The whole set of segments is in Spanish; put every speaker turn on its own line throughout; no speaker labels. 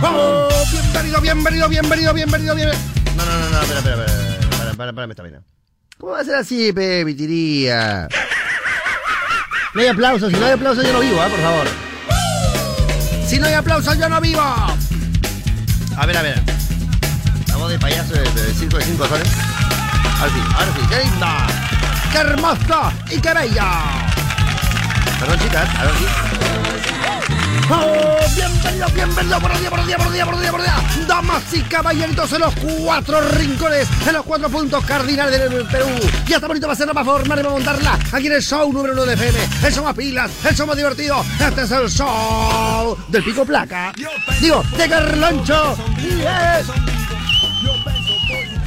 ¡Vamos! Bienvenido, bienvenido, bienvenido, bienvenido, bienvenido.
No, no, no, no, espera, espera, espera. Para, para, para esta vaina. ¿Cómo va a ser así, pe, mi tiría? No hay aplausos, si no hay aplausos yo no vivo, ¿ah? por favor.
Si no hay aplausos, yo no vivo.
A ver, a ver. La voz de payaso de- de 5 de 5 soles. Ahora sí, ahora sí, qué linda.
¡Qué hermoso y qué bello!
Perdón, chicas, ahora sí.
¡Vamos! Oh, Bienvenido, bienvenido, buenos días, buenos días, buenos días, buenos días, buenos días. Damas y caballeritos en los cuatro rincones, en los cuatro puntos cardinales del Perú. Y hasta bonito va a ser para formar y para montarla. Aquí en el show número uno de FM, el show más pilas, el show más divertido. Este es el show del Pico Placa. Digo, de Carloncho. Yes.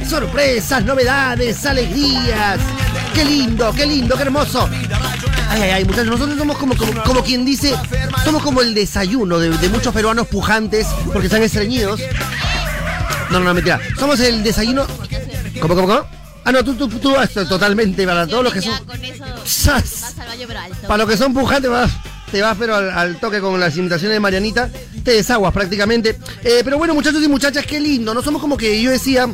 sorpresas, novedades, alegrías. Qué lindo, qué lindo, qué hermoso. Ay, ay, ay, muchachos, nosotros somos como, como, como quien dice, somos como el desayuno de, de muchos peruanos pujantes porque están estreñidos. No, no, no, mentira. Somos el desayuno. ¿Cómo, cómo, cómo? Ah, no, tú, tú, tú, esto, totalmente, para todos los que son.
Ya, con eso
¡Sas!
vas al baño, pero alto.
Para los que son pujantes, vas, te vas pero al, al toque con las imitaciones de Marianita, te desaguas prácticamente. Eh, pero bueno, muchachos y muchachas, qué lindo, ¿no? Somos como que yo decía,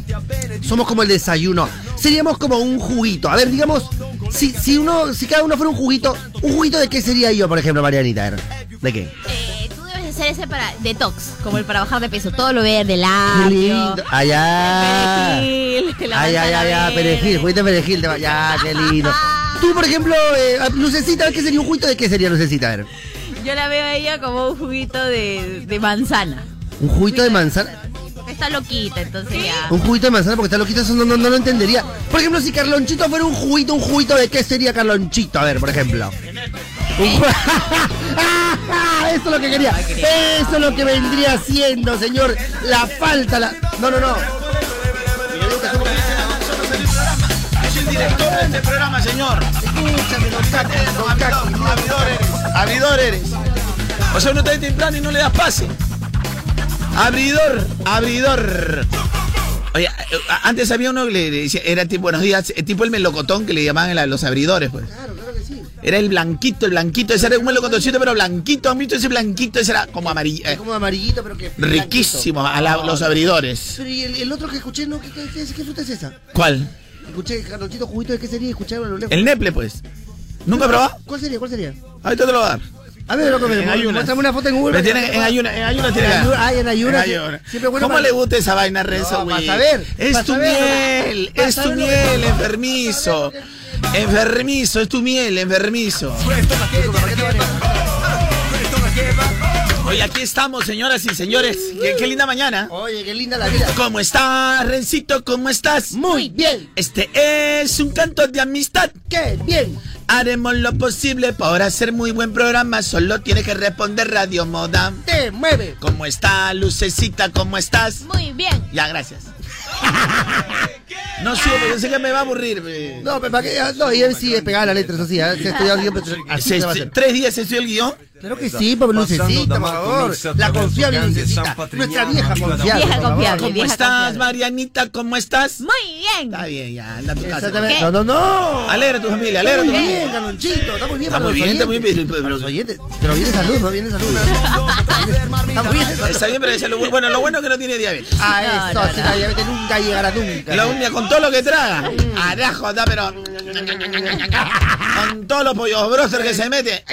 somos como el desayuno. Seríamos como un juguito. A ver, digamos, si, si uno, si cada uno fuera un juguito, ¿un juguito de qué sería yo, por ejemplo, Marianita? A ver, ¿de qué?
Eh, tú debes de ser ese para detox, como el para bajar de peso. Todo lo verde,
Qué
labio,
lindo. Ay, ay.
perejil, la
Ay, ay,
manzana
ay, ay,
verde.
perejil, juguito de perejil, te va- ya, qué lindo. Tú, por ejemplo, eh, Lucecita, ¿qué sería un juguito de qué sería Lucecita? A ver.
Yo la veo a ella como un juguito de, de manzana.
Un juguito de manzana.
Está loquita, entonces ya.
Un juguito de manzana porque está loquito, eso no, no, no lo entendería. Por ejemplo, si Carlonchito fuera un juguito, un juguito de qué sería Carlonchito, a ver, por ejemplo. Un ju- ¡Ah! eso es lo que quería. Eso es lo que vendría siendo, señor. La falta, la. No, no, no.
Eh. Es el director de este programa, señor.
Escúchame, don Caqui, don Caqui.
Abridor eres. Abridor eres. O sea, uno está ahí temprano y no le das pase. Abridor, abridor. Oye, a- a- antes había uno que le le decía, era tipo, buenos días, eh, tipo el melocotón que le llamaban el- los abridores, pues. Era el blanquito, el blanquito, ese era un melocotoncito, pero blanquito, ¿han visto ese blanquito? Ese era como amarillito,
Es como amarillito, pero que.
riquísimo, a la- los abridores.
Pero y el, el otro que escuché, no, ¿qué, qué, qué- qué fruta es esa?
¿Cuál?
Escuché Carlonchito juguito de qué sería y escucharon a lo lejos.
El neple, pues. ¿Nunca probó?
¿Cuál sería? ¿Cuál sería?
Ahorita te lo voy a dar.
A ver, loco, me
En ayunas.
muéstrame una foto en Google.
Me tiene- en ayunas, en ayunas tiene
En
que-
ayu- ay, en ayunas, sí. Siempre bueno
¿Cómo
para-
le gusta esa vaina, Renzo?
No,
güey?
vas a ver, vas
Es tu
a ver,
miel,
vas
es
a
tu
ver lo que-
miel, enfermizo. Enfermizo, es tu miel, enfermizo. Hoy aquí estamos, señoras y señores. Qué, qué linda mañana.
Oye, qué linda la vida.
¿Cómo estás, Rencito? ¿Cómo estás?
Muy bien.
Este es un canto de amistad.
¡Qué bien!
Haremos lo posible por hacer muy buen programa. Solo tienes que responder Radio Moda.
¡Te mueve!
¿Cómo está, Lucecita? ¿Cómo estás?
Muy bien.
Ya, gracias. No sigo, porque yo sé que me va a aburrir. eh.
No, pero para qué. Ah, No, y él sí es pegada la letra, eso sí. ah, Se estudia bien, pero así
Se-
se va a
se-
hacer.
¿Tres días se estudió el guión?
Claro que sí, por Lucecita, por favor. La confiable Lucecita. Nuestra vieja confiable.
Vieja
por favor.
confiable.
¿Cómo
vieja
estás,
confiable.
Marianita? ¿Cómo estás?
Muy bien.
Está bien, ya, anda a tu casa. pues.
Exactamente.
¿Qué?
No, no, no.
Alegra a tu familia, alegra a tu
Muy
familia.
bien, Carlonchito. Está muy bien
Está
para
muy
los
bien, está muy
oyentes.
bien. pero-
Para los
pero-
oyentes. Pero viene salud, no viene salud. Está muy bien.
Está bien, pero es lo bu- bueno, lo bueno es que no tiene diabetes.
A
No,
eso,
no,
si
no.
la diabetes nunca llegará nunca.
La uña con todo lo que traga.
Mm.
Arajo, da, pero. Con todos los pollos broster que se mete.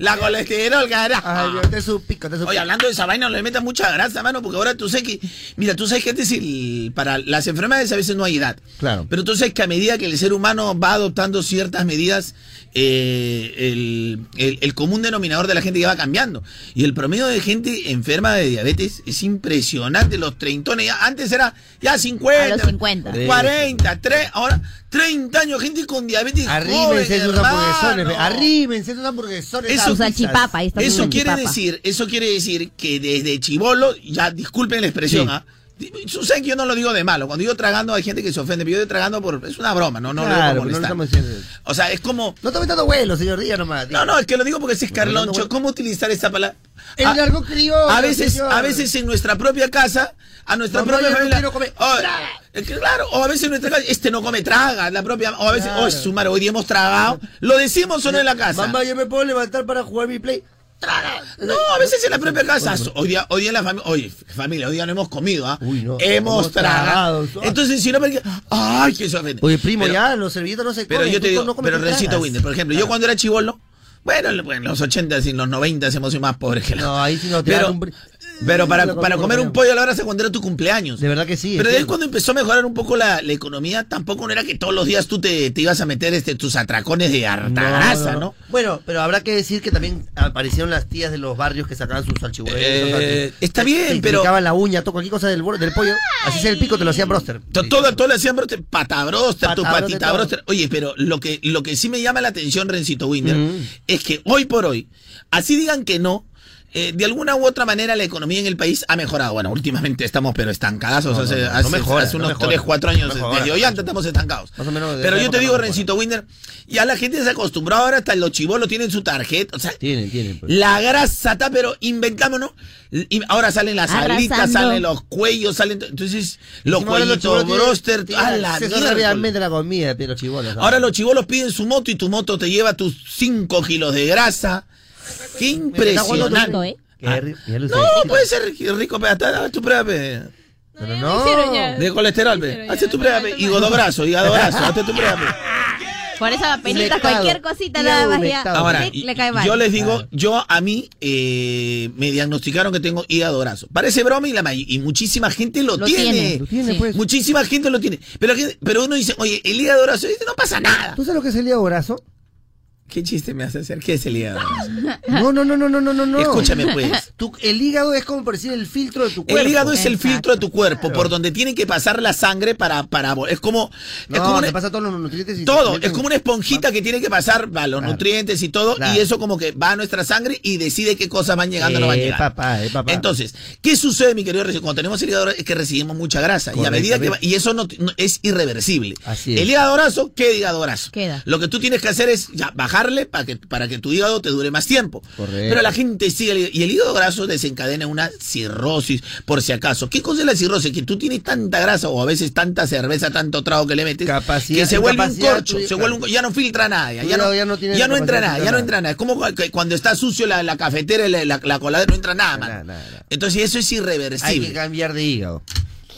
La colesterol,
Ay,
carajo.
Dios, te supico, te
Oye,
supico.
hablando de esa vaina, no le metas mucha grasa, mano, porque ahora tú sabes que. Mira, tú sabes que antes el- para las enfermedades a veces no hay edad.
Claro.
Pero tú sabes que a medida que el ser humano va adoptando ciertas medidas, eh, el, el- el común denominador de la gente ya va cambiando. Y el promedio de gente enferma de diabetes es impresionante. Los treintones, ya- antes era ya 50,
A los 50.
40, 3, ahora 30 años, gente con diabetes. joven,
Arrímense esos
hermano.
hamburguesones, pe, arrímense esos hamburguesones.
Eso-
las
Usa
pizzas.
chipapa. Ahí está
Eso
con
quiere
chipapa.
decir, eso quiere decir que desde chivolo, ya disculpen la expresión,
Sí.
¿ah? Di- Saben que yo no lo digo de malo. Cuando digo tragando hay gente que se ofende, pero yo digo tragando por es una broma, no, no lo digo
Claro,
por
no lo
molestar.
estamos diciendo.
O sea, es como
No está metiendo vuelo, señor, diga nomás. diga.
no, no, es que lo digo porque ese es
no,
Carloncho.
bueno.
¿Cómo utilizar esa palabra?
El
A-
largo criollo,
A veces,
señor.
a veces en nuestra propia casa, a nuestra
Mamá,
propia
yo no
familia.
quiero comer.
o-
Traga.
eh, claro, o a veces en nuestra casa, este no come traga, la propia, o a veces,
Claro.
oh, su madre, hoy día hemos tragado. ¿Lo decimos o no en la casa?
Mamá, yo me puedo levantar para jugar mi play.
traga. No, a veces en la propia casa. Hoy día, hoy día la familia, oye, familia, hoy día no hemos comido, ¿ah?
Uy, no.
hemos
Hemos
tragado.
tragado.
Entonces, si no me ay, que se ofende.
Oye, primo,
Pero-
ya, los servilletas no se
Pero
comen,
yo te
tú
digo,
no comes
pero
tus
recito
caras.
Winder, por ejemplo, yo cuando era chivolo, bueno, en en los 80 y en los 90 hemos sido más pobres que los.
No, ahí sí no te
Pero,
dan un bri-
pero para,
No lo
para
comimos,
comer un
creo.
pollo a la brasa cuando era tu cumpleaños.
De verdad que sí.
Pero de ahí
entiendo.
cuando empezó a mejorar un poco la, la economía, tampoco no era que todos los días tú te, te ibas a meter este, tus atracones de harta grasa, ¿no?
Bueno, pero habrá que decir que también aparecieron las tías de los barrios que sacaban sus salchibureos.
Eh, está bien, pero-
Sacaban la uña, todo cualquier cosa del, borde- del pollo. Así sea el pico, te lo hacían broster.
To-
Sí.
Todo, todo le hacían broster, pata broster, tu
Pata
patita
broster,
broster. Oye, pero lo que, lo que sí me llama la atención, Rencito Winder, es que hoy por hoy, así digan que no, eh, de alguna u otra manera la economía en el país ha mejorado. Bueno, últimamente estamos pero estancadazos. hace,
no, no
hace-
mejora,
hace
no
unos
mejora.
3, 4 años. eh,
No mejora.
desde hoy antes estamos estancados.
Más o menos de
pero
esa
yo te
época
digo,
no mejora.
Rencito Winder, ya la gente se acostumbró ahora, hasta los chibolos tienen su tarjeta. O sea,
Tienen, tienen. pues.
la grasa está, pero inventámonos. Y ahora salen las alitas,
Arrasando.
salen los cuellos, salen. to- Entonces, los
Encima ahora
cuellitos
chibolos tienen-
broster.
tienen
a la
acceso
miércoles.
rápidamente a la comida, pero los chibolos. ¿sabes?
Ahora los chivolos piden su moto y tu moto te lleva tus 5 kilos de grasa. Qué
está jugando
impresionante.
Rico, ¿eh?
Qué ri- mira los
Ah. No, pues,
salchichas.
puede ser rico, pero hasta haz tu prueba pe,
Pero
ya me
no.
hicieron ya.
de colesterol. pe.
Pero ya,
Hazte tu
no,
prueba,
no,
pe,
no.
hígado graso, hígado graso. Hazte tu prueba. pe.
Por esa vapenita,
Humectado.
cualquier cosita, nada más ya.
Humectado.
Ahora,
clic, le cae mal.
yo les digo, yo a mí eh, me diagnosticaron que tengo hígado graso. Parece broma y, la, may- y muchísima gente lo,
Lo
tiene.
tiene.
Lo tiene,
Sí.
pues.
Muchísima gente lo tiene. Pero, la gente- pero uno dice, oye, el hígado graso, y dice, no pasa nada.
¿Tú sabes lo que es el hígado graso?
¿Qué chiste me hace hacer? ¿Qué es el hígado graso?
No, no, no, no, no, no, no, no.
Ah, Escúchame, pues.
Tu- el hígado es como por decir el filtro de tu cuerpo.
El hígado es el
Exacto.
filtro de tu cuerpo por donde tiene que pasar la sangre para... para es como... es
No,
como
te
una-
pasa todos los nutrientes y
Todo, es como una esponjita que tiene que pasar a los
Claro.
nutrientes y todo, y
Claro.
eso como que va a nuestra sangre y decide qué cosas van llegando o no van
Eh,
llegando.
papá, eh, papá.
Entonces, ¿qué sucede, mi querido Recio? Cuando tenemos el hígado graso es que recibimos mucha grasa, y a medida que va- y eso no, no- es irreversible.
Así es.
El hígado graso, ¿qué hígado graso?
Queda.
Lo que tú tienes que hacer es ya bajarle para que, para que tu hígado te dure más tiempo.
Correcto.
Pero la gente sigue, el hígado- y el hígado graso desencadena una cirrosis, por si acaso. ¿Qué cosa es la cirrosis? Que tú tienes tanta grasa o a veces tanta cerveza, tanto trago que le metes,
Capacidad-
que se vuelve un
incapacidad
corcho,
tuya,
se vuelve un co- ya no filtra nada, ya,
Tu
ya no,
hígado ya no tiene
ya no
la
entra
capacidad de
nada, ya no
filtrar nada.
entra nada. Es como que cuando está sucio la, la cafetera, y la, la, la coladera, no entra nada,
Nada,
man.
nada, nada.
Entonces eso es
Hay que
irreversible.
cambiar de hígado.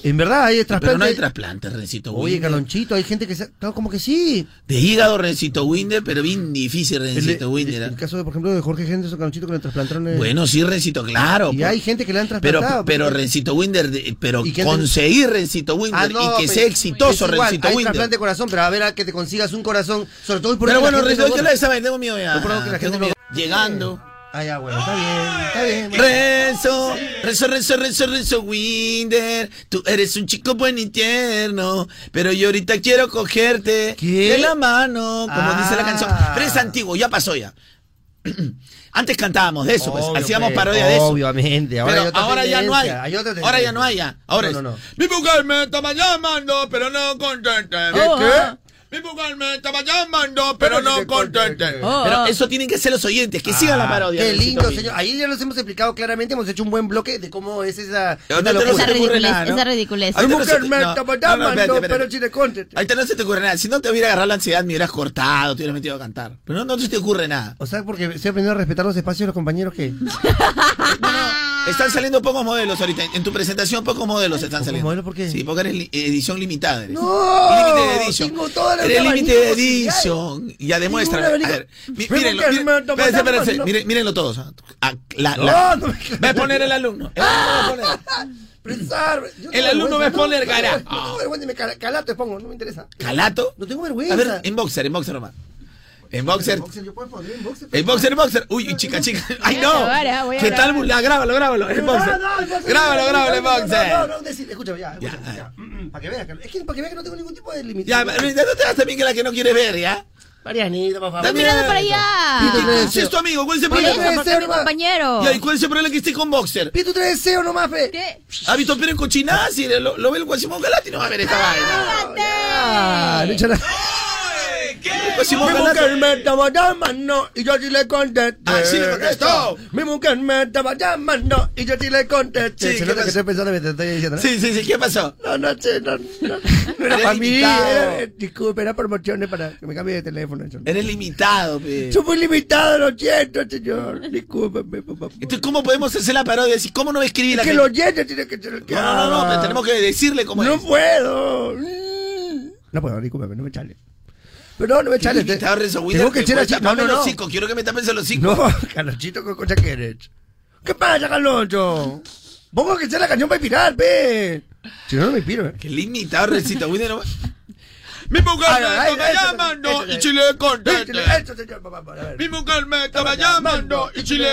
En verdad, hay trasplante.
Pero no hay trasplante, Rencito
Oye,
Winder.
Calonchito, hay gente que se... No, como que sí.
De hígado, Rencito Winder, pero bien difícil,
El,
Rencito Winder. ¿eh?
el caso, de, por ejemplo, de Jorge Henderson Calonchito que le trasplantaron el...
Bueno, sí, Rencito, claro.
Y
pues.
hay gente que le han
Pero,
trasplantado. pues.
pero Rencito Winder, de- pero
¿Y qué te-
conseguir Rencito Winder
Ah, no,
y que
pues,
sea exitoso
es igual,
Rencito
hay
Winder.
trasplante de corazón, pero a ver a que te consigas un corazón, sobre todo por
Pero
eso la
bueno,
gente
Rencito,
se
yo
borra.
la esa vez tengo miedo ya.
Yo creo que
Tengo
la gente no-
miedo. Llegando.
Ah, ya, bueno, está bien, está bien. bueno.
Renzo, Renzo, Renzo, Renzo, Renzo Winder, tú eres un chico buen y tierno, pero yo ahorita quiero cogerte
¿Qué?
de la mano, como
Ah.
dice la canción. Pero es antiguo, ya pasó ya. Antes cantábamos de eso, pues,
Obvio,
hacíamos
pues,
parodia de eso.
Obviamente, ahora,
Pero
hay otra
ahora ya no hay.
tendencia, otra
ahora ya
tendencia.
no hay. ya. Ahora
No,
es,
no, no.
Mi mujer me estaba llamando, pero no contente.
Oh, ah.
Mi mujer me estaba llamando, pero,
Pero si
no
te contente.
contente.
Oh,
Pero
ah.
eso tienen que ser los oyentes, que sigan la parodia.
Ah, Qué
Luisito
lindo,
Pino.
señor. Ahí ya los hemos explicado claramente, hemos hecho un buen bloque de cómo es esa.
No,
esa
no te
locura.
se te
Esa
ocurre
ridiculez,
nada, ¿no?
esa ridiculez.
Ahí
Mi
no se-
mujer me
no,
estaba
no, no, espérate,
llamando,
espérate.
pero si te contesté.
Ahorita no se te ocurre nada. Si no te hubiera agarrado la ansiedad, me hubieras cortado, te hubieras metido a cantar. Pero no, no se te ocurre nada.
O sea, porque estoy aprendiendo a respetar los espacios de los compañeros que.
Están saliendo pocos modelos ahorita. En tu presentación, pocos modelos están saliendo.
modelos por qué?
Sí, porque eres li- edición limitada. Eres.
¡No!
Límite de edición.
Tengo todo el
Eres
abanico
límite de
posibilidades.
edición. Ya demuestra. A
abanico.
ver, mi-
Tengo
mírenlo.
que
miren-
armar otra
espérense,
pantalla,
espérense,
¿no?
miren- Mírenlo todos. ah. Ah, la- la-
No, no me-
Va a exponer el alumno. El alumno va a exponer.
Pensar. yo tengo
El alumno
vergüenza,
me
no,
pone el
no,
cara.
No tengo vergüenza, me cala- calato pongo, no me interesa.
¿Calato?
No tengo
A
vergüenza.
ver, en boxer, en boxer nomás. En boxer.
yo puedo poner en boxer.
El boxer, el boxer. Uy, chica, chica. Ay,
Voy a grabar, ah,
no.
voy a
¿Qué tal?
grabar.
Mula? Grábalo, grábalo. El boxer.
No, no, el boxer.
Grábalo, grábalo, el
No, no,
eh.
No,
boxer.
no, no, decir, escúchame ya.
Ya,
escúchame,
ya.
ya. Mm, Para que veas, que- es que para que veas que no tengo ningún tipo de límite.
Ya, Luis, no te das también que la que no quieres ver, ¿ya?
Marianita, por favor.
Está
Mirando para
Pito
allá.
tres.
Si es tu amigo, ¿cuál es el
Por
Pito
eso,
problema?
porque
tres.
es mi
Observa.
compañero.
Ya, ¿y cuál es el problema que esté con boxer?
Pide tu tres deseos nomás, fe.
¿Qué?
Ha visto pero en cochinadas y lo, lo ve el guasimón galati no va a ver esta vaina.
Ah, no he hecho nada.
¡Ay,
Pues si vos
Mi
ganaste-
mujer me estaba llamando y yo sí le contesté.
Ah, sí le contestó.
Mi mujer me estaba llamando y yo sí le contesté.
Sí,
Se
¿qué
nota que
pasa?
estoy pensando mientras estoy diciendo, ¿no?
Sí, sí, sí, ¿qué pasó?
No, no, sí, no, no. No era
Eres
para mí.
limitado.
Era, eh, disculpe, era promociones para que me cambie de teléfono. eso.
Eres limitado, pe.
Soy muy limitado, lo siento, señor. Discúlpeme, por favor.
Entonces, ¿cómo podemos hacer la parodia? Si, ¿Cómo no escribir la
Es que
gente?
los oyente tiene que ser el que
No, no, no, no,
habla.
pero tenemos que decirle cómo
No
es.
puedo. Mm. No puedo, discúlpeme, no me chale. Pero no, no me chale. te-
Limitado, Renzo
Tengo
Winder,
que
te-
ser así. No,
tapame
no,
los
no.
hocicos, quiero que me tapes el hocico.
No, Carlonchito, ¿qué cosa quieres? ¿Qué pasa, Carloncho? Pongo que sea la canción para inspirar, ve. Si no, no me inspiro, eh.
Qué limitado, Rencito Winder. No... Mi mujer
Ah, no, eso, eso, eso, eso.
le
Échale, Eso, señor, papá, a ver.
mujer me estaba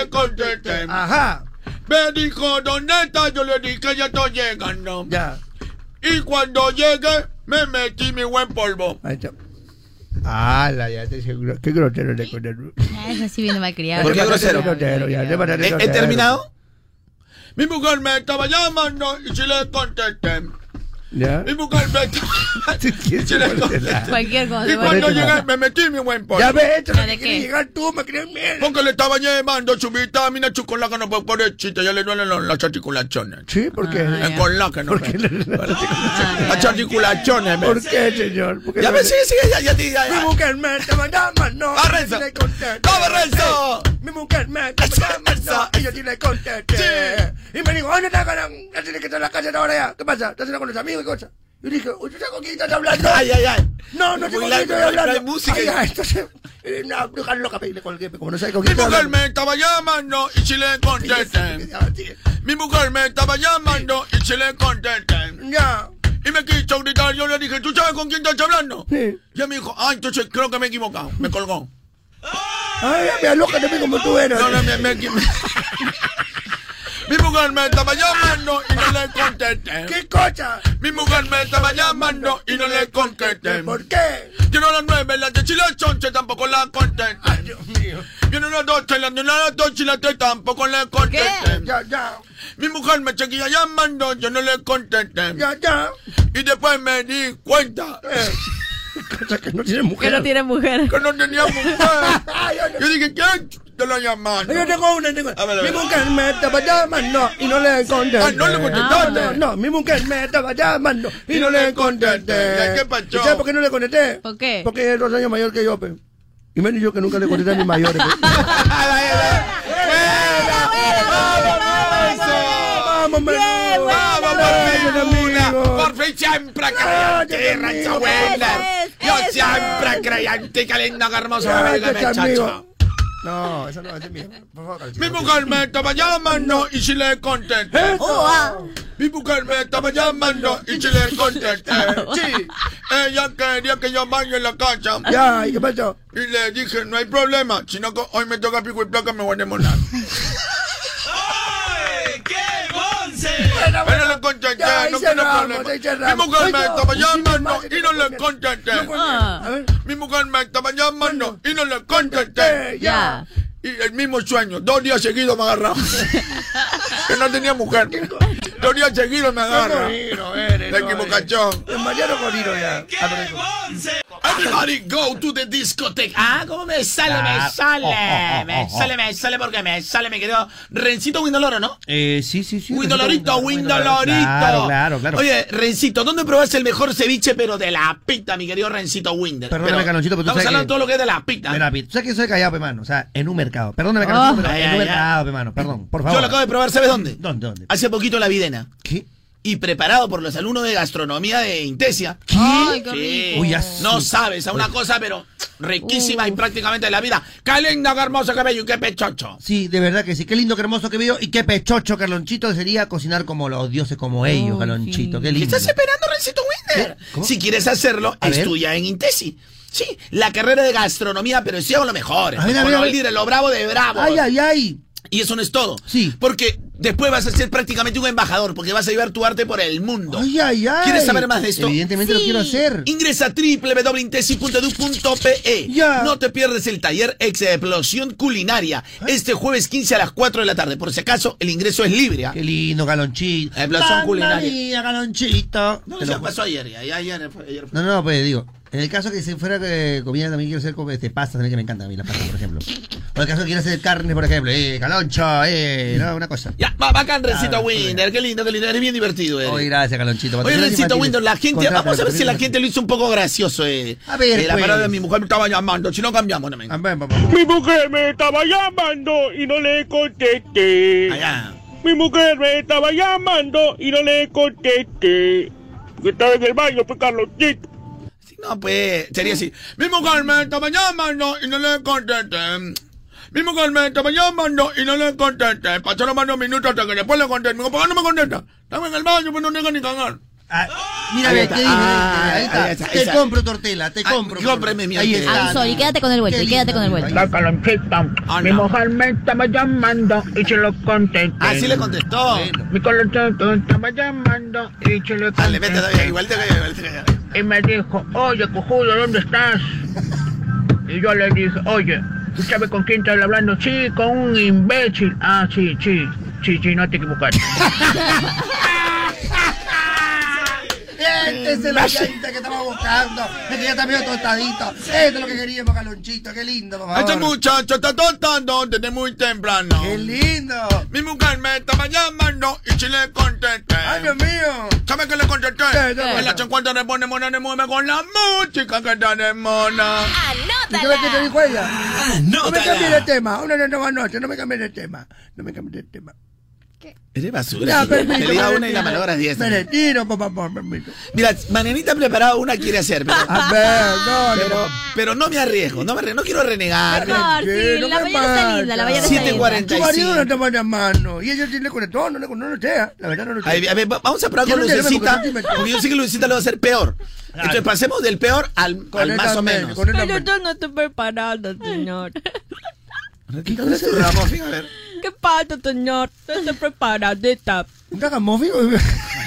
contesté.
Ajá,
Me dijo, ¿dónde estás? Yo le dije, ya estoy llegando.
ya.
Y cuando llegué, me metí mi buen polvo.
Ahí está. Ah, la ya, te seguro. Qué grosero le con el.
Ah, es así bien malcriado.
¿Por qué grosero?
Grosero, ya, de manera-
¿He,
grosero.
terminado? Mi mujer me estaba llamando y si le contesté.
Ya.
Mi mujer me estaba
Sí, sí,
y si le contesté.
Cualquier cosa.
Y
bueno.
cuando
Ponete
llegué,
nada.
me metí mi buen polvo.
Ya ves, esto es lo
¿De
que
qué?
quieres llegar tú, me crees mierda.
Porque le estaba llevando su vitamina, su colágeno, por pobrecita, ya le duelen los- Eh, las articulaciones.
Sí, ¿por qué?
Ah,
El colágeno.
¿Por qué?
ve. Las articulaciones, ve.
¿Por qué, señor? ¿Por qué
Ya
no-
me sigue, sigue, ya, ya, ya, ya.
Mi mujer me estaba llamando.
¡Va, Renzo!
y le contesté.
¡Vamos, Renzo!
Mi mujer me estaba llamando. Y yo sí le contesté. Y me dijo, ¿dónde está Galán? Ya tiene que estar en la calle ahora ya. ¿Qué pasa? ¿Estás haciendo con los amigos y cosas? Y yo dije, "Uy, ¿tú sabes con quién estás hablando?
Ay, ay, ay.
No, no sé
Muy
con quién
largo, no
estoy
hay- no
hablando.
hay música.
Ay, ay, entonces, eh, una bruja loca, pe, y le colgué, pe, como no sabe con
Mi
quién
mujer
estoy
me estaba llamando y si le contesté.
hablando. Ya, sí.
Mi mujer me estaba llamando y si le contesté.
Ya.
Y me quiso gritar, yo le dije, ¿tú sabes con quién estás hablando?
Sí.
Y él me dijo, ah, entonces creo que me he equivocado. Me colgó.
Ay, me aloja también como tú eres.
No, no, me, me, me- Mi mujer me estaba llamando y no le contesté.
¿Qué cosa?
Mi mujer me estaba llamando y no le contesté.
¿Por qué?
Quiero las nueve, las diez y las once, tampoco la contesté.
Ay, Dios mío.
Quiero las doce, las nueve, las dos y las tres, tampoco le contesté.
Ya, ya.
Mi mujer me seguía llamando, yo no le contesté.
Ya, ya.
Y después me di cuenta
Eh, cosa que no tiene
Que
mujer.
no tiene mujer.
que no tenía mujer.
Ay, ay, ay.
Yo dije, ¿quién te lo llamando?
Yo tengo una, tengo
A ver, a
Mi
ver.
mujer me estaba llamando y no le contesté.
Ah, no le contestaste.
No, no, no, mi mujer me estaba llamando y no le contesté.
¿Y qué pacho?
¿Y ¿Sabes por qué no le contesté?
¿Por qué?
Porque es dos años mayor que yo, pe. Y menos yo que nunca le contesté a mis mayores. pe. ¡Vamos, Manu!
¡Vamos por
¡Vamos,
fin una!
amigo!
¡Por fin siempre
Gracias,
creyente,
amigo.
Renzo Wendler!
Eso,
¡Yo
eso.
siempre creyente! ¡Qué lindo, qué hermoso! me venga,
Gracias,
me chacho.
amigo. No, esa no esa es mía. Por favor, Carlos.
Mi mujer me estaba llamando y si le
¿Eh?
contesté. Mi mujer me estaba llamando y si le contesté. Sí. Ella quería que yo bañe en la casa.
Ya, ¿y qué pasó?
Y le dije, no hay problema, sino que hoy me toca pico y placa, me voy a demorar. Pero le contesté,
Ya, ahí
no quiero
cerramos, ahí
problema. Mi
cerramos.
mujer me
Oye,
estaba
sí, mi
llamando
madre,
y no
no
le
contesté.
contesté.
Ah.
A ver.
Mi mujer me estaba llamando y no le
Eh,
contesté.
ya.
Ya.
Y el mismo sueño, dos días seguidos me agarraba. que no tenía mujer. Dos días seguidos me agarra.
Me
Me equivocachón.
Es Mariano Corino ya. Ah, pero dijo,
Everybody go to the Ah, oh, discotheque. Ah, cómo me sale, me sale. me sale, me sale porque me sale, me quedó Rencito Windoloro, ¿no?
Eh, sí, sí, sí.
Windolorito, Windolorito.
Claro, claro, claro.
Oye, Rencito, ¿dónde probaste el mejor ceviche, pero de la pita, mi querido Rencito Winder?
Perdóname, Carlonchito, pero tú
Estamos
sabes
hablando de
que-
todo lo que es de la pita.
ah.
Mira, Pete, tú sabes que soy callado, pe, mano. O sea, en un mercado. Perdóname, Carlonchito,
Oh.
pero
Ay,
en
ay,
un
ay.
mercado, pe, mano. Perdón, por favor.
Yo lo acabo de probar, ¿sabes dónde?
¿Dónde, dónde?
Hace poquito en la videna.
¿Qué?
Y preparado por los alumnos de gastronomía de Intesia.
Ay, qué
Sí.
rico.
Uy, ya
No
sí.
sabes, a una cosa, pero riquísima y prácticamente de la vida. ¡Qué lindo, qué hermoso cabello y qué pechocho!
Sí, de verdad que sí. Qué lindo, qué hermoso que veo. Y qué pechocho, Carlonchito, sería cocinar como los dioses, como ellos,
Oh,
Carlonchito.
sí.
Qué
¿Qué
lindo.
estás esperando, Rencito Winder?
¿Qué? ¿Eh? ¿Cómo?
Si quieres hacerlo,
A ver.
estudia en Intesi. Sí, la carrera de gastronomía, pero sí hago lo mejor.
A ver, a
Con
ver, a
lo
ver.
líder, lo bravo de bravo.
Ay, ay, ay.
Y eso no es todo.
Sí.
Porque después vas a ser prácticamente un embajador, porque vas a llevar tu arte por el mundo.
Ay, ay, ay.
¿Quieres saber más de esto?
Evidentemente lo
Sí.
quiero hacer.
Ingresa a www.intesi.edu.pe.
Ya.
No te pierdes el taller Explosión Culinaria
¿Eh?
este jueves 15 a las 4 de la tarde. Por si acaso, el ingreso es libre. ¿ah?
Qué lindo, Galonchito.
Eh, blasón culinario.
Galonchito.
No,
Te
ya
lo ju-
pasó ayer. ya, ya, ayer fue- ayer fue.
no, no, pues digo, En el caso que se fuera eh, comida, también quiero hacer como este, pastas, también que me encanta a mí las pastas, por ejemplo. O en el caso que quiero hacer carne, por ejemplo, eh, caloncho, eh, no, una cosa.
Ya, va, bacán, Rencito
Ah,
Winder. Qué lindo, qué lindo. Eres bien divertido, Eri.
Oye, gracias, calonchito.
Oye, Rencito Winder, la gente.
Contrata,
Vamos a ver si la
contrata.
gente lo hizo un poco gracioso, eh.
A ver,
Eh, La
pues.
palabra de mi mujer me estaba llamando. Si no cambiamos, no me.
Ah, bueno, vamos.
Mi mujer me estaba llamando y no le contesté.
Allá.
Mi mujer me estaba llamando y no le contesté. Yo estaba en el baño, pues Carlosito.
Sí, No, pues, sería así. Mi mujer me estaba llamando y no le contesté. Mi mujer me estaba llamando y no le contesté. Pasaron varios minutos hasta que después le contesté. Me dijo, ¿por qué no me contesta? Estaba en el baño, pues no tengo ni cagar.
Ah, mira,
Ahí
ve,
está.
¿qué dije?
Ah,
ahí está.
ahí está, ahí
Te
está.
compro tortela, te
Ay,
compro.
cómprame mi
Ahí
tortela.
está.
I'm Ah, sorry, quédate con el vuelto,
Qué
quédate con el
lindo.
vuelto.
La calonchita.
Ah,
Mi
no.
mujer me estaba llamando y yo Ah, le contesté.
Así le contestó.
Bueno.
Mi calonchito estaba llamando y yo le
Dale, vete,
contesté.
dale, igual te callas, igual te callas.
Y me dijo, oye, cojudo, ¿dónde estás? Y yo le dije, oye, ¿tú sabes con quién estás hablando? Sí, con un imbécil. Ah, sí, sí, sí, sí, no te equivocaste.
Este es el oyente que estaba buscando. Es que ya está medio tostadito. Esto es lo que queríamos, calonchito. Qué lindo, por favor.
Este muchacho está tontando desde muy temprano.
Qué lindo.
Mi mujer me estaba llamando y si le contesté.
Ay, Dios mío.
¿Sabes qué le contesté?
¿Qué? ¿Qué?
En la 50 le pone mona, le mueve con la música que está de mona.
¿Y qué ves que te
¡Anótala!
dijo ella?
No me cambies de tema, una de nueva noche, no me cambies de tema, no me cambies de tema.
Eres basura.
Ya, permito,
Te diga
me
una y la
retiro.
palabra es diez.
Me retiro, por favor, permito.
Mira, Manenita ha preparado una quiere hacer, pero,
A ver, no,
pero,
no.
pero no me arriesgo, no me arriesgo, no quiero renegar.
Por
Sí,
fin,
no
la
me
mañana está
mata.
linda, la mañana está linda.
7:45.
Tu marido no te va llamando, y ella tiene corazón, no, le- no lo sea, la verdad no lo
Ay,
sea.
a ver, va- vamos a probar
Yo
con
no quiero,
Lucecita,
porque no te-
porque yo sé que Lucecita lo va a hacer peor. Entonces pasemos del peor al, al
Conéctame,
más o menos.
conéctame.
Pero yo no estoy preparada, señor.
Entonces, Ramón, fíjate, a ver.
¿Qué pasa, señor? No estoy preparadita.
¿Un cagamóvil?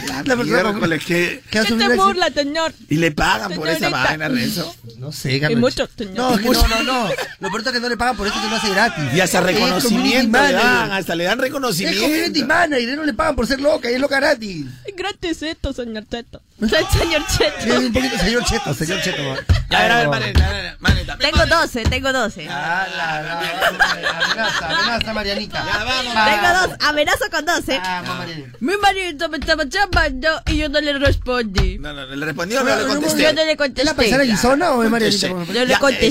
La persona
Miércoles, ¿qué?
que
¿Qué
hace un
te
éxito.
burla, señor?
Y le pagan por esa
Señorita.
vaina, Renzo.
No sé,
Y
Carlos.
mucho,
No, es
señor.
que no, no, no. Lo peor es que no le pagan por eso que lo hace gratis.
Y hasta
Es community
reconocimiento le
manager.
dan, hasta le dan
Es community
reconocimiento.
manager, no le pagan por ser loca, es loca gratis.
Gratis esto, señor Teto.
Señor
Sí,
Cheto.
Eh, un poquito, señor Cheto, señor Cheto.
Ya, a ver, a ver,
Ah,
Manenita, a ver, Manenita.
Tengo 12, tengo 12.
Ah, la, la, amenaza, amenaza, Marianita.
Ya, vamos.
Tengo 12, amenazo con 12.
Ah.
Vamos, Marianita.
Mi marido me estaba llamando y yo no le respondí.
No, no, le respondió, no le contesté.
Yo no le
¿Es la paisana
contesté.
guisona o es Marianita?
Contesté.
Yo le
Ya,
contesté.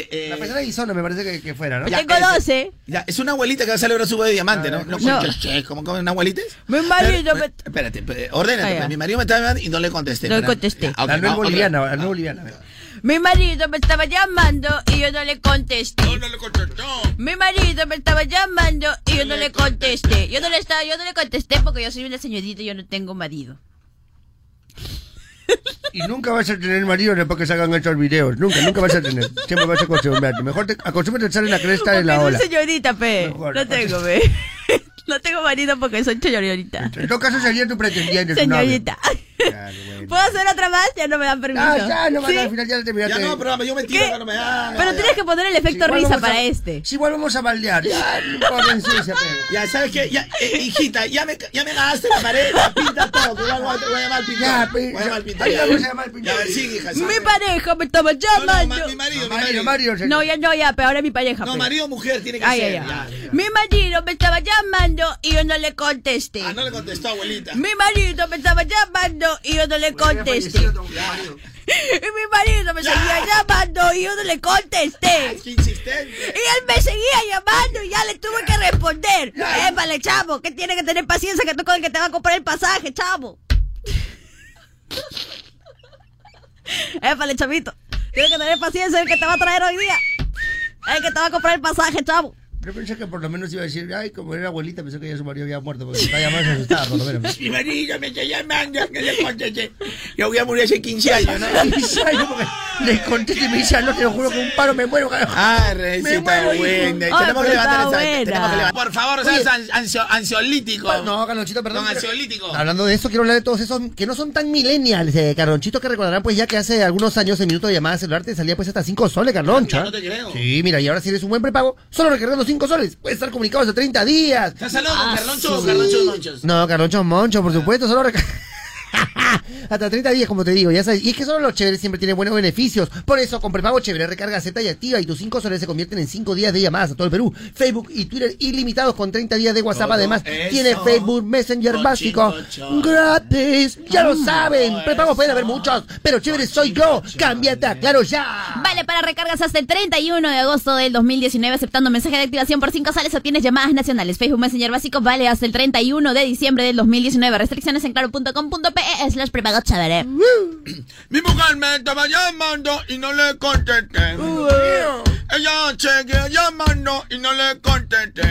este, eh,
La persona guisona me parece que, que fuera, ¿no?
Ya,
Tengo
ese.
12.
Ya, es una abuelita que va a celebrar su boda de diamante, ¿no? No,
No.
che, ¿Cómo comen abuelitas?
Mi marido
Pero,
me-
eh, Espérate, pe- ordénate.
Ah, ya.
pues, Mi marido me estaba llamando y no le contesté.
No le
espera.
contesté.
Ya, ok,
la no es
vamos, ok.
boliviana, la no es boliviana.
Mi marido me estaba llamando y yo no le contesté.
No, no le contestó.
Mi marido me estaba llamando y yo no le contesté.
Yo no le estaba, yo no le contesté porque yo soy una señorita y yo no tengo marido.
Y nunca vas a tener marido después que salgan estos videos. Nunca, nunca vas a tener. Siempre vas a acostumbrarte. Mejor te acostúmbrate a estar en la cresta de la
Porque
ola.
soy señorita, pe.
Mejor,
no
mejor.
tengo, pe. No tengo marido porque soy señorita.
En todo caso sería tu pretendiente. su novio.
Señorita.
Claro, bueno.
¿Puedo hacer otra más? Ya no me dan permiso.
Ah, ya, no,
Sí.
bueno, al final ya
Ya
terminaste.
no, pero yo me tiro,
¿Qué?
no me hagas.
Pero tienes que poner el efecto
Igual
risa
vamos a-
para este.
Sí, igual vamos a baldear. Ya, no importa, en sí, se pega.
Ya, ¿sabes qué? Ya, eh, hijita, ya me, ya me ganaste la pared, la pinta todo. Te voy a, te voy a llamar al pintor.
Ya, pe-
voy a llamar al pintor.
ahí
ya.
vamos a llamar al pintor.
Ya, a ver, sí, hija.
Mi
sí.
pareja me estaba
No, no, ma-
llamando.
mi marido, mi
Marido,
marido.
marido, señor.
No, ya no, ya, pero ahora es mi pareja.
No,
pe.
marido o mujer tiene que
Ay,
ser.
ay, ay.
ya.
Mi marido me estaba llamando y yo no le contesté.
Ah, no le contestó, abuelita.
Mi marido me estaba llamando y yo no le contesté.
Fallecido,
Y
don Mario.
mi marido me seguía llamando y yo no le contesté.
Qué insistente.
Y él me seguía llamando y ya le tuve que responder. Épale, chavo, que tiene que tener paciencia que tú con el que te va a comprar el pasaje, chavo.
Épale, chavito. Tienes que tener paciencia el que te va a traer hoy día. El que te va a comprar el pasaje, chavo.
Yo pensé que por lo menos iba a decir, ay, como era abuelita, pensé que ya su marido había muerto, porque se estaba llamando asustada, por lo menos.
Mi marido me está llamando, que le conteste. Yo voy a morir hace 15 años, ¿no?
Ay, no, porque Les contesté y me dice, "Ah, no, te lo juro que un paro me muero, carajo.
Ah, recita
muero,
buena.
hijo. Ay,
Tenemos que
pero
levantar
está
esa
buena.
tenemos que levantar. Por favor, seas an- ansio- ansiolítico.
No, Carlonchito, perdón.
Don
pero-
ansiolítico.
Ah,
Hablando de eso, quiero hablar de todos esos que no son tan millennials, eh, Carlonchito, que recordarán pues ya que hace algunos años el minuto de llamada celular te salía pues hasta 5 soles, Carloncho.
Ya no te creo.
Sí, mira, y ahora si eres un buen prepago, solo recargando 5 soles, puedes estar comunicado hasta 30 días.
Ah,
¿Estás hablando con Carloncho o Carloncho Monchos?
Ah. No, Carloncho Moncho, por supuesto, solo recargando... hasta 30 días, como te digo, ya sabes. Y es que solo los chéveres siempre tienen buenos beneficios. Por eso, con prepago chévere, recarga, acepta y activa. Y tus 5 soles se convierten en 5 días de llamadas a todo el Perú. Facebook y Twitter ilimitados con 30 días de WhatsApp.
Todo
Además,
eso
tienes Facebook Messenger
con
básico.
cinco soles.
Gratis. Ya lo
Mm.
saben.
todo
Prepago pueden
eso
haber muchos. Pero chévere soy yo. Cámbiate a Claro ya.
Vale para recargas hasta el 31 de agosto del 2019, aceptando mensaje de activación por 5 sales, obtienes llamadas nacionales. Facebook Messenger básico vale hasta el 31 de diciembre del 2019. Restricciones en claro.com.pe slash prepago chévere.
Mi mujer me estaba llamando y no le contesté.
Uh.
Ella seguía llamando y no le contesté.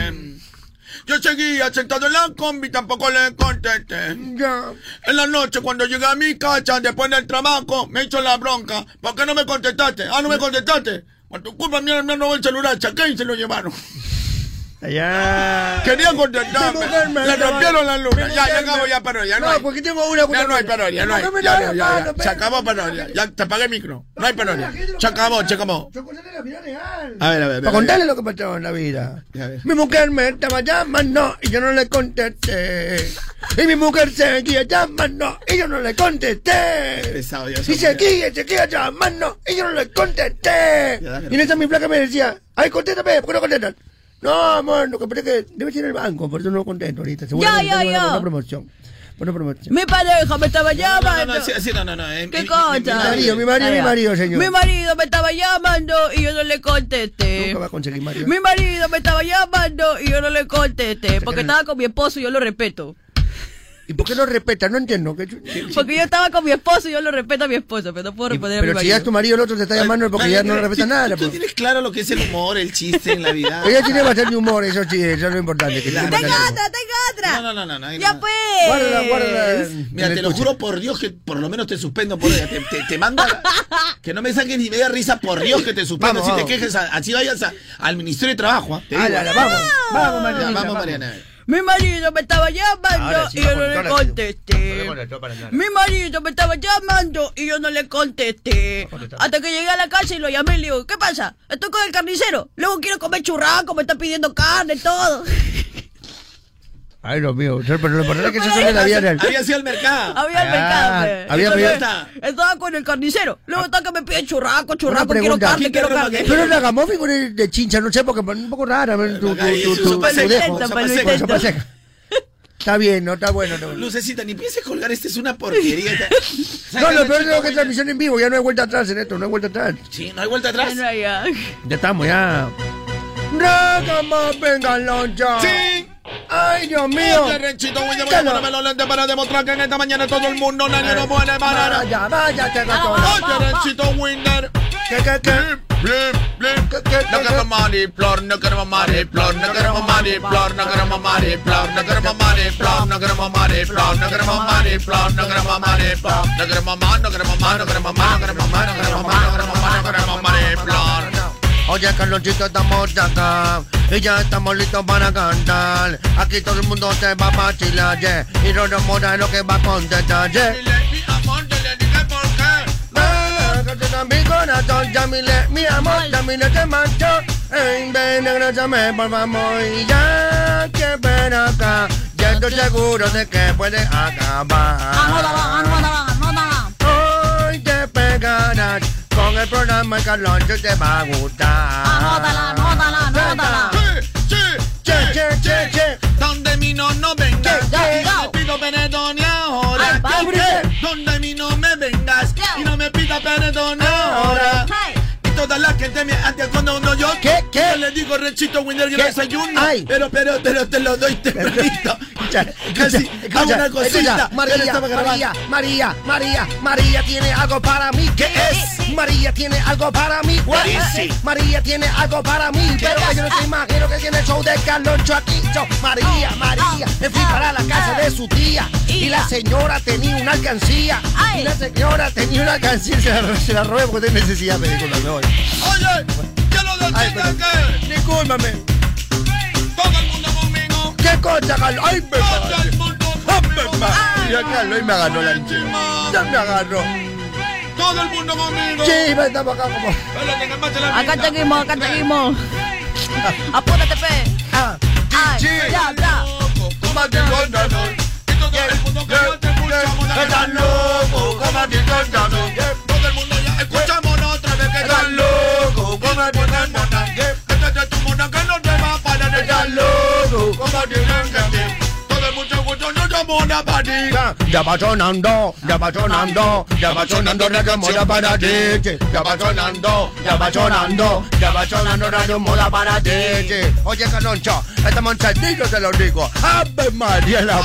Yo seguía sentado en la combi, tampoco le contesté.
Ya.
En la noche, cuando llegué a mi casa, después del trabajo, me hizo la bronca. ¿Por qué no me contestaste? Ah, no me contestaste. Por tu culpa, mi hermano robó el celular, saqué y se lo llevaron.
Ya.
Quería contestarme. Le rompieron la luna. Ya, ya acabo, ya parodia. No,
No,
hay.
porque tengo una
Ya no hay parodia, no hay. Ya, ya, ya, ya. Se acabó parodia.
panoria
Ya te apagué el micro. No hay parodia. Se acabó, se acabó.
Yo conté la vida real.
A ver, a ver, a ver.
Para contarle lo que pasó en la vida.
Ya ves.
Mi mujer me estaba llamando y yo no le contesté. Y mi mujer seguía llamando y yo no le contesté.
Pesado, ya.
Y seguía, seguía llamando y yo no le contesté.
Ya, dale.
Y en esa mi placa me decía, ay, contéstame, ¿por qué no contestas? No, amor, lo que pasa es que debe ir al banco, por eso no contesto ahorita. Seguramente
yo,
tengo una-
yo.
Una promoción. Por una promoción.
Mi pareja me estaba
No,
llamando.
no, no, sí, sí, no, no, no. eh,
¿Qué
mi- mi-
cosa?
mi- mi-
Mi marido, mi marido, mi marido, señor.
Mi marido me estaba llamando y yo no le contesté.
Nunca va a conseguir marido.
Mi marido me estaba llamando y yo no le contesté. Porque estaba con mi esposo y yo lo respeto.
¿Y por qué no respeta? No entiendo. que- que-
Porque yo estaba con mi esposo y yo lo respeto a mi esposo, pero no puedo responder a mi
Pero si ya es tu
marido.
marido, el otro te está llamando porque ya no le respeta
Tú-
nada.
Tú
pues.
tienes claro lo que es el humor, el chiste en la vida.
Ella tiene bastante humor, eso sí, eso es lo importante. Que tiene
Tengo
bastante humor.
tengo
No, no, no, no, no. ahí
Ya
no.
pues.
Guárdala, guárdala.
Mira, te lo juro por Dios que por lo menos te suspendo por ella. Te, te, te mando a- que no me saques ni media risa, por Dios que te suspendo.
Vamos,
si
vamos.
te quejes, a- así vayas a- al Ministerio de Trabajo. ¿ah? Te digo.
Ala, ala, vamos, vamos,
Ya,
Mariana.
vamos, Mariana.
Mi marido me estaba llamando
Ahora sí,
y yo no
vamos,
le
ahora sí.
contesté. Mi marido me estaba llamando y yo no le contesté. Hasta que llegué a la casa y lo llamé y le digo, ¿qué pasa? Estoy con el carnicero. Luego quiero comer churrasco, me está pidiendo carne, todo.
Ay, Dios mío, pero lo importante es que se sale la vida real.
Había sido el mercado.
Había
Ah,
mercado. pues.
había
Entonces,
pedido-
Estaba con el carnicero. Luego está que me pide churrasco, churrasco, quiero
pregunta.
carne,
¿Quién te
quiero
roba
carne.
qué?
Pero la gamófil con el de chincha, no sé, porque es un poco rara. ¿ver? Tu, tu, tu, tu, tu,
Sopa seca,
dejo.
sopa
Sopa
seca.
sopa seca. Está bien, no está bueno. No, no
Lucecita, ni pienses colgar, esta es una porquería. Esta- Sácala,
lo peor es
chico,
lo que es transmisión en vivo, ya no hay vuelta atrás en esto, no hay vuelta atrás.
Sí, no hay vuelta atrás.
Bueno, ya.
Ya estamos, ya. ¡Rágamos, vengan loncha!
Sí.
¡Ay, Dios mío!
Este Renchito Williams, voy a
Claro.
ponerme los lentes para demostrar que en esta mañana todo el mundo nadie nos muere banana.
Vaya, vaya, te gato.
Oye, Renchito Winder.
¿Qué, qué, qué?
Blim, blim.
¿Qué, qué,
No
qué,
queremos mariflor, no queremos mariflor, no queremos mariflor, no queremos mariflor, no queremos mariflor, no queremos mariflor, no queremos mariflor, no queremos mariflor, no queremos más, no queremos más, no queremos más, no queremos más, no queremos más, no queremos más, no queremos mariflor.
Oye, Carlonchito, estamos acá y ya estamos listos para cantar. Aquí todo el mundo se va a vacilar, yeah. Y no nos mola lo que va a contestar, yeah.
Dile, mi amor, dile, dime por qué.
Contesta Mi corazón, ya mi le, mi amor, ya mi le te marchó. Ey, ven, regrésame, por favor, y ya que ven acá. Ya estoy seguro de que puede acabar. Hoy te pegarás con el programa Carloncho, te va a gustar.
Anótala, anótala, anótala.
Sí, sí,
Che, che, che, che.
Donde mi no no vengas,
Che, che,
y no me pido perdón y ahora.
Ay, papi.
Che, Donde mi no me vengas
Claro.
y no me pida perdón ahora.
Hey.
Y toda la gente me antes cuando uno yo.
¿Qué, qué?
Yo le digo Rechito Winder que
¿Qué?
desayuno.
Ay.
Pero, pero, pero te lo doy tempranito.
Escucha,
Casi
escucha,
hago una
escucha.
cosita.
María,
pero estaba grabando.
María, María, María, María tiene algo para mí. ¿Qué es? María tiene algo para mí. What?
Dice.
María tiene algo para mí. Pero yo no te imagino que tiene el show de Carloncho aquí. Yo, María,
Oh,
María, me fui para la casa de su tía. Y la señora tenía una alcancía. Y la señora tenía una alcancía. Se la, se la robé porque tengo necesidad, me dijo la señora.
Oye, que lo
Ay,
decida
perdón.
que
Discúlpame.
todo el mundo conmigo.
¿Qué cosa, Carlos? Ay, me
Todo el mundo
Hombre,
conmigo.
ma- Y acá Luis me agarró la Ya me agarró.
Todo el mundo conmigo.
Sí, me estamos acá como.
Espérate, cálmate la
Acá
pinta.
seguimos, acá seguimos. Apúrate, pe.
Ah,
Ay,
sí.
ya, ya.
Loco, cómate el gobernador. Y todo el mundo que no te escuchamos, dale.
Está loco. mandado. Todo el mundo ya escuchámonos otra vez que estás loco. Como tienen monangue. Este es tu mona que no te va a parar. Estás loco. Como tienen que Todo el mundo escuchando ya mona para ti. Ya va sonando, ya va sonando, ya va sonando radio mola para ti. Ya va sonando, ya va sonando, ya va sonando radio mola para ti. Oye, Canoncho, estamos en sentido, te lo digo. Ave María la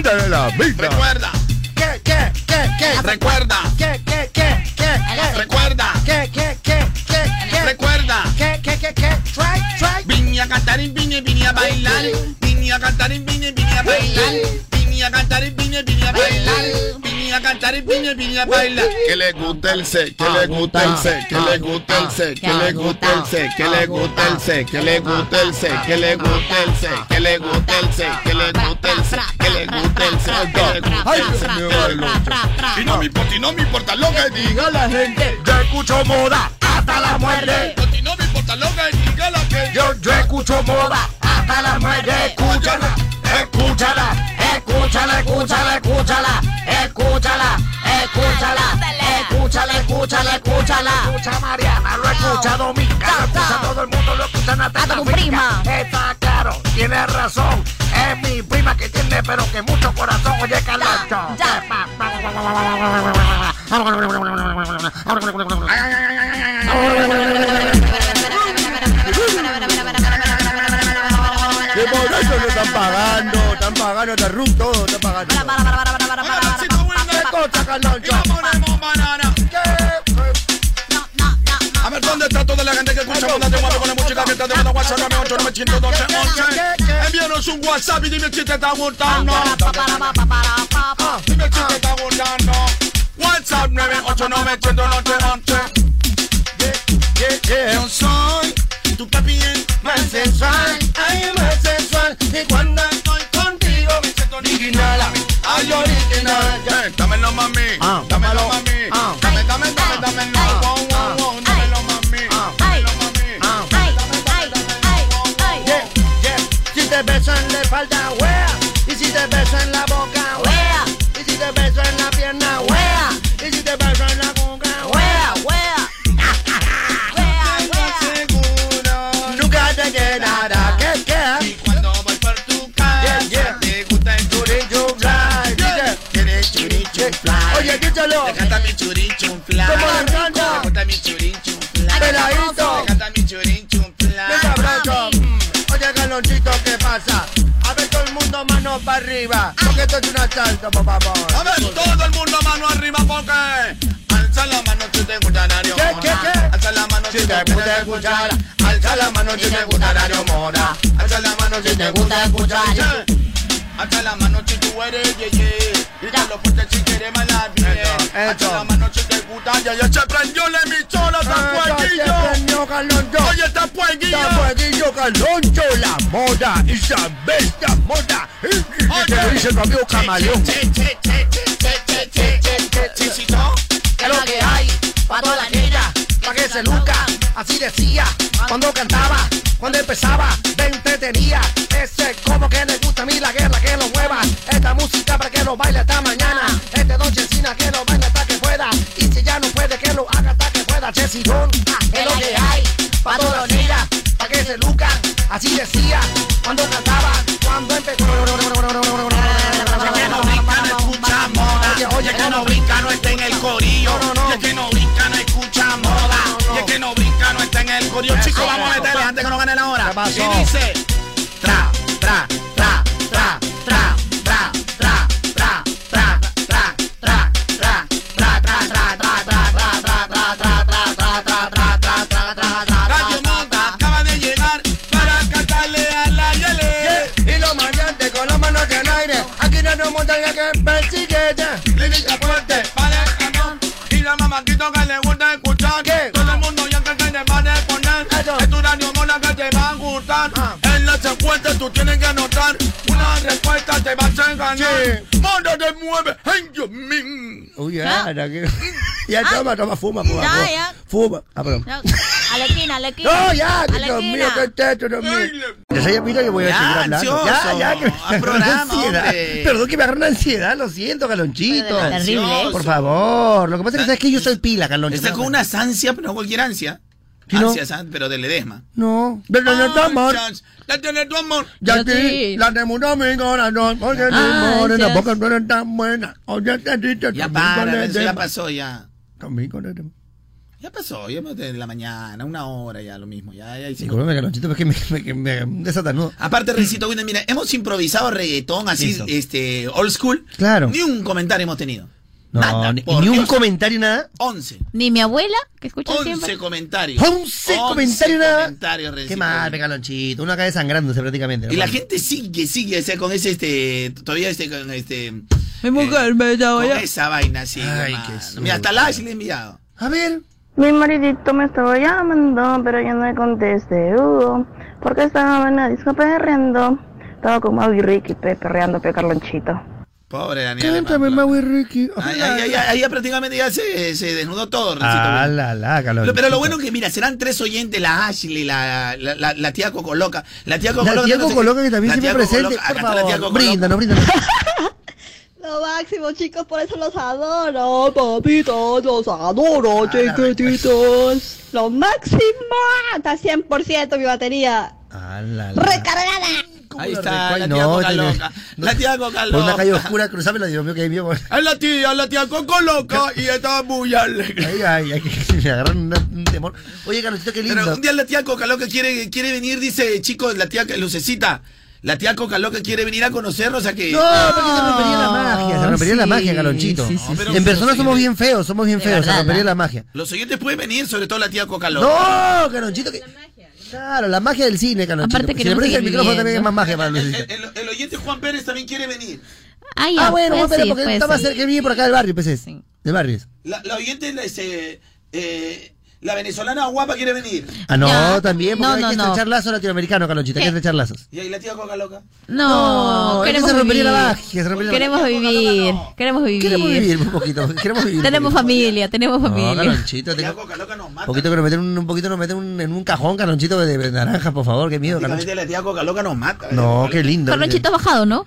Recuerda,
¿Qué, qué, qué, qué?
recuerda,
¿Qué, qué, qué, qué?
recuerda,
¿Qué, qué, qué, qué, qué?
recuerda.
¿Qué, qué, qué, qué? Try, try.
Vine a cantar y vine, vine a bailar. Vine a cantar y vine, vine a bailar. Vine a cantar y vine, vine a bailar. Vine a cantar y vine, vine a bailar. Que le gusta el se, que le gusta el se, que le gusta el se, que le gusta el se, que le gusta el se, que le gusta el se, que le gusta el se, que le gusta el se, que le gusta el se, que le gusta el se, que le gusta el se. Y no me importa, y no me importa lo que diga la gente.
Yo escucho moda hasta la muerte.
Y no me importa lo que diga la gente.
Yo, yo escucho moda hasta la muerte. Escúchala, escúchala, escúchala, escúchala, escúchala, escúchala, escúchala, escúchala, escúchala, escúchala. Escucha Mariana, lo escucha Dominga, lo escucha todo el mundo, lo escucha Natalia.
tu prima.
Está claro, tiene razón. Es mi prima que tiene, pero que mucho corazón. Oye, Calacho.
ya.
¡Qué barato lo están pagando! Están pagando, te rum todo, están pagando. ¡Qué cosa, Carloncho! ¿Qué?
A ver, ¿dónde está toda la gente que escucha Moda de Guapo con la música que está de Moda? WhatsApp 989 Envíanos un WhatsApp y dime si te está gustando.
Ah,
Dime si te está gustando. WhatsApp 989
Yeah, yeah, yeah.
Yo soy tu papi el
Más sensual, ay, más sensual. Y cuando estoy contigo me siento original. Ay, original. Yeah.
Dámelo, mami.
Ah.
Dámelo, mami.
Ah.
Dame, dame, dame, dámelo. Wow, wow, wow. Dámelo, mami. Dámelo, mami.
Ah. Yeah, yeah. Si te beso en la espalda, wea. Y si te beso en la boca, wea. Y si te beso en la pierna, wea. Y si te beso en la boca, wea, wea.
Seguro.
Nunca te llenará. ¿Qué,
Y
qué?
cuando voy por tu
Yeah,
casa,
yeah.
te gusta el
Churi chufla, dice.
Quieres churinchufla.
Oye, díselo.
Me encanta mi churinchufla.
¿Cómo le
Me
encanta?
gusta mi churinchufla. Me
Peladito.
encanta mi churinchufla.
Ven abrazo. Oye, galonchito, ¿qué pasa? A ver, todo el mundo mano para arriba. Porque esto es un asalto, por
A
favor.
ver, todo el mundo mano arriba porque... Alza la mano si te gusta Dario
¿Qué,
Mora.
qué, qué?
Alza la mano
Si te gusta escuchar, alza la mano si te gusta Dario Mora.
Alza la mano si te gusta escuchar. Alza la mano si tú eres yeye. Y te lo fuerte si quieres bailar bien.
Eso,
Alza
eso.
la mano si te gusta. Ya ya se prendió la emisora, está
Ah, ya se
fueguillo.
prendió, Galoncho.
Oye, está fueguillo.
Está fueguillo, Galoncho, la moda. Isabel, la moda.
Oye.
Que te dice tu amigo Camaleón.
Che, che, che, che, che, che, che, che, che, Chisito.
es lo que hay para todas las niñas, para que se luzcan. Así decía cuando cantaba, cuando empezaba, me entretenía. Ese como que le gusta a mí la guerra que lo mueva. Esta música para que lo baile hasta mañana. Este don Chesina que lo baile hasta que pueda. Y si ya no puede, que lo haga hasta que pueda. Chesidón, ah, es lo que hay para todas las niñas, para que se luzcan. Así decía cuando cantaba, cuando empezó.
Que no brinca, no escucha moda.
Oye,
Y
oye,
el que no brinca, no está en el corillo.
No, no, no.
Y el que no brinca, no escucha moda. Y el que no brinca, no está en el corillo. Chicos, vamos a meterle antes que no gane la hora.
¿Qué pasó?
Y dice: Tra, tra, tra, tra, tra, tra, tra, tra, tra, tra, tra, tra, tra, tra, tra, tra, tra, tra. Gallo Mota acaba de llegar para cantarle a la Yele.
Y los maleantes con las manos en aire. Aquí no nos montaña que persigue.
Clínica fuerte, para el cañón. Y la mamanquito que le gusta escuchar.
¿Qué?
Todo el mundo ya que se le va a desponer.
Eso.
Es tu radio mola que te va a gustar.
Ah.
En la secuencia tú tienes que anotar. Una respuesta te vas a engañar.
Sí.
Mono te mueve. Ay, Dios mío.
Uy,
Ya.
ya, ya, ya, toma, toma, fuma, fuma.
Ah. Ya,
fuma.
ya.
Fuma. Ah, perdón.
No, a la esquina, a la esquina.
No, ya,
a
que
la
Dios mío,
esquina.
qué teto, Dios mío. Ya se haya visto, yo voy a
Ya,
seguir hablando.
ansioso.
Ya, ya, que me
Haz
agarró
programa,
ansiedad.
hombre.
Perdón que me agarró una ansiedad, lo siento, galonchito.
Fue de las terribles.
Por favor, lo que pasa es que sabes que yo soy pila, galonchito.
Está con una ansia, pero no cualquier ansia.
Sí, ¿no?
Ansia, san- pero de ledesma.
No. De tener tu amor.
Ya tiene tu amor.
Ya
Ya
te
sí.
la demonó mi corazón, porque tu
Ay,
morena
Dios.
boca no eres tan buena. Oye, te diste
Ya
tu
para,
amigo
eso
de-
ya pasó, ya.
Conmigo de- Disculpe,
Ya pasó, ya de la mañana, una hora, ya lo mismo. Ya, ya hicimos.
galonchito, porque me, me, que me desatanudo.
Aparte, Rencito Winner, mira, hemos improvisado reggaetón así,
Eso.
este, old school.
Claro.
Ni un comentario hemos tenido.
No,
Nada,
ni,
por
ni un
Dios.
comentario, nada.
11.
Ni mi abuela, que escucha
11
siempre.
comentarios.
11 comentarios, nada.
comentarios, Rencito
Qué mal,
Winner.
galonchito. Uno acá desangrándose prácticamente.
Y la
hermano.
gente sigue, sigue, o sea, con ese, este, todavía este, con este,
Mi mujer me
con
estaba ya.
esa vaina, sí.
Ay,
hermano.
qué suerte.
Mira, hasta la Ashley le he enviado.
A ver.
Mi maridito me estaba llamando, pero yo no le contesté, Hugo, porque estaba en la disco perreando. Estaba con Mau y Ricky, pe, perreando, pe, Carlonchito.
Pobre Daniel.
Cántame,
hermano.
Maui Ricky.
Ahí, ahí, ahí, ahí ya prácticamente ya se, se desnudó todo, Rencito
Ah,
Winner.
la, la, galonchito.
Lo- Pero lo bueno que, mira, serán tres oyentes, la Ashley, la, la, la, la tía Cocoloca. La tía Cocoloca.
La tía
no sé qué-
Cocoloca que también
la
siempre
tía
presente.
Cocoloca,
Por
acá está la tía
favor,
Cocoloca.
bríndanos, bríndanos.
Lo máximo, chicos, por eso los adoro, papitos, los adoro, chiquititos. Lo máximo, hasta 100% mi batería.
Ah, la, la.
Recargada.
Ahí
la
está, la
recuay-
tía
no,
Cocoloca.
no.
La tía Cocoloca.
Por una calle oscura, cruzámela, Dios mío, que hay miedo.
Es la tía, la tía Cocoloca y está muy alegre.
Ay, ay, ay, que me agarran una- un temor. Oye, Carlosito, qué lindo.
Pero un día la tía Coca Loca quiere, quiere venir, dice, chicos, la tía Lucecita. La tía Coca Loca quiere venir a conocernos a que.
No, porque se rompería la magia, se rompería la
sí,
magia, Galonchito.
sí, sí,
No, sí, pero sí.
en persona
sí,
somos
sí.
bien feos, somos bien feos, se
verdad,
rompería
¿no?
la magia.
Los oyentes pueden venir, sobre todo la tía Coca Loca.
No, Galonchito, que... Claro, la magia del cine, Galonchito.
Aparte
si le
queremos
pones el
seguir
micrófono también es
viviendo.
más magia para
El,
Lucecita.
el- el oyente Juan Pérez también quiere venir.
Ah, ya,
Ah, bueno,
pues
vamos a ver,
sí,
porque
pues
está más
sí.
cerca que vive por acá del barrio, pues es.
Sí.
De barrios.
La, la oyente, la, este, eh, la venezolana guapa quiere venir.
Ah, no,
Ya.
también, porque
No,
hay
no,
que
no.
estrechar lazos latinoamericanos, Galonchito, hay que
¿Qué?
estrechar lazos.
Y ahí la tía Coca Loca.
No,
No, es que
queremos
se rompería
vivir.
la magia, se rompería la
queremos,
magia.
vivir, queremos vivir,
Queremos vivir un poquito, queremos vivir. un
Tenemos
poquito.
familia, tenemos familia.
No, Galonchito,
La tía
tengo...
Coca Loca nos
Un
mata.
poquito que nos meten, un, un poquito nos meten un- en un cajón, Carlonchito, de, de naranja, por favor, qué miedo, Carlonchito.
Prácticamente la tía Coca Loca nos mata.
No, qué lindo.
Carlonchito has bajado, ¿no?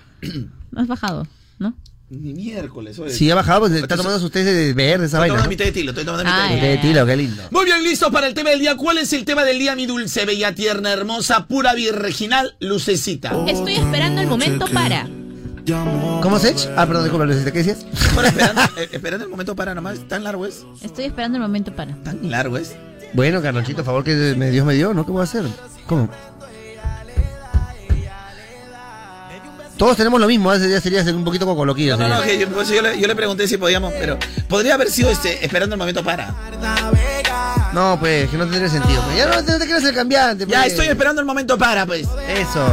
No has bajado, ¿no?
Ni miércoles. oye.
Sí, ha bajado, pues, está tomando sus test de verde, esa
Estoy
vaina.
tomando
¿no?
mi té de tilo, estoy tomando mi té de
Ay,
tilo.
Té de Eh, tilo, qué lindo.
Muy bien, listos para el tema del día. ¿Cuál es el tema del día, mi dulce, bella, tierna, hermosa, pura, virginal, lucecita?
Oh.
Estoy esperando el momento para.
¿Cómo se echa? Ah, perdón, disculpa, Lucita, ¿qué decías?
Bueno, esperando, eh, esperando el momento para nomás. ¿Tan largo es?
Estoy esperando el momento para.
¿Tan largo es?
Bueno, Carlonchito, por favor, que me- Dios me dio, ¿no? ¿Qué voy a hacer? ¿Cómo? Todos tenemos lo mismo, hace ya sería ser un poquito cocoloquillo.
No, no, no,
sería.
que yo, pues, yo le, yo le pregunté si podíamos, pero podría haber sido este, esperando el momento para.
No, pues, que no tendría sentido. pues. Ya no, no te creas el cambiante.
Ya,
pues.
estoy esperando el momento para, pues.
Eso.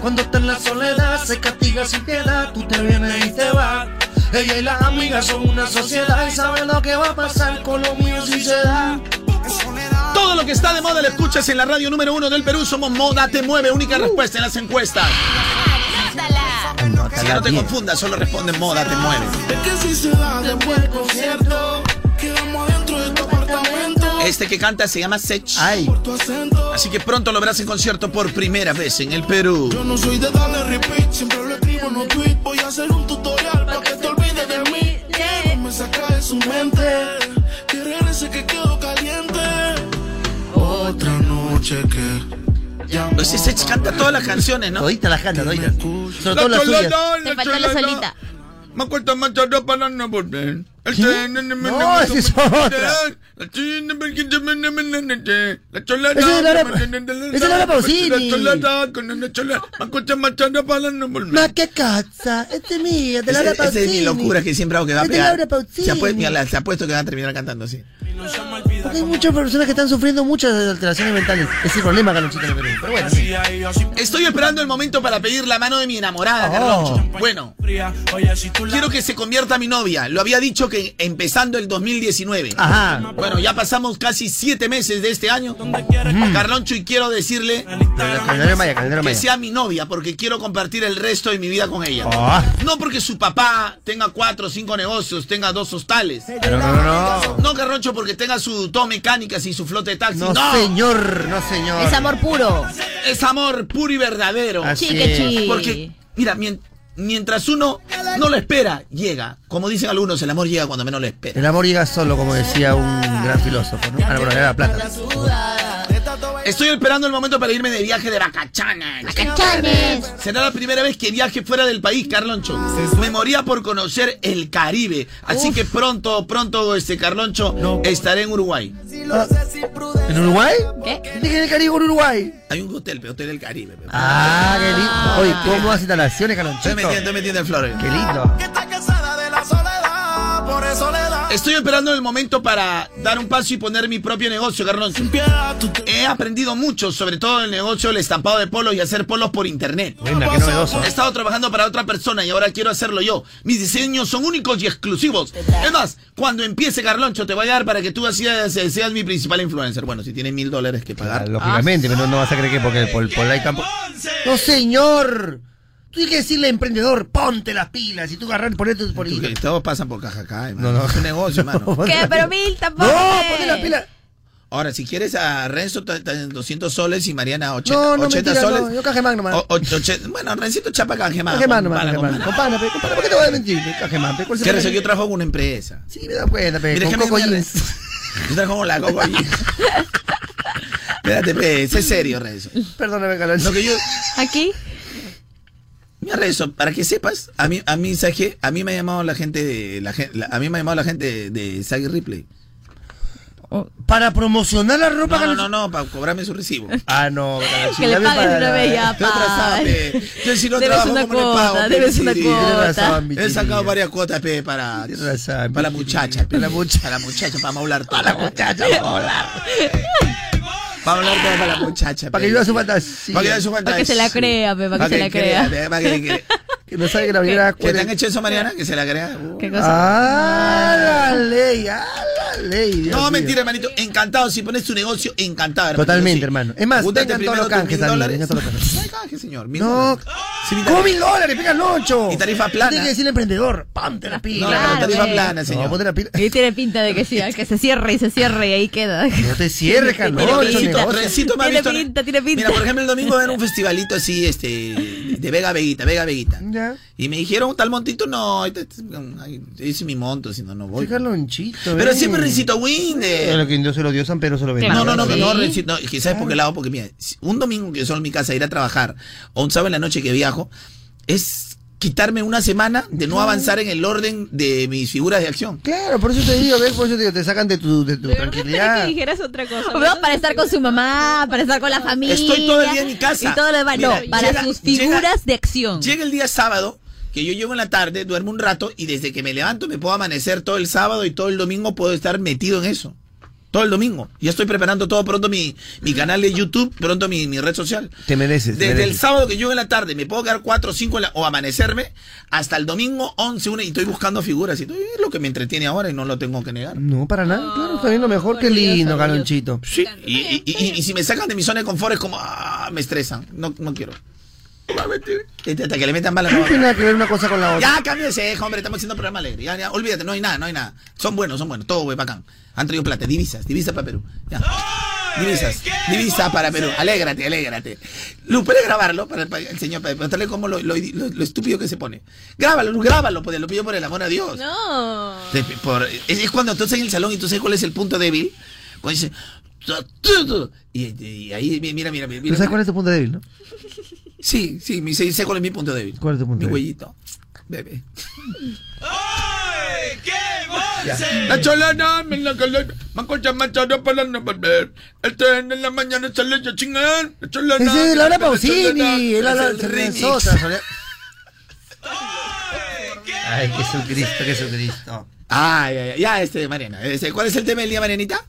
Cuando está en la soledad, se castiga sin piedad, tú te vienes y te vas. Ella y las amigas son una sociedad y saben lo que va a pasar con lo mío si se da.
Todo lo que está de moda lo escuchas en la radio número uno del Perú. Somos Moda Te Mueve, única respuesta en las encuestas. Si no te confundas, solo responden Moda Te Mueve. Este que canta se llama Sech.
Ay,
Así que pronto lo verás en concierto por primera vez en el Perú.
Yo no soy de darle repeat, siempre lo escribo en un tweet. Voy a hacer un tutorial para que te olvides de mí. Me saca de su mente, querer ese que quedó caliente. Otra noche que ya no
Ese Sech canta todas las canciones, ¿no?
todita las ganas, todita. Sobre todo las suyas.
Te faltó la solita.
Me cuesta macho para no volver.
¿Qué? No, esa es otra.
La cholada.
Esa es Laura- esa es Laura
La
Pausini.
cholada con una cholada. Me cuesta macho para no
Más
volver.
que casa, este es mío, de Laura
Esa es mi
Pausini. Este
locura que siempre hago que va a
Es de
pegar.
Laura Pausini.
Se apuesto, mira, la- se apuesto que van a terminar cantando así.
Porque hay muchas personas que están sufriendo muchas alteraciones mentales. Es el problema, Carlonchito, en el Perú. Pero bueno, sí.
Estoy esperando el momento para pedir la mano de mi enamorada,
Oh.
Carloncho. Bueno, quiero que se convierta mi novia. Lo había dicho que empezando el 2019.
Ajá.
Bueno, ya pasamos casi siete meses de este año. Carloncho, y quiero decirle
Calderón Maya, Calderón
que
Maya.
sea mi novia porque quiero compartir el resto de mi vida con ella.
Oh,
No porque su papá tenga cuatro o cinco negocios, tenga dos hostales.
pero no, no, no.
No, Carloncho, porque tenga su dos mecánicas y su flote de taxi.
No,
No,
señor, no, señor.
Es amor puro.
es amor puro y verdadero.
Así
Chique,
es.
chi.
Porque, mira, mien- mientras uno no lo espera, llega. Como dicen algunos, el amor llega cuando menos lo espera.
El amor llega solo, como decía un gran filósofo, ¿no? Ah, no, pero era plata.
Estoy esperando el momento para irme de viaje de Bacachana.
Cachanes.
Será la primera vez que viaje fuera del país, Carloncho. Me moría por conocer el Caribe. Así que pronto, pronto, este Carloncho, estaré en Uruguay.
¿En Uruguay?
¿Qué?
Dije en el Caribe, en Uruguay.
Hay un hotel, pero hotel del Caribe. pe.
Ah, qué lindo. Oye, ¿cómo las instalaciones, Carlonchito?
Estoy metiendo, estoy metiendo en flores.
Qué lindo.
Estoy esperando el momento para dar un paso y poner mi propio negocio, Carloncho. He aprendido mucho, sobre todo el negocio del estampado de polos y hacer polos por internet.
Buena, qué novedoso.
He estado trabajando para otra persona y ahora quiero hacerlo yo. Mis diseños son únicos y exclusivos. Es más, cuando empiece Carloncho te voy a dar para que tú así seas, eh, seas mi principal influencer. Bueno, si tienes mil dólares que
Ah,
pagar.
Lógicamente, pero no vas a creer que porque por, por la campo. No, señor. Tú tienes que decirle emprendedor, ponte las pilas y tú agarrar, ponerte por ahí.
Porque todos pasan por caja acá,
No, no.
Es un negocio, hermano.
¿Qué? Pero mil tampoco.
No, ponte las pilas.
Ahora, si quieres a Renzo, ta- ta- 200 soles y Mariana, 80,
No, no,
80
mentira,
soles.
no. Yo caje magno, man.
O- och- oche- bueno, Rencito chapa canjemán.
Cajemán, nomás, Cajemán. Compadre, pe, compadre, ¿por qué te voy a mentir? Cajemán, pe, ¿cuál se
Que
puede-
Renzo, yo trabajo con una empresa.
Sí, me da cuenta, pe,
Mira,
con
déjame
Coco
hablar,
Jeans.
Renzo. Yo trabajo con la Coco Jeans. Espérate, pe, sé serio, Renzo.
Perdóname, Carlos.
Lo que yo.
Aquí.
Mira, Renzo, para que sepas, a mí, a mí, ¿sabes qué? A mí me ha llamado la gente de. La, gen- la- a mí me ha llamado la gente de, de Saggy Ripley.
Para promocionar la ropa,
No, no,
Carlos.
no, no, para cobrarme su recibo.
Ah, no, Carlos.
Que le
ya me
paguen
para-
una vez ya,
Estoy atrasado,
pa.
pe. Yo si no
Debes
trabajo,
una
¿cómo le pago,
cuota,
pe?
debes una
Sí,
cuota.
Tienes razón, mi
He sacado
chiquilla.
varias cuotas, pe, para,
Tienes razón,
para la
mi
muchacha, pe.
Para la muchacha.
Para la muchacha, para hablar todo. Para la muchacha, para hablar. Para hablar todo para la muchacha,
Para que viva su fantasía.
Para que viva su fantasía.
Para que se la crea, pe, para que se la
pe, Para que crea.
Que no sabe que la primera
¿Qué te
cuarenta-
han hecho eso, Mariana? Que se la crea. Uh.
¿Qué cosa?
Ah, la ley, ah, la ley. Dios
No,
mío.
mentira, hermanito. Encantado. Si pones tu negocio, encantado. hermanito,
Totalmente,
sí.
hermano. Es más,
Júntate
vengan todos
primero
los
tus
canjes,
mil
amigo,
dólares.
vengan todos los canjes.
No hay canjes, señor. mil
No.
dólares. Sí, mi
¿Cómo
tarifa-
mil dólares? Pegan ocho.
Y tarifa plana.
Tiene que decirle emprendedor, ponte la
No,
pila.
Claro,
no, tarifa
eh.
plana,
No,
señor.
ponte la pila.
Y tiene pinta de que sí, que se cierre y se cierre y ahí queda.
No te cierres, Carlos.
Tiene
esos
pinta.
negocios.
Rencito me ha
Tiene
visto-
pinta, tiene pinta.
Mira, por ejemplo, el domingo era un festivalito así, este, de Vega Veguita, Vega Veguita.
Ya.
Y me dijeron tal montito, no, ahorita, ay, hice mi monto, si no, no voy.
Qué Carlonchito.
Pero
ven.
siempre Rencito Winde.
Eh, Lo que no se lo dio San Pedro se lo vendió.
No, no, no,
Sí.
no, Rencito, no, es que ¿sabes por qué lado? Porque mira, si un domingo que yo solo en mi casa ir a trabajar, o un sábado en la noche que viajo, es quitarme una semana de no avanzar en el orden de mis figuras de acción.
Claro, por eso te digo, ¿ves? Por eso te digo, te sacan de tu, de tu tranquilidad.
No, para estar con su mamá, para estar con la familia.
Estoy todo el día en mi casa.
Y todo lo demás.
Mira,
no, para
llega-
sus
llega-
figuras de acción.
Llega el día sábado, que yo llego en la tarde, duermo un rato y desde que me levanto me puedo amanecer todo el sábado y todo el domingo puedo estar metido en eso. Todo el domingo. Ya estoy preparando todo pronto mi, mi canal de YouTube, pronto mi, mi red social.
Te mereces. te
Desde el
mereces.
sábado que llego en la tarde me puedo quedar 4 o 5 o amanecerme hasta el domingo 11, 1 y estoy buscando figuras. Y todo, es lo que me entretiene ahora y no lo tengo que negar.
No, para nada. Claro, está bien lo mejor. Qué lindo, Carlonchito.
Sí, y, y- y- y- y si me sacan de mi zona de confort es como, ah, me estresan. No, no quiero. Este, Hasta que le metan mal a
No tiene nada que ver una cosa con la otra.
Ya, cámbiese, hijo, hombre, estamos haciendo programa alegre. Ya, ya, olvídate, no hay nada, no hay nada. Son buenos, son buenos, todo, güey, bacán. Han traído plata, divisas, divisas para Perú. Ya. Divisas, divisas para Perú. Alégrate, alégrate. Lu, ¿puedes grabarlo para el, pa- el señor? Para mostrarle cómo lo, lo- lo- lo estúpido que se pone. Grábalo, Lu, grábalo, pues, lo pido por el amor a Dios.
No.
Te- por- es, es cuando tú estás en el salón y tú sabes cuál es el punto débil. Cuando dice. "Tu- tu- tu", Y, y ahí, mira, mira, mira.
¿Pero
mira
sabes cuál es tu punto débil, no?
Sí, sí, mi, sé, sé cuál es mi punto débil.
¿Cuál es tu punto
mi
débil?
huellito. Bebé. Ya. La cholana, me la cholana, manco ya manchado para no volver. El tren en la mañana sale yo chingan. La cholana.
Ese es Laura
la cholana,
Pausini, es Laura
es el remix.
Sosa. Ay, Jesucristo, Jesucristo.
Ah, ya, ya, ya, este, Mariana. este, ¿Cuál es el tema del día, Marianita?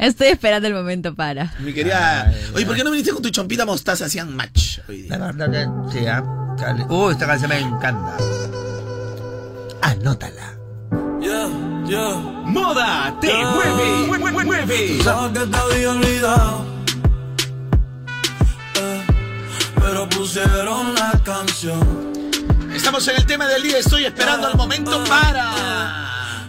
Estoy esperando el momento para.
Mi querida. Oye, ¿por qué no viniste con tu chompita mostaza? Hacían match hoy día.
La verdad que sí, ¿ah? Dale. Uh, esta canción me encanta.
Ah,
Anótala.
Moda te mueve, mueve, mueve. Sabes que te había olvidado. eh, pero pusieron la canción
Estamos en el tema del día. Estoy esperando el momento para.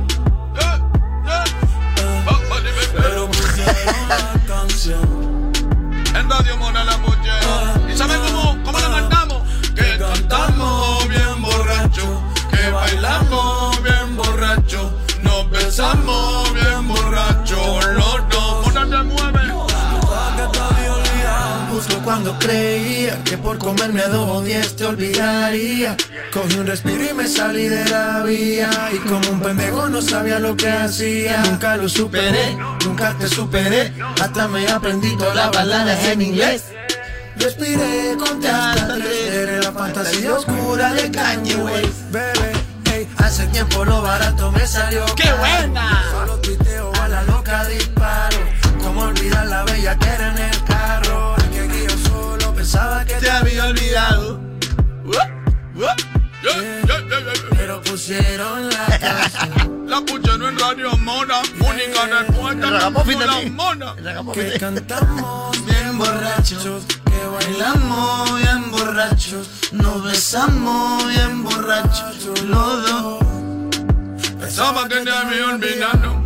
Eh, Pero pusieron la canción
En Radio Mona la mochera. ¿Y saben cómo, cómo la cantamos?
que cantamos bien borracho, que bailamos bien borracho, nos besamos bien borracho los dos.
Mona te mueve.
Justo cuando creía que por comerme a dos diez te olvidaría Cogí un respiro y me salí de la vía Y como un pendejo no sabía lo que hacía Nunca lo superé, nunca te superé Hasta me aprendí todas las baladas en inglés Respiré, conté hasta tres Eres la fantasía oscura de Kanye West Bebé, ey, hace tiempo lo barato me salió
¡Qué
caro.
buena!
Solo tuiteo a la loca disparo. Como olvidar la bella que era en el carro. El que guío solo pensaba que
Te
te
había olvidado.
Pero pusieron la canción
La pusieron en Radio Mona. Mónica después te
Ragamuffin
la
también.
Mona.
que cantamos bien borrachos. Que bailamos bien borrachos. Nos besamos bien borrachos. Los dos.
Pensaba que te había olvidado.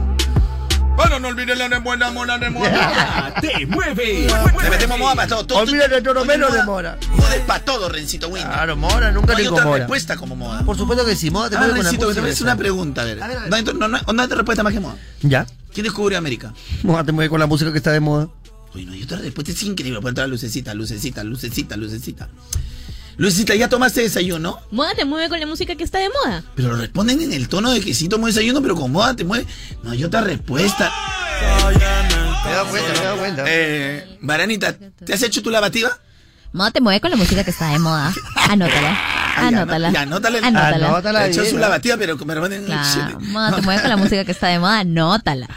Pero no olvides la de buena Mona de Mona.
Te mueve. Te metemos moda para todo. todo
Olvídate, todo
Oye,
menos de
moda-
Mora.
Moda es para todo, Rencito Win.
Claro, Mora, nunca
no hay
digo
otra
Mora.
respuesta como moda.
Por supuesto que sí, moda te
Ah,
mueve con la
Rencito,
música
te voy a hacer una pregunta. A ver.
A ver, a ver.
No hay to- no- no- no hay otra respuesta más que moda.
Ya.
¿Quién descubrió América?
Moda te mueve con la música que está de moda.
Uy, no hay otra respuesta. Es increíble. Puede entrar lucecita, lucecita, lucecita, lucecita. Lucecita, ¿ya tomaste desayuno?
Moda te mueve con la música que está de moda.
Pero lo responden en el tono de que sí tomó desayuno, pero con moda te mueve. No hay otra respuesta.
Me he dado cuenta, me he dado cuenta.
Eh, Baranita, ¿te has hecho tu lavativa?
Moda te mueve con la música que está de moda. Anótala.
Ah, ya,
Anótala.
ya, anótala.
Anótala.
Anótala.
He hecho
bien,
su
¿no?
lavativa, pero me responden.
Claro. Moda te mueve con la música que está de moda. Anótala.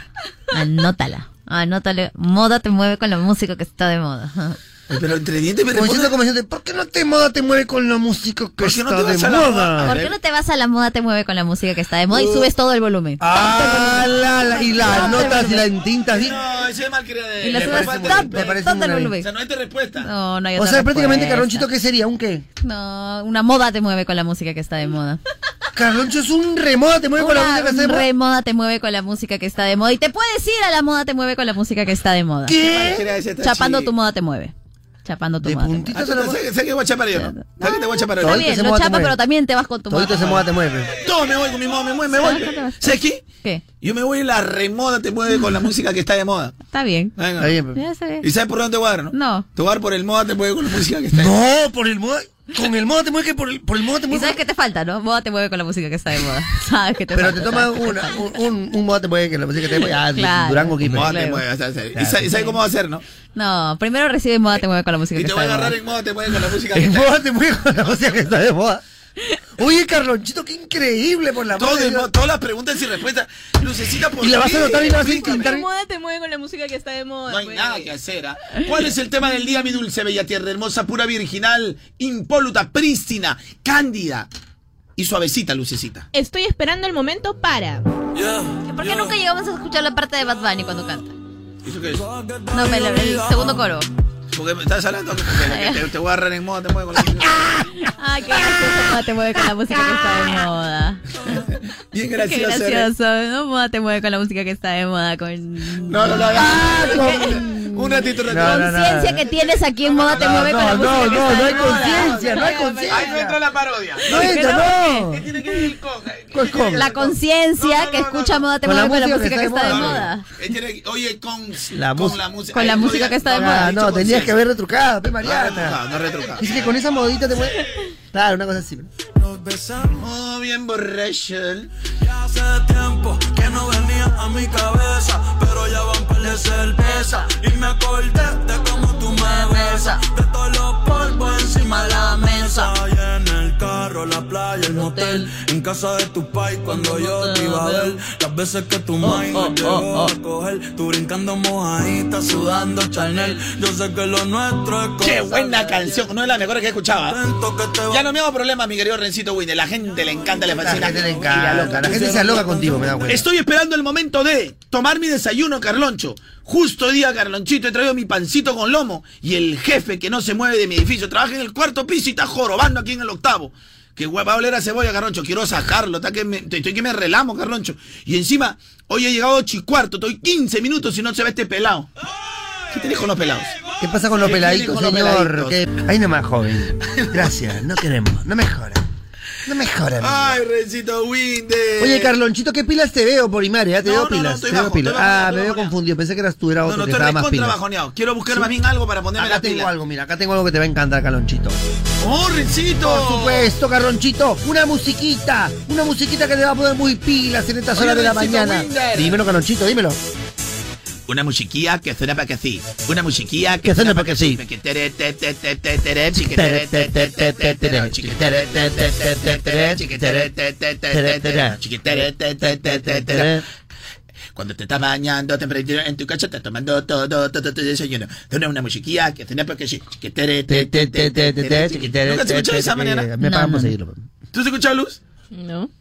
Anótala. Anótale. Moda te mueve con la música que está de moda.
Pero entre dientes me
Como diciendo,
responden.
como diciendo, ¿por qué no te moda te mueve con la música que
¿Por qué no
está
te
de
vas a la
moda?
moda?
¿Por qué no te vas a la moda te mueve con la música que está de moda y subes todo el volumen?
Ah, la, la, y las notas y las tintas. ¿sí?
No, ese es mal querer.
Y la
Me
subes
parece
muy
mal.
bien, me parece
todo el
O
muy bien.
sea,
volumen.
no hay otra respuesta.
No, no hay
O
otra
sea, prácticamente,
respuesta.
Carlonchito, ¿qué sería? ¿Un qué?
No, una moda te mueve con la música que está de moda.
Carloncho es un remoda, te mueve con la
Una
música que está de moda.
re moda te mueve con la música que está de moda. Y te puedes ir a la moda te mueve con la música que está de moda.
Mal
¿Qué?
querer decía esta
¿Eh? Chapando
chica.
tu moda te mueve. Chapando tu
De
moda. te
puntita
este Ah,
se la
tú- ¿Sabes sabes que voy a chapar yo? ¿no? ¿Sabes que te voy a chapar
mueve. Está
Todito
hoy?
se
bien, lo
moda te
chapa,
mueve.
pero también te vas con tu moda.
Todito se moda te mueve.
Todo me voy con mi moda, me mueve, me
¿Sabes cuánto
voy.
vas?
¿Sabes qué?
¿Qué?
Yo me voy y la remoda te mueve con la música que está de moda.
Está bien.
Venga.
Ahí, pues. pe-
Ya sé.
¿Y sabes por dónde te voy a dar, no?
No.
Te voy a dar por el moda te mueve con la música que está de moda.
No, por el moda. Con el moda te mueve que por el, por el moda te
¿Y
mueve.
sabes qué te falta, no? Moda te mueve con la música que está de moda. Sabes que te
Pero te
falta,
toma
sabes que te
una,
falta.
un, un, un moda te mueve que la música que te mueve. Ah,
Claro.
Durango aquí.
Moda
pe.
te
Claro.
mueve. o sea, ¿sabes? ¿Y sabes- y sabes cómo va a ser, no?
No, primero recibe moda te mueve con la música
Y
que
te
está
voy a
de
agarrar
moda.
en moda te mueve con la música que
El
está de moda.
moda te mueve con la música que está de moda. Oye, Carlonchito, qué increíble por la
Todo
moda.
el moda, Todas las preguntas y respuestas. Lucecita por
Y la vas
qué?
a anotar y la vas a
Explícame.
intentar.
moda te mueve con la música que está de moda.
No hay nada que hacer. ¿ah? ¿Cuál es el tema del día, mi dulce bella tierra hermosa, pura virginal, impoluta, prístina, cándida y suavecita, lucecita?
Estoy esperando el momento para.
¿Por qué nunca llegamos a escuchar la parte de Bad Bunny cuando canta?
¿Eso qué es?
No, el, el segundo coro.
Porque me estás hablando que te, te- te voy a agarrar en moda, te muevo con la
Ah, qué gracioso. Moda te mueve con la música que está de moda.
Bien
Qué
gracioso. ¿eh?
gracioso. No, moda te mueve con la música que está de moda. Con
No, no, no.
Ah, con-
Un ratito, un ratito.
No, no, no.
conciencia que tienes aquí en moda te
No,
mueve con la
no,
música
no,
que
no,
está de
no hay
moda.
conciencia, no hay
Oiga,
conciencia.
Ahí no entra la parodia.
No, esto no.
Tiene que ir con. eh,
¿Cuál con?
La conciencia que escucha moda te
Con la
mueve con la
música
música que está de
moda.
moda.
Eh, tiene- Oye, con
La
con
mus-
la música.
con la
Ahí
música
voy a-
que está de
no,
Ah,
moda.
he
no,
dicho
tenías que
conciencia.
haber retrucado, pe
No,
Mariana.
retrucado, no retrucado.
Dice que con esa modita te mueve. Claro, una cosa así.
nos
Oh,
besamos bien borrachos. Ya hace tiempo que no venía a mi cabeza, pero ya van par de cerveza y me acordé de cómo tú me besas, de todos los polvos encima de la mesa y en el carro, la playa, el motel, en casa de tu pai cuando yo te iba a ver, las veces que tu mãe me llegó a coger, tú brincando mojadita, sudando Chanel, yo sé que lo nuestro es
Qué buena canción, no es la mejor que ¿ah? escuchaba. Ya no me hago problema, mi querido Rencito Winner. La gente le encanta, le fascina.
gente le encanta, la gente se aloca contigo, me da cuenta.
Estoy esperando el momento de tomar mi desayuno, Carloncho. Justo hoy día, Carlonchito, he traído mi pancito con lomo. Y el jefe que no se mueve de mi edificio trabaja en el cuarto piso y está jorobando aquí en el octavo. Que guapa oler a cebolla, Carloncho. Quiero sacarlo. Está que me, estoy estoy que me relamo, Carloncho. Y encima, hoy he llegado ocho y cuarto. Estoy 15 minutos y no se ve este pelado. ¿Qué tenés con los pelados?
¿Qué pasa con los
¿Qué tiene
peladitos,
con los peladitos?
señor? ¿Qué? Ahí nomás, joven. Gracias, no queremos. No mejora. No mejora. amigo.
Ay, Rencito Winde.
Oye, Carlonchito, ¿qué pilas te veo por Imaria? Te
Eh, No, no,
veo
no,
pilas.
estoy
te veo
bajo,
pilas.
estoy bajo,
ah,
estoy
me veo
bajo.
confundido. Pensé que eras tú, era
No,
otro
no,
que
estoy
estaba más
recontra
pilas.
bajoneado. Quiero buscar más bien algo para ponerme
Acá
la
tengo
pila.
algo, mira, acá tengo algo que te va a encantar, Carlonchito.
¡Oh, Rencito!
Por supuesto, Carlonchito. Una musiquita. Una musiquita que te va a poner muy pilas en estas
Oye,
horas de la
Rencito
mañana.
Winder.
Dímelo, Carlonchito, dímelo.
Una musiquilla que suena para que sí. Una musiquilla que,
Que suena
pa'
pa' que sí.
Que tere, te, te, te, te, tere, chique, tere, te, te, te, te, tere, chique, tere, te, te, te, te, tere, chique, tere, te, te, te, te, tere, chique, tere, te, te, te, te, tere. Cuando te estás bañando, te prendido en tu casa, estás tomando todo, todo, todo, todo desayuno. Suena una musiquilla que suena para que sí. Chique, tere, te, te, te, te, tere, chique, tere, ¿Nunca has escuchado esa mañana?
Me pagan
No,
por
no.
seguirlo.
¿Tú has escuchado, Luz?
No.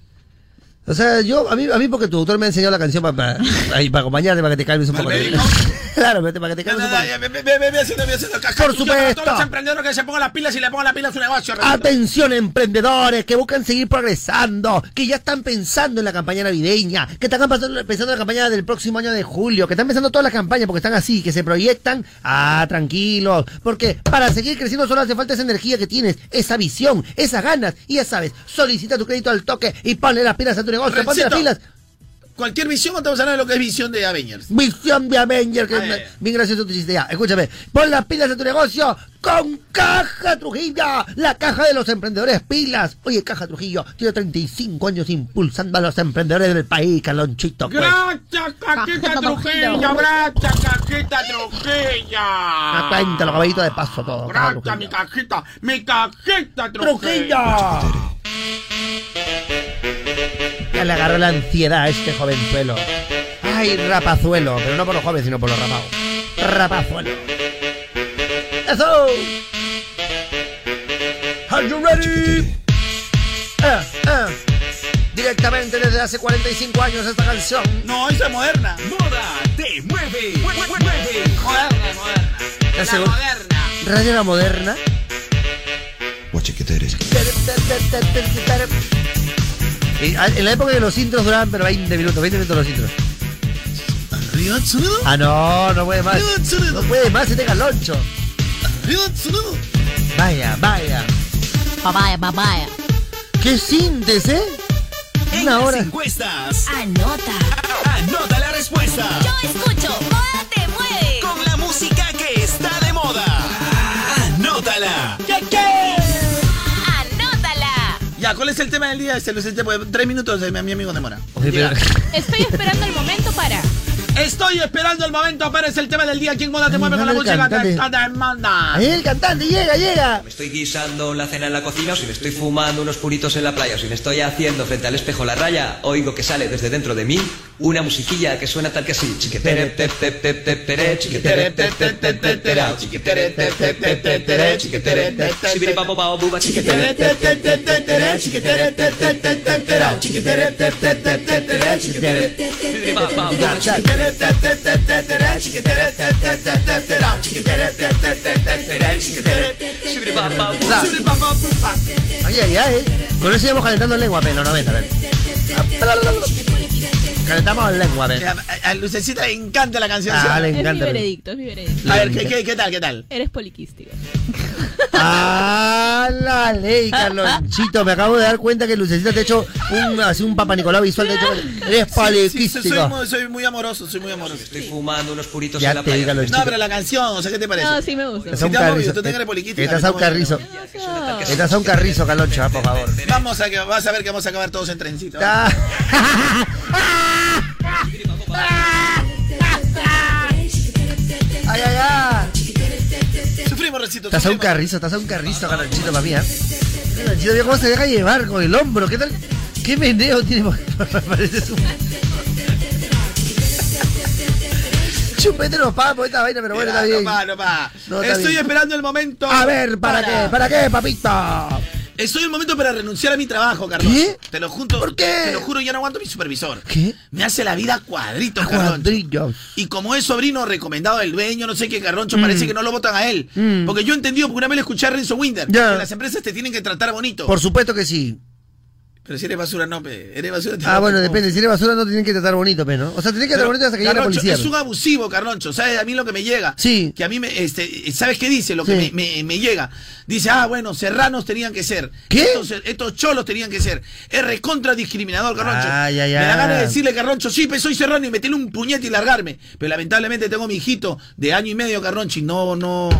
O sea, yo, a mí, a mí porque tu autor me ha enseñado la canción para, para, ahí, para acompañarte, para que te calmes un poco.
Malverico.
claro, vete, para que te calmes un poco.
Ve, ve, ve, ve, ve haciendo, ve haciendo caja.
Por
Para todos los
supuesto.
emprendedores que se pongan las pilas y le pongan las pilas a su negocio. Rencito.
Atención emprendedores que buscan seguir progresando, que ya están pensando en la campaña navideña, que están pasando- pensando en la campaña del próximo año de julio, que están pensando todas las campañas porque están así, que se proyectan, ah, tranquilos, porque para seguir creciendo solo hace falta esa energía que tienes, esa visión, esas ganas, y ya sabes, solicita tu crédito al toque y ponle las pilas a tu negocio, ponle las
Rencito.
pilas.
Cualquier visión, no estamos hablando de lo que es visión de Avengers.
Visión de Avenger, que
Ah,
es una-
ya, ya.
bien gracioso tu chiste ya. Escúchame, pon las pilas a tu negocio con Caja Trujillo, la caja de los emprendedores pilas. Oye, Caja Trujillo, tiene 35 años impulsando a los emprendedores del país, Calonchito. Pues.
Gracias, Caquita Trujillo. Gracias, Caquita Trujillo.
Ah, Cuéntalo, caballito de paso todo. Caja
Gracias, mi
Trujillo.
cajita, mi cajita
Trujillo.
Trujillo.
Ya le agarró la ansiedad a este jovenzuelo. Ay, rapazuelo, pero no por los jóvenes, sino por los rapados. Rapazuelo. ¡Eso! Are you ready? Ah, ah. Directamente desde hace 45 años esta canción.
No, esa es moderna.
Moda te mueve, mueve, mueve.
Moderna, moderna.
La segunda.
moderna.
Radio La Moderna. Y, ah, En la época que los intros duraban pero 20 minutos, 20 minutos los intros.
¿Arriba Tsunudo?
Ah, no, no puede más.
¿Arriba Tsunudo?
No puede más, se te caloncho.
¿Arriba Tsunudo?
Vaya, vaya.
Papaya, papaya.
¿Qué sientes, eh?
En
Una
las
hora.
encuestas,
Anota.
anota la respuesta.
Yo escucho. Moda te mueve.
Con la música que está de moda. Anótala.
Anótala.
Ya, ¿cuál es el tema del día? Se lo senté por tres minutos de mi mi amigo demora.
Oye, pero-
Estoy esperando el momento para.
Estoy esperando el momento, pero es el tema del día. ¿Quién moda te
Ay,
mueve con la
dale,
música que
cantante.
está de moda?
Ahí el cantante llega, llega.
me estoy guisando la cena en la cocina, o si me estoy fumando unos puritos en la playa, o si me estoy haciendo frente al espejo la raya, oigo que sale desde dentro de mí una musiquilla que suena tal que así. Chiquetere, tep, tep, tep, tep, tere, chiquetere, tep, tep, tep, tep, tera, chiquetere, tep, tep, tep, tep, tere, chiquetere, tep, chipiripapo, pao, buba, chiquetere, tep, tep, tep, tep, tere, chiquetere, tep, tep, tep, tep, tera, chiquetere, tep, tep, tep, tep, tere, chiquetere, tep, chipiripapo, pao, buba, chiquetere, tep, tep, tep, tep, tere, chiquetere, tep, tep, tep, tep, tera, chiquetere, tep, tep, tep, tep, tere, chiquetere, chipiripapo, pao, buba,
Ay, ay, ay. Con eso íbamos calentando lengua, pero no, ven, a ver. Calentamos lengua, ven.
Ya, A, a Lucecita le encanta la canción.
Ah,
¿sí?
le
Es mi
encanta.
veredicto, es mi veredicto.
A ver, ¿qué, qué, qué tal? ¿Qué tal?
Eres poliquístico.
¡Ah, la ley, Carlonchito! Me acabo de dar cuenta que Lucecita te ha hecho un, así un Papa Nicolau visual. De hecho, eres
Sí, sí, soy,
palequística.
muy- soy muy amoroso, soy muy amoroso. Estoy
fumando unos puritos
Ya en la te playa. diga lo
No,
chico.
pero la canción, o sea, ¿qué te parece?
No, sí me gusta.
Estás a un
te ha movido,
carrizo.
tú te eres poliquística,
Estás a un
te mueves.
carrizo. Estás a un carrizo, Carloncho, ah, por favor.
Vamos a que vas a ver que vamos a acabar todos en trencito. ¿eh?
Ay, ay, ay.
Sufrimos, recito.
Estás a un carrizo, estás a un carrizo, Carlonchito, para mí, ¿eh? Carlonchito, mira cómo se deja llevar con el hombro. ¿Qué tal? ¿Qué meneo tiene? Pareces un... Chupete los papos, esta vaina, pero bueno, está bien.
No va, no va.
No, está
Estoy
bien.
esperando el momento.
A ver, ¿para, qué? ¿Para qué, papito?
Estoy en el momento para renunciar a mi trabajo, Carlos.
¿Qué?
Te lo junto. ¿Por qué? Te lo juro, ya no aguanto a mi supervisor.
¿Qué?
Me hace la vida a cuadritos, Carloncho.
Cuadrillos.
Y como es sobrino recomendado del dueño, no sé qué Carroncho,
Mm.
parece que no lo votan a él.
Mm.
Porque yo he entendido por una vez lo escuché a Renzo Winder.
Ya.
Que las empresas te tienen que tratar bonito.
Por supuesto que sí.
Pero si eres basura, no, pe. Eres basura. te
Ah,
votan,
bueno,
no.
depende. Si eres basura no tienen que tratar bonito, pe, ¿no? O sea, tienen que tratar
Pero,
bonito hasta que llegue la
Carloncho,
policía.
Es
pe.
un abusivo, Carloncho. ¿Sabes? A mí lo que me llega.
Sí.
Que a mí me. Este, ¿Sabes qué dice? Lo que
Sí.
me, me- me llega. Dice, ah, bueno, serranos tenían que ser.
¿Qué?
Estos, estos cholos tenían que ser. Es recontra discriminador, Carloncho.
Ay, ay,
Me da
ay.
ganas de decirle, Carloncho, sí, pues soy serrano y meterle un puñete y largarme. Pero lamentablemente tengo mi hijito de año y medio, Carloncho, y no, no.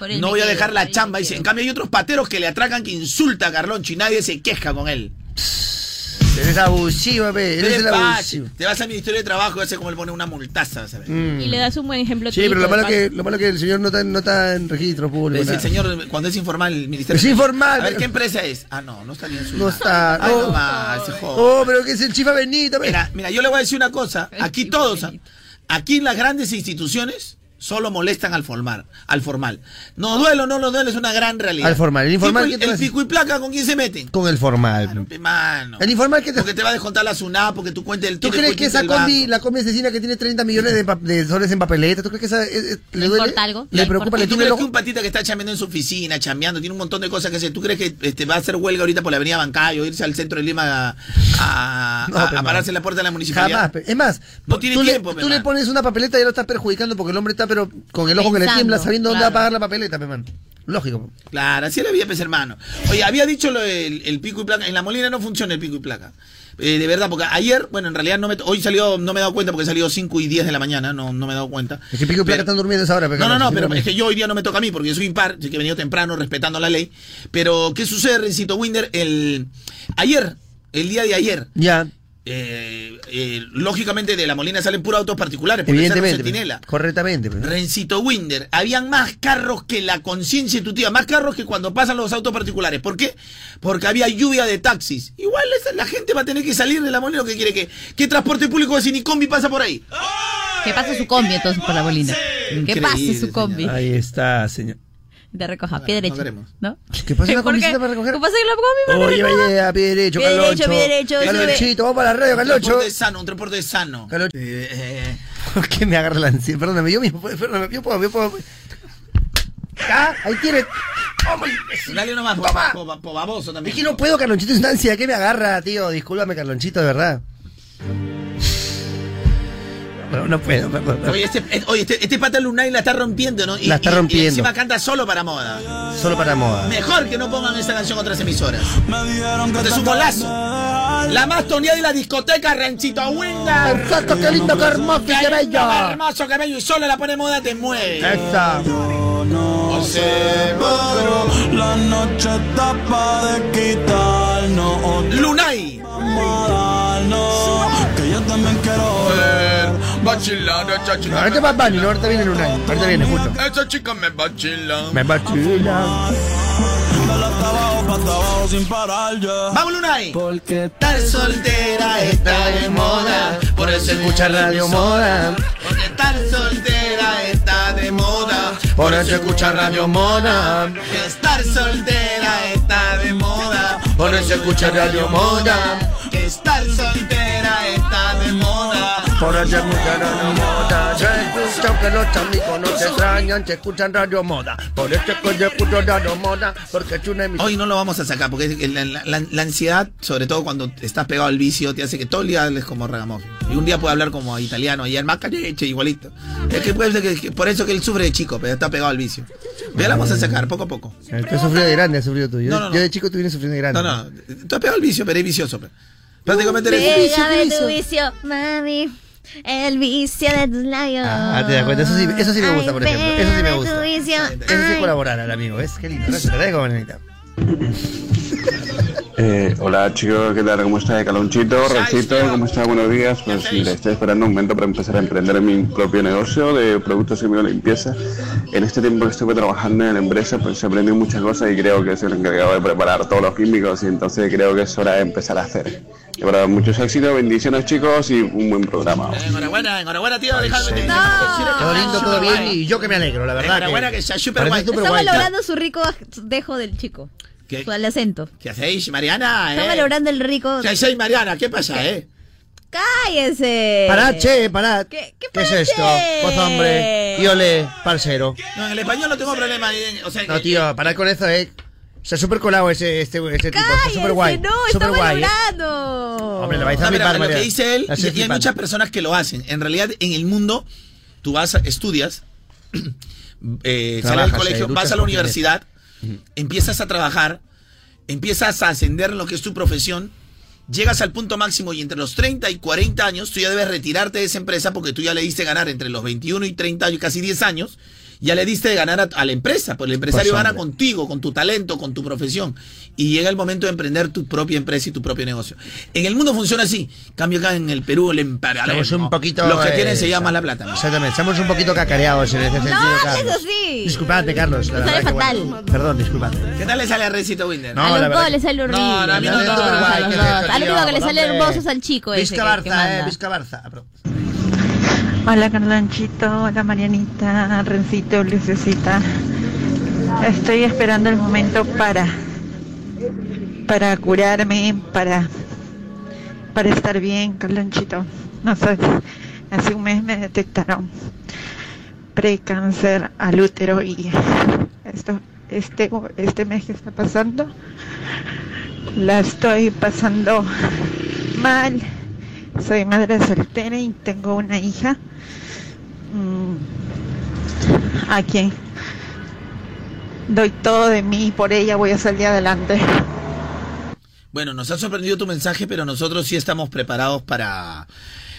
él
No
me
voy a
quedo,
dejar
por
la
él
chamba. Dice, en cambio hay otros pateros que le atracan, que insulta a Carloncho y nadie se queja con él.
Eres abusivo, pe. Eres el
Tres paches.
abusivo.
Te vas al Ministerio de Trabajo y hace como le pone una multaza, vas a ver.
Mm.
Y le das un buen ejemplo.
Sí,
tú,
pero lo
de
malo,
paso.
que, lo malo que el señor no está, no está en registro público.
Es el
nada.
señor, cuando es informal, el ministerio.
Es informal,
A ver,
pero-
¿qué empresa es? Ah, no, no está bien su.
No está,
Ay,
no.
no va, ese joven.
Oh, pero que es el chifa Benito, pe.
Mira, mira, yo le voy a decir una cosa. Aquí todos, ah, aquí en las grandes instituciones solo molestan al formal. Al formal. No duelo, no lo duelo, es una gran realidad.
Al formal, el informal,
Pico y-
¿qué te
el
hace?
pico y placa, ¿con quién se meten?
Con el formal. pe.
Pe, Mano.
El informal que te...
Porque te va a descontar la SUNA, porque tú cuentes el
¿Tú crees que esa combi, la combi asesina que tiene 30 millones de, pa- de soles en papeleta, ¿tú crees que esa eh, eh, le duele?
importa algo?
¿Le preocupa? ¿Le
¿Tú
tiene
crees
el
que
ojo?
un patita que está chambeando en su oficina, chambeando, tiene un montón de cosas que hacer? ¿Tú crees que este, va a hacer huelga ahorita por la avenida Bancayo, irse al centro de Lima a, a-
No,
a-
pe,
a pararse
mano.
en la puerta de la municipalidad?
Jamás. pe. Es más,
No tiene
tú,
tiempo,
le,
pe,
tú le
mano.
pones una papeleta y lo estás perjudicando porque el hombre está pero con el ojo que le
Pensando,
tiembla sabiendo dónde
claro.
va a pagar la papeleta, pe, man. Lógico. pe.
Claro, así le había pues, hermano. Oye, había dicho lo del- el pico y placa. En la Molina no funciona el pico y placa. Eh, de verdad, porque ayer, bueno, en realidad no me, hoy salió, no me he dado cuenta porque salió 5 y 10 de la mañana, no, no me he dado cuenta.
Es que Pico y Placa
Pero-
están durmiendo esa hora. pe,
No, no,
Carlos,
no,
si
pero
me-
es que yo hoy día no me toca a mí porque yo soy impar, así que he venido temprano respetando la ley. Pero, ¿qué sucede, Rencito Winder? El, ayer, el día de ayer,
Ya,
eh, eh, lógicamente de la Molina salen puros autos particulares porque esa no es
evidentemente.
centinela.
pe. Correctamente. pe.
Rencito Winder, habían más carros que la conciencia de tu tía, más carros que cuando pasan los autos particulares. ¿Por qué? Porque había lluvia de taxis. Igual esa- la gente va a tener que salir de la molina, que quiere que. ¿Qué transporte público si ni combi pasa por ahí?
Ah,
Que pase su combi entonces por la bolina. Que pase su combi.
Ahí está, señor.
Te recoja, pie derecho.
queremos.
¿no
¿Qué pasa una
¿Por qué?
comisita para recoger? Oh,
¿Qué pasa en la combi para
Oye,
recoger?
vaya a pie derecho,
Pie derecho,
Carloncho.
pie derecho, sube.
Carlonchito, vamos para la radio,
Un
Carloncho.
transporte sano, un transporte sano.
Carloncho.
Eh, eh,
¿Por qué me agarra la ansiedad? Perdóname, yo mismo, perdóname, yo puedo, yo puedo. Ah, ahí tiene.
eh, Dale nomás, po-
Toma.
po- po- baboso
Es
también.
que no puedo, Carlonchito, es una ansiedad que me agarra, tío. Discúlpame, Carlonchito, de verdad. Bueno, no puedo, perdón.
Oye, este, eh, oye, este, este pata Lunay la está rompiendo, ¿no? Y,
La está
y- y
rompiendo.
encima canta solo para moda.
Solo para moda.
Mejor que no pongan esta canción otras emisoras. Este es un golazo. La más toneada de la discoteca, Ranchito Winda.
Exacto, qué lindo, qué hermoso, qué bello.
Hermoso cabello y solo la pone moda te mueve.
Esta.
La noche está pa' de quitarnos otra
Lunay.
darnos, Que yo también quiero ver
Va a chilar, esa chica.
Ahorita va Bunny, ¿no? ahorita viene Lunay. Ahorita viene, justo.
me- Esa chica me va a chilar.
Me bachila.
Dale hasta abajo, pa' hasta abajo sin parar, ya
Vamos, Lunay.
Porque
Estar soltera está de moda, por eso escucha Radio Moda. Porque estar soltera está de moda, por eso escucha Radio Moda. Estar soltera está de moda, por eso escucha Radio Moda. Que estar soltera está de moda,
Por allá mucha no moda. Se escucha que los amigos no se extrañan, se escuchan Radio Moda. Por eso es que yo escucho Radio Moda, porque es una emisión.
Hoy no lo vamos a sacar, porque es- la, la- la- la ansiedad, sobre todo cuando estás pegado al vicio, te hace que todo el día hables como Ragamuffin. Y un día puede hablar como italiano, y el macareche, igualito. Es que puede ser que, que por eso que él sufre de chico, pero está pegado al vicio. Pero ya la vamos a sacar, poco a poco.
Tú has sufrido de grande, has sufrido tú. Yo,
No, no, no.
yo de chico tú vienes sufriendo de grande.
No, no, tú has pegado al vicio, pero es vicioso. pero. Prácticamente eres...
Pégame tu vicio, mami. El vicio de tus labios.
Ah, te das cuenta. Eso sí, eso sí me gusta, por ejemplo. Eso sí me gusta.
Tu vicio.
Ah,
Eso sí
ay.
colaborar al amigo, ¿ves? Qué lindo. Gracias, te agradezco, Manuelita.
Eh, hola chicos, ¿qué tal? ¿Cómo está? Calonchito, Rachito, ¿cómo está? Buenos días. Pues mira, estoy esperando un momento para empezar a emprender mi propio negocio de productos y medio limpieza. En este tiempo que estuve trabajando en la empresa, pues aprendí muchas cosas y creo que soy el encargado de preparar todos los químicos y entonces creo que es hora de empezar a hacer. De verdad, muchos éxitos, bendiciones chicos y un buen programa.
Enhorabuena, enhorabuena, tío. Alejandro.
Todo lindo, todo bien y yo que me alegro, la
Eh,
verdad.
Enhorabuena, que sea super
parece
guay.
super
Está
guay. Eh.
valorando su rico dejo del chico.
¿Qué?
Su al acento.
¿Qué hacéis, Mariana?
Está
eh?
valorando el rico.
¿Qué hacéis, Mariana? ¿Qué pasa, eh?
¡Cállese!
Pará, che, pará.
¿Qué,
¿Qué es esto? Voz hombre. Y ole, parcero.
No, en el español no tengo problema. eh, O sea,
No, tío, pará con eso, eh. Se ha super colado ese, este, este tipo. Está super guay.
no,
super
está
guay. eh.
valorando.
Hombre, la vais a
No, pero
flipar,
lo que
María.
dice él, y,
La haces
y hay
flipar.
muchas personas que lo hacen. En realidad, en el mundo, tú vas, a- estudias, eh, sales
Trabajas,
del
te
colegio,
educas
vas a la
porque
universidad, empiezas a trabajar, empiezas a ascender en lo que es tu profesión, llegas al punto máximo y entre los 30 y 40 años tú ya debes retirarte de esa empresa porque tú ya le diste ganar entre los 21 y 30 años, casi 10 años, ya le diste de ganar a, a la empresa, porque el empresario
Pues,
gana
hombre.
contigo, con tu talento, con tu profesión. Y llega el momento de emprender tu propia empresa y tu propio negocio. En el mundo funciona así. Cambio acá en el Perú, el emperador.
Estamos un poquito.
Los que tienen se
eh,
llama la plata.
Exactamente, estamos un poquito cacareados en ese sentido, Carlos.
así.
Disculpate, Carlos. la
Te sale
verdad que,
fatal.
bueno, Perdón, disculpate.
¿Qué tal le sale a Recito Winder?
No, A la los verdad dos que- les sale horrible.
No, no, a mí no,
La
no,
verdad
no,
que-
no,
Ay, qué
no, no.
rico,
Al único que le sale
hombre.
hermoso es al chico. ese
Vizca
que- que
Barza, eh,
manda.
Vizca Barza. Apro-
Hola Carlonchito, hola Marianita, Rencito, Lucecita. Estoy esperando el momento para para curarme, para para estar bien, Carlonchito. No sé, hace un mes me detectaron precáncer al útero y esto este este mes que está pasando la estoy pasando mal. Soy madre soltera y tengo una hija mm, a quien doy todo de mí por ella, voy a salir adelante.
Bueno, nos ha sorprendido tu mensaje, pero nosotros sí estamos preparados para,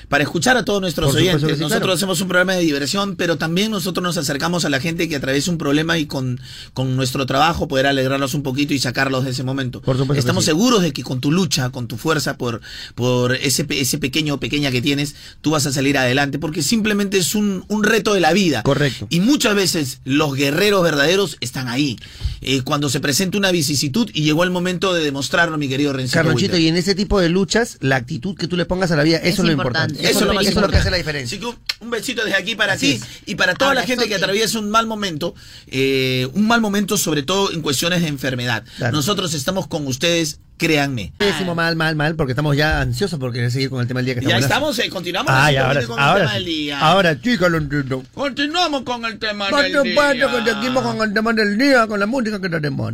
para escuchar a todos nuestros
Por supuesto
oyentes.
que sí,
nosotros
claro.
hacemos un programa de diversión, pero también nosotros nos acercamos a la gente que atraviesa un problema y con, con nuestro trabajo poder alegrarlos un poquito y sacarlos de ese momento.
Por supuesto que
Estamos
sí.
seguros de que con tu lucha, con tu fuerza, por, por ese, pe- ese pequeño o pequeña que tienes, tú vas a salir adelante, porque simplemente es un, un reto de la vida.
Correcto.
Y muchas veces los guerreros verdaderos están ahí. Eh, cuando se presenta una vicisitud y llegó el momento de demostrarlo, mi querido Rencito.
Carlonchito,
Winter.
y en ese tipo de luchas, la actitud que tú le pongas a la vida, eso es, lo importante.
Eso, es lo, más
eso es lo que
importante.
hace la diferencia.
Así que un, un besito desde aquí para ti y para toda la gente que atraviesa un mal momento, eh, un mal momento sobre todo en cuestiones de enfermedad. Nosotros estamos con ustedes, créanme.
Decimos mal, mal, mal, porque estamos ya ansiosos por querer seguir con el tema del día que
Ya
hablando.
estamos, eh, continuamos
Ah,
así
ya, ahora,
con el
ahora,
tema del
sí. Ah.
día.
ahora, sí, Carlonchito.
Continuamos con el tema
Por
del
supuesto que
día.
seguimos con el tema del día, con la música que tenemos.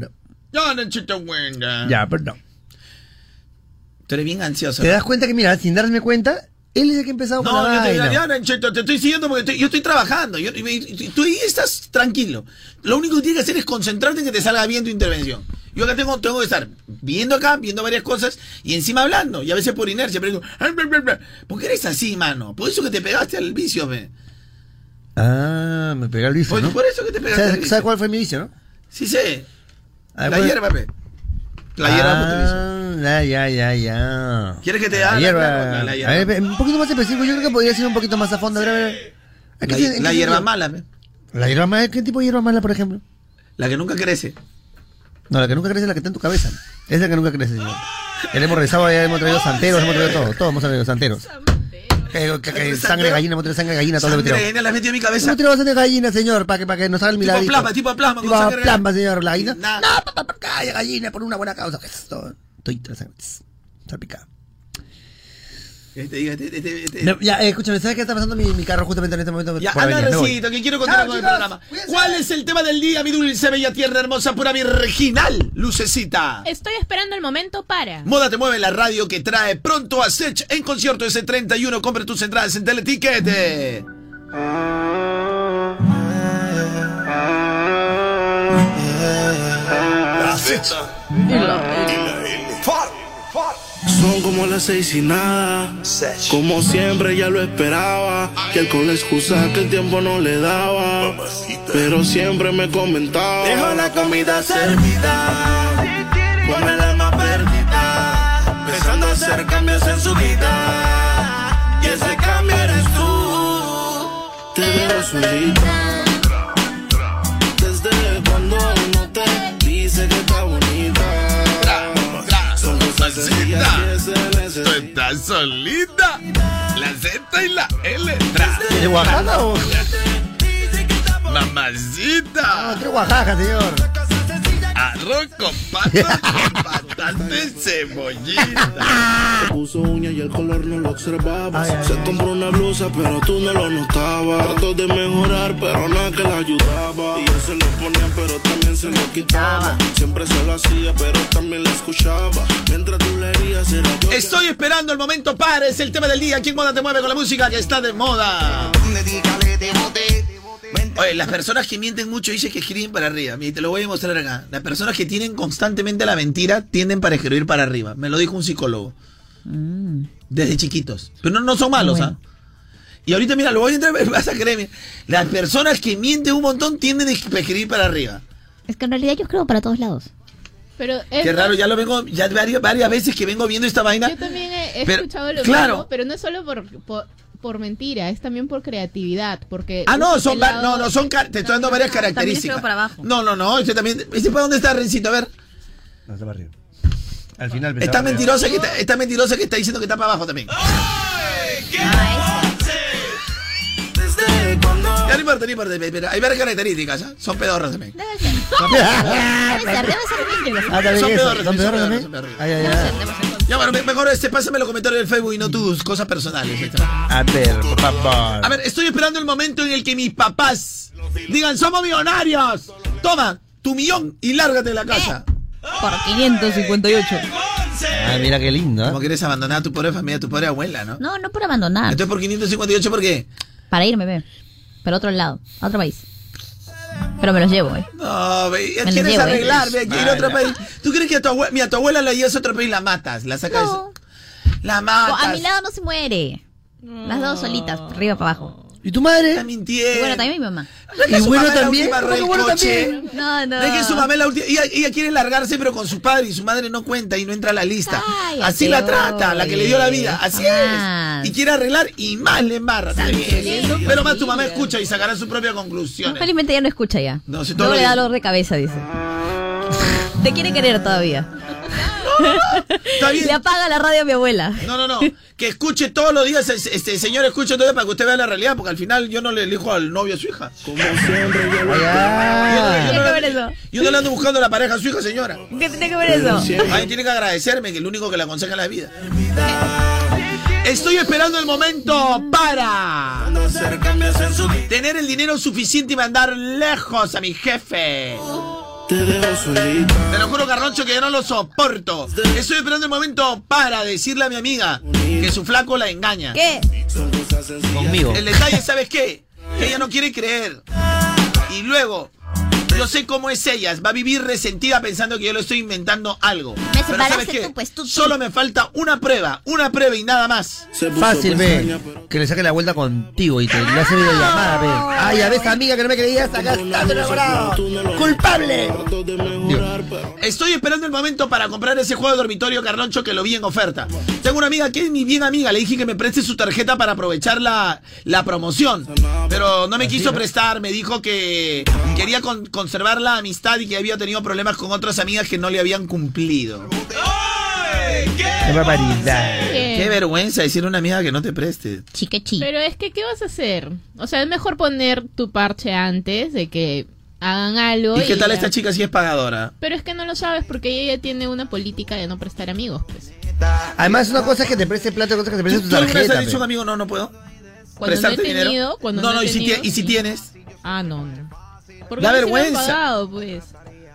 Ya, Nachito
Ah.
Wenda.
Ya, perdón.
Tú eres bien ansioso.
¿Te das cuenta que, mira, sin darme cuenta, él es el que empezaba con
No,
la
yo te,
vaina?
ya, Nachito, te estoy siguiendo porque estoy- yo estoy trabajando. Yo, y- y- y- tú ahí estás tranquilo. Lo único que tienes que hacer es concentrarte en que te salga bien tu intervención. Yo acá tengo, tengo que estar viendo acá, viendo varias cosas y encima hablando. Y a veces por inercia, pero digo, "Ay, bla, bla, bla". ¿por qué eres así, mano? Por eso que te pegaste al vicio, me.
Ah, me pegó el vicio,
Por,
¿no?
por eso que te pegaste al
¿Sabes,
vicio.
sabes cuál fue mi vicio, no?
Sí sé.
Ah,
la
pues-
hierba, pe. La hierba pues, fue tu vicio.
Ah, ya, ya, ya, ya.
¿Quieres que te
La
haga?
hierba.
La- la- la hierba.
A ver, ve, un poquito más específico, yo creo que podría ser un poquito más a fondo. A ver, a ver. ¿A qué
La,
tiene- en
la
qué
hierba
sentido?
mala, pe.
¿La hierba mala? ¿Qué tipo de hierba mala, por ejemplo?
La que nunca crece.
No, la que nunca crece es la que está en tu cabeza. Es la que nunca crece, señor. Ya le hemos rezado, ya hemos traído santeros, hemos traído todo. Todos hemos traído santeros. Eh, que- que sangre de gallina, hemos traído sangre de gallina, todo lo
Sangre de
que tenemos.
gallina la has metido en mi cabeza.
Hemos traído sangre de gallina, señor, para que, para que nos haga el
Tipo
milagro.
plasma, tipo plasma, con
Tipo
sangre de
plasma, señor. La gallina.
Nada.
No, papá, por acá, hay gallina, por una buena causa. Esto. Estoy salpicada.
Este, este, este, este.
No, ya, eh, escúchame, ¿sabes qué está pasando mi, mi carro justamente en este momento?
Ya,
Por
anda,
avenidas, me voy.
Rosito, que quiero continuar
Chao,
con
chicos.
el programa. ¿Cuál es el tema del día, mi dulce, bella, tierna, hermosa, pura virginal, lucecita?
Estoy esperando el momento para.
Moda te mueve la radio que trae pronto a Sech en concierto ese 31. Compre tus entradas en Teleticket. Eh,
Ah.
Son como las seis y nada. Como siempre ya lo esperaba. Que él con la excusa que el tiempo no le daba. Pero siempre me comentaba.
Dejo la comida servida Con el alma perdida Pensando hacer cambios en su vida Y ese cambio eres tú
Te veo solita. Desde cuando uno te dice que está bonita. Son cosas sencillas que se necesitan.
Tú estás solita. La Z y la L. Tra.
¿De Oaxaca o?
Mamacita.
Entre Oaxaca, señor.
Arroz con papas con patata y cebollita.
Se puso uña y el color no lo observaba. Se compró una blusa, pero tú no lo notabas. Trató de mejorar, pero nada que la ayudaba. Y él se lo ponía, pero también se lo quitaba. Siempre se lo hacía, pero también la escuchaba. Mientras tú le herías, era yo.
Estoy esperando el momento para. Es el tema del día. ¿Quién moda te mueve con la música que está de moda? Oye, las personas que mienten mucho dicen que escriben para arriba. Mira, te lo voy a mostrar acá. Las personas que tienen constantemente la mentira tienden para escribir para arriba. Me lo dijo un psicólogo.
Mm.
Desde chiquitos. Pero no, no son malos, ¿ah? Y ahorita, mira, lo voy a entrar, vas a creer. mira. Las personas que mienten un montón tienden a escribir para arriba.
Es que en realidad yo creo para todos lados.
Pero es-
Qué raro, ya lo vengo, ya varias, varias veces que vengo viendo esta vaina.
Yo también he, he
Pero,
escuchado lo
claro.
mismo, pero no es solo por, por, por mentira, es también por creatividad, porque...
Ah, no,
usa
son
el
va-
lado-
no, no, son car- te estoy dando varias características.
creo para abajo.
No, no, no, este también. ¿Este para dónde está Rencito? A ver.
No, está para arriba. Al final
Está
pensaba-
mentirosa que está, está mentirosa que está diciendo que está para abajo también. Ah, Ya no importa, no importa, pero hay varias características, ¿ah? Son pedorras también. Son pedorras.
Debe ser, debe ser mentirosa.
Ah, también
Son
eso.
pedorras, son
¿Son pedorros
pedorras,
también? Ay, ay, ay.
Ya, bueno, me- mejor este, pásame los comentarios del Facebook y no tus cosas personales. ahí está.
A ver, por favor.
A ver, estoy esperando el momento en el que mis papás digan, somos millonarios. Toma, tu millón y lárgate de la casa.
Por 558.
Ah, mira qué lindo, ¿eh?
Como quieres abandonar a tu pobre familia, a tu pobre abuela, ¿no?
No, no por abandonar.
Entonces por 558, ¿por qué?
Para irme, ve. Pero a otro lado, a otro país. Pero me los llevo, eh.
No, ve,
Me lo
quieres
llevo, ¿eh?
arreglar, ve, quiere ir a otro
Ah,
país. ¿Tú crees que a tu abuela, mira, a tu abuela la llevas a otro país y la matas? La sacas. La
O
matas.
a mi lado no se muere. Las dos solitas, arriba para abajo.
¿Y tu madre?
Está mintiendo.
Y bueno, también mi mamá.
Deja
Y
su
bueno
mamá en la
también,
última
¿cómo
rueda
que
del
bueno
coche.
también?
No, no.
Dejen su mamá en la última. Ella, ella quiere largarse, pero con su padre y su madre no cuenta y no entra a la lista.
Cállate,
Así la trata, la que le dio la vida. Así
Jamás.
es. Y quiere arreglar y más le embarra. Está bien.
sí,
Pero más tu mamá escucha y sacará su propia conclusión.
Felizmente ya no escucha ya.
No, si todo
Luego
lo
le da
que-
dolor de cabeza, dice. Te quiere querer todavía. Le apaga la radio a mi abuela.
No, no, no. Que escuche todos los días, este, este señor escuche todo para que usted vea la realidad, porque al final yo no le elijo al novio a su hija. Como siempre, yo
Ah. Tiene que ver
no,
eso.
yo no le ando buscando la pareja a su hija, señora.
¿Qué tiene que ver eso?
Ay, tiene que agradecerme, que el único que le aconseja la vida. Estoy esperando el momento para tener el dinero suficiente y mandar lejos a mi jefe.
Te dejo solita.
Te lo juro, Carloncho, que yo no lo soporto. Estoy esperando el momento para decirle a mi amiga que su flaco la engaña.
¿Qué?
Son cosas sencillas.
Conmigo.
El detalle, ¿sabes qué? Que ella no quiere creer. Y luego, yo sé cómo es ella. Va a vivir resentida pensando que yo le estoy inventando algo.
Me
Pero ¿sabes
separaste
qué?
tú, pues, tú, tú.
Solo me falta una prueba. Una prueba y nada más.
Fácil, ve. Que le saque la vuelta contigo y te le hace videollamada, ve. Ay, a ves, amiga, que no me creías, acá está tu enamorado. ¡Culpable!
Estoy esperando el momento para comprar ese juego de dormitorio Carloncho que lo vi en oferta. Tengo una amiga que es mi bien amiga, le dije que me preste su tarjeta para aprovechar la, la promoción. Pero no me quiso prestar, me dijo que quería con- conservar la amistad y que había tenido problemas con otras amigas que no le habían cumplido.
¡Qué barbaridad!
Qué vergüenza decir a una amiga que no te preste.
Chique chi.
Pero es que, ¿qué vas a hacer? O sea, es mejor poner tu parche antes de que hagan algo.
¿Y qué tal
ya.
esta chica si es pagadora?
Pero es que no lo sabes porque ella ya tiene una política de no prestar amigos, pues.
Además, una cosa es que te preste plata, otra cosa es que te preste
¿Tú
tu
alguna vez
tarjeta.
has dicho a un
pe.
amigo, no, no puedo?
Cuando no he
¿Prestarte dinero?
tenido, cuando
no,
no,
no,
he
y si,
tenido,
tie- y si
sí.
tienes,
Ah, no, no. Porque
Da
a mí sí me han
vergüenza.
pagado, pues.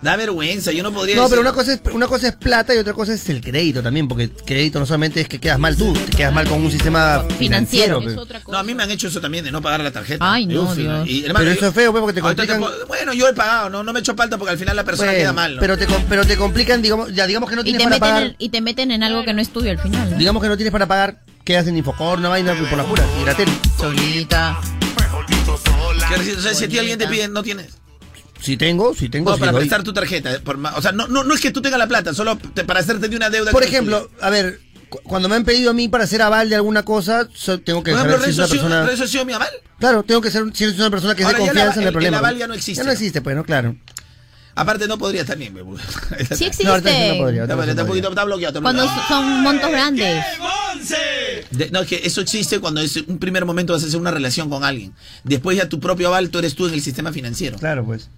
da vergüenza, yo no podría
No,
decir-
pero una cosa, es, una cosa es plata y otra cosa es el crédito también, porque el crédito no solamente es que quedas mal tú, te quedas mal con un sistema financiero. pe.
No, a mí me han hecho eso también, de no pagar la tarjeta.
Ay, no,
Uf, y-
Dios.
y,
Pero eso es feo, pues, porque te
ahorita
complican-
puedo- bueno, yo he pagado, no, no me he hecho falta porque al final la persona
Bueno,
queda mal. ¿no?
pero, te, com- pero te complican, digamos, ya digamos que no
Y
tienes
te,
para
meten
pagar.
en, y te meten en algo que no es tuyo al final. ¿no?
Digamos que no tienes para pagar, quedas en Infocor, una vaina por la pura, y la tele. Solita.
Que recién- o sea, si a ti alguien te pide, no tienes.
Si tengo, si tengo,
No,
sí
para
doy.
prestar tu tarjeta. por ma- o sea, no, no, no es que tú tengas la plata, solo te- para hacerte de una deuda.
Por
que no es
ejemplo, a ver, cu- cuando me han pedido a mí para hacer aval de alguna cosa, so- tengo que
Por
saber
ejemplo,
si
redes
es una
sociales-
persona.
redes sociales, mi aval.
Claro, tengo que ser si eres una persona que es de
Ahora ya la-
confianza en
el-
el
el
problema.
aval ya no existe,
Ya no
¿no?
existe, pues, no, claro.
Aparte, no podrías también. me-
Sí
No, ahorita sí no
existe.
podría, ahorita
Está,
sí no
está un
podría.
poquito- está bloqueado. está
Cuando
bloqueado.
so- son montos grandes.
De- no, es que eso existe cuando es un primer momento vas a hacer una relación con alguien. Después ya tu propio aval, tú eres tú en el sistema financiero.
Claro, pues.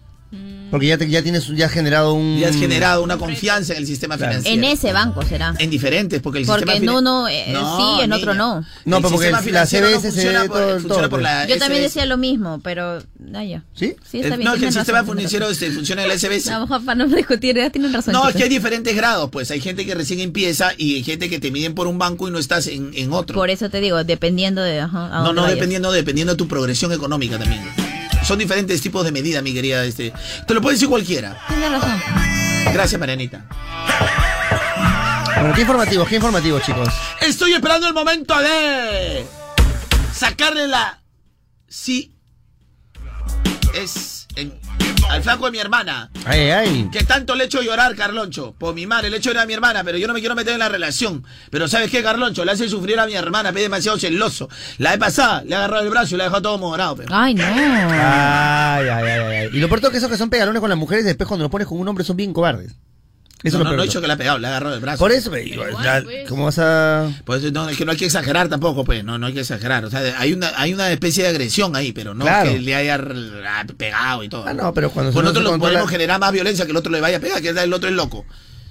Porque ya, te- ya tienes, ya has generado un.
Ya has generado una confianza en el sistema
En
financiero.
ese banco será.
En diferentes, porque el sistema
Porque en
finan-
uno eh,
No,
sí, en
niña.
otro no.
No,
El
pero porque
sistema
el- la
financiero no
CBS se
funciona
ve
por-
todo-
funciona
todo,
por
pues.
la
Yo también
SBS.
decía lo mismo, pero. ah, ya.
¿Sí?
Sí, está
Eh,
bien.
no, es que el
tienes
sistema
razón, tienes
financiero este, funciona en la SBS.
razón. No, Juan, para no discutir, ya tienen razón.
No, es
chicos.
que hay diferentes grados, pues hay gente que recién empieza y hay gente que te miden por un banco y no estás en, en otro.
Por eso te digo, dependiendo de. ajá, a
no,
dónde
no,
vayas.
dependiendo, dependiendo de tu progresión económica también. Son diferentes tipos de medida, mi querida. Este. Te lo puede decir cualquiera.
Tienes razón.
Gracias, Marianita.
Bueno, qué informativo, qué informativo, chicos.
Estoy esperando el momento de sacarle la. Sí. Es en- al flaco de mi hermana.
Ay, ay.
Que tanto le hecho llorar, Carloncho. Por mi madre, le hecho llorar a mi hermana, pero yo no me quiero meter en la relación. Pero ¿sabes qué, Carloncho? Le hace sufrir a mi hermana, pe, es demasiado celoso. La he pasada, le ha agarrado el brazo y la ha dejado todo morado,
Ah.
pe.
Ay, no.
Ay, ay, ay, ay. Y lo peor todo que esos que son pegalones con las mujeres, después cuando los pones con un hombre son bien cobardes. Eso
no, no,
es lo
no he
peor.
dicho que la ha pegado, le ha agarrado el brazo.
Por eso, pe, ya, ¿cómo vas a...?
Pues no, es que no hay que exagerar tampoco, pues. No, no hay que exagerar. O sea, hay una, hay una especie de agresión ahí, pero no
Claro.
que le haya r- ah, pegado y todo.
Ah, no, pero cuando se-
Pues
no se
nosotros lo
controla-
podemos generar más violencia que el otro le vaya a pegar, que el otro es loco.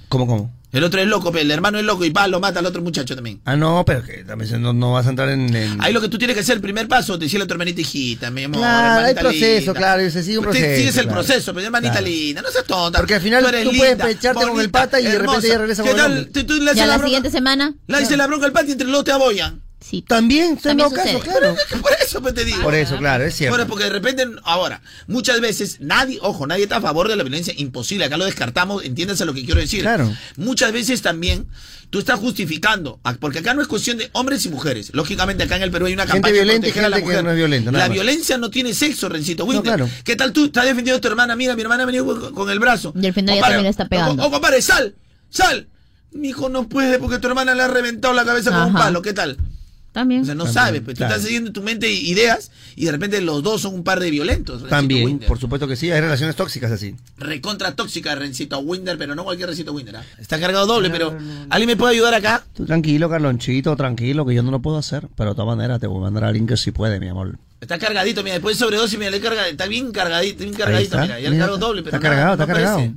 ¿Cómo, cómo?
El otro es loco, pe, el hermano es loco y pa, lo mata al otro muchacho también.
Ah, no, pero que también no, no vas a entrar en... en-
Ahí lo que tú tienes que hacer, el primer paso, decirle a tu hermanita hijita, mi amor.
Claro, hay
hermanita
proceso,
linda.
claro, y se sigue un
Usted
proceso.
Sigues el
claro.
proceso, pero hermanita
Claro.
linda, no seas tonta.
Porque al final
eres
tú puedes pecharte con el pata y de repente ella regresa
¿Qué
con el
tal?
hombre.
Tú- tú le haces
Ya
la
la
bronca-
siguiente semana.
La dice la bronca al pata y entre los dos te aboyan.
Sí.
También, se han
También
dado casos,
sucede.
claro.
Por eso pues, te digo.
Por eso, claro, es cierto.
Bueno, porque de repente, ahora, muchas veces, nadie, ojo, nadie está a favor de la violencia imposible, acá lo descartamos, entiéndase lo que quiero decir.
Claro.
Muchas veces también tú estás justificando, ah, porque acá no es cuestión de hombres y mujeres. Lógicamente acá en el Perú hay una
Gente
campaña
violenta y
de proteger a la
gente que
mujer.
no es violenta, nada
La
más.
violencia no tiene sexo, Rencito Winter.
claro.
¿Qué tal tú? Estás defendiendo a tu hermana, mira, mi hermana ha venido con- con el brazo.
Y al final ella
Compadre,
también le está pegando.
O, o, compadre, sal, sal. Mi hijo no puede porque tu hermana le ha reventado la cabeza con un
Ajá.
palo. ¿Qué tal?
También.
O sea, no
También,
sabes, pues
claro.
tú estás siguiendo en tu mente ideas y de repente los dos son un par de violentos. Rencito
También,
Winder.
por supuesto que sí, hay relaciones tóxicas así.
Recontra tóxica, Rencito Winder, pero no cualquier Rencito Winder. ¿ah? Está cargado doble, pero ¿alguien me puede ayudar acá?
Tú tranquilo, Carlonchito, tranquilo, que yo no lo puedo hacer. Pero de todas maneras te voy a mandar a alguien que sí puede, mi amor.
Está cargadito, mira, después de sobredosis, mira, le carga, está bien cargadito, bien
Ahí
cargadito,
está.
mira, ya le
Mira,
cargo doble, pero
Está cargado,
nada,
está
no
cargado.
aparece.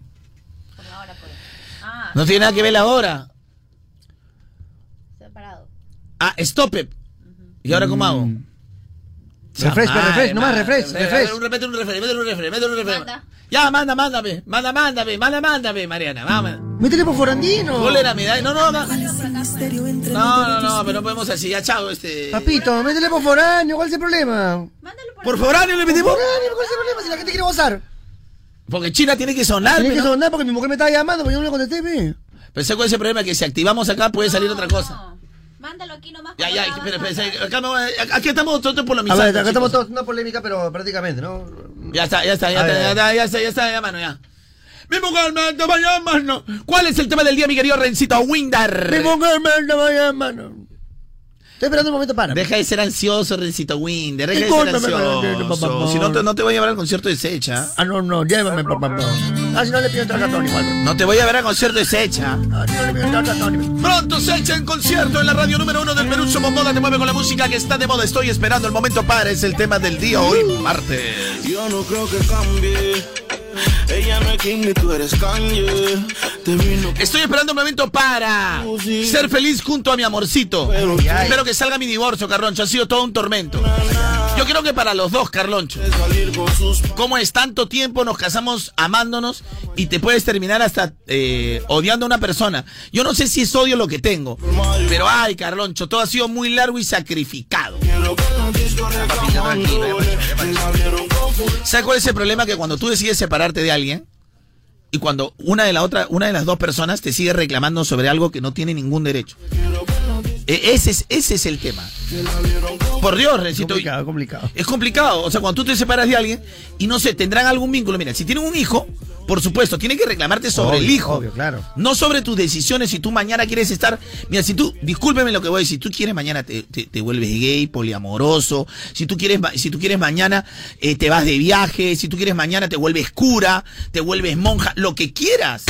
No tiene nada que ver la hora. Ah, stop it. ¿Y ahora cómo hago?
Mm. Refresh,
Madre,
refresh, nomás
madre,
refresh,
madre,
refresh.
Un repete, un refresh, métele un refresh, métele un refresh. Ya, manda, mándame, manda, mándame, manda, mándame, Mariana, vamos.
Métele por Forandino.
Golera, me da. No, no, no. No, no, no, pero no podemos así, ya chao, este.
Papito, métele por foráneo, ¿cuál es el problema?
Por foráneo le metemos.
Por foráneo, ¿cuál es el problema? Si la gente quiere gozar.
Porque China tiene que sonar,
Tiene que
¿no?
sonar porque mi mujer me estaba llamando, pero yo no le contesté, pe.
Pensé con ese problema que si activamos acá puede salir otra cosa.
Mándalo aquí nomás.
Ya, ya, espera, espera, acá, me voy a- aquí estamos nosotros por lo
A
mismo.
ver, acá estamos todos, una polémica, pero prácticamente, ¿no?
Ya está, ya está, ya
A
está,
ver,
ya
a
está, ya está, ya está, ya mano, ya. Mi mujer me toma ya mano. ¿Cuál es el tema del día, mi querido Rencito Windar?
Mi mujer me estaba llamando. Estoy esperando un momento para.
Deja de ser ansioso, Rencito Winder. Deja de ser
Discúlpame, pero-
ansioso. Si no, te- no te voy a llevar al concierto de Secha.
Ah, no, no, llévame, por favor. Ah, si no le pido otra cartón igual. Ah,
No te voy a ver al concierto de Secha. Pronto se echa en concierto en la radio número uno del Perú. Somos moda, te mueve con la música que está de moda. Estoy esperando el momento para. Es el tema del día hoy, martes.
Yo no creo que cambie. Ella no es Kim ni tú eres Kanye. Te vino
Estoy esperando un momento para ser feliz junto a mi amorcito. Espero que salga mi divorcio, Carloncho. Ha sido todo un tormento. Yo creo que para los dos, Carloncho. ¿Cómo es tanto tiempo nos casamos amándonos y te puedes terminar hasta eh, odiando a una persona? Yo no sé si es odio lo que tengo, pero ay, Carloncho, todo ha sido muy largo y sacrificado. ¿Sabes cuál es el problema? Que cuando tú decides separarte de alguien y cuando una de, la otra, una de las dos personas te sigue reclamando sobre algo que no tiene ningún derecho. E- Ese es, ese es el tema. Por Dios, Rencito. Es complicado,
complicado.
Es complicado. O sea, cuando tú te separas de alguien y no sé, tendrán algún vínculo. Mira, si tienen un hijo, por supuesto, tienen que reclamarte sobre
Obvio,
el hijo.
obvio, claro.
No sobre tus decisiones. Si tú mañana quieres estar. Mira, si tú. Discúlpeme lo que voy a decir. Si tú quieres mañana te, te- te vuelves gay, poliamoroso. Si tú quieres, ma- si tú quieres mañana eh, te vas de viaje. Si tú quieres mañana te vuelves cura, te vuelves monja. Lo que quieras.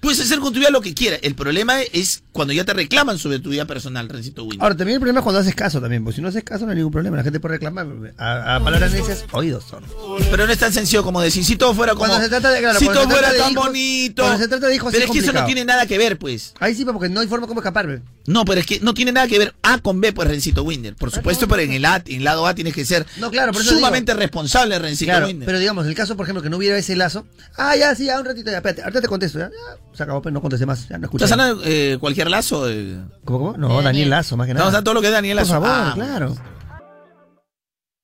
Puedes hacer con tu vida lo que quieras. El problema es cuando ya te reclaman sobre tu vida personal, Rencito Win.
Ahora, también el problema es cuando haces caso también, porque si no haces caso no hay ningún problema, la gente puede reclamar. A, a palabras necias, oídos son.
Pero no es tan sencillo como decir, si todo fuera como.
Cuando se trata de- claro,
si
cuando
todo
se trata
fuera
de
tan
hijos-
bonito.
cuando se trata de hijos
Pero
es
es que eso no
complicado.
tiene nada que ver, pues.
Ahí sí, porque no hay forma como escaparme.
No, pero es que no tiene nada que ver A con B, pues, Rencito Winder. Por supuesto, pero en el A, en el lado A tienes que ser
No, claro, por eso
sumamente responsable, Rencito
Claro,
Winder.
pero digamos, el caso, por ejemplo, que no hubiera ese lazo. Ah, ya, sí, ya, un ratito, ya, espérate, ahorita te contesto, ya, ya, se acabó, pero no contesté más, ya no escuché.
¿Estás hablando eh, cualquier lazo? eh?
¿Cómo, cómo? No, Daniel Lazo, más que nada.
Estamos hablando todo lo que es Daniel Lazo.
Por favor,
Ah,
claro.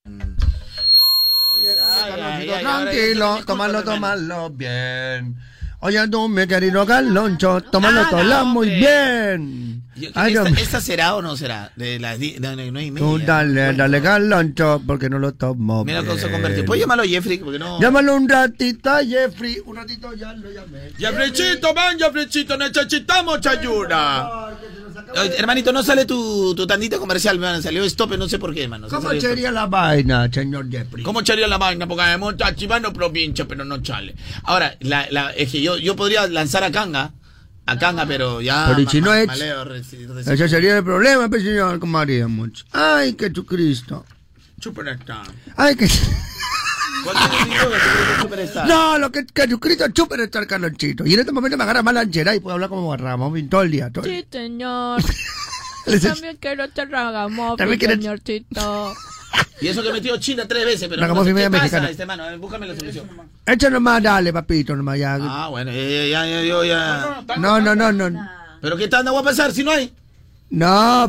Tranquilo,
Tranquilo, tomarlo, tomarlo bien. Oye, tú, mi querido Carloncho, tomarlo, tomarlo muy bien.
Ah, Yo- ¿esta,
Ay, Dios mío.
esta será o no será? De las die- no, no, no hay
Tú
media.
dale, dale Carloncho, porque no lo tomo
Mira cómo se
bien.
convirtió. Pues ¿Puedes llamarlo Jeffrey? Porque no.
Llámalo un ratito a Jeffrey, un ratito ya lo llamé.
Ya flechito, ven, ya flechito, necesitamos chayura. Oye, hermanito, no sale tu, tu tandita comercial, me salió stop, no sé por qué, hermano.
¿Cómo
Salió
sería la vaina, señor Jeffrey?
stop. ¿Cómo echaría la vaina? Porque además ah, está chivando provincia, pero no chale. Ahora, la, la, es que yo, yo podría lanzar a Canga, a Canga, pero ya.
Pero
ma-
si no
ma-
es-
maleo, reci- reci-
Ese sería el problema, pues, señor, como haría mucho. Ay, que tu Cristo.
Superstar.
Ay, que...
¿Cuánto dinero que te cuesta este Superstar?
No, lo que que tu Cristo chupa estar Carlonchito. Y en este momento me agarra más lanchera y puedo hablar como Ramón todo el día. todo el-
Sí, señor.
Les-
También quiero te ragamos,
También quiero-
señor Tito.
Y eso que metió China tres veces, pero.
Hagamos
sé
media
¿Qué pasa,
mexicana.
este mano? A ver, búscame la solución.
Echa nomás, dale, papito, nomás ya.
Ah, bueno, ya, ya, ya, ya, ya.
No, no, no, no. No,
¿Pero qué tanda va a pasar si no hay?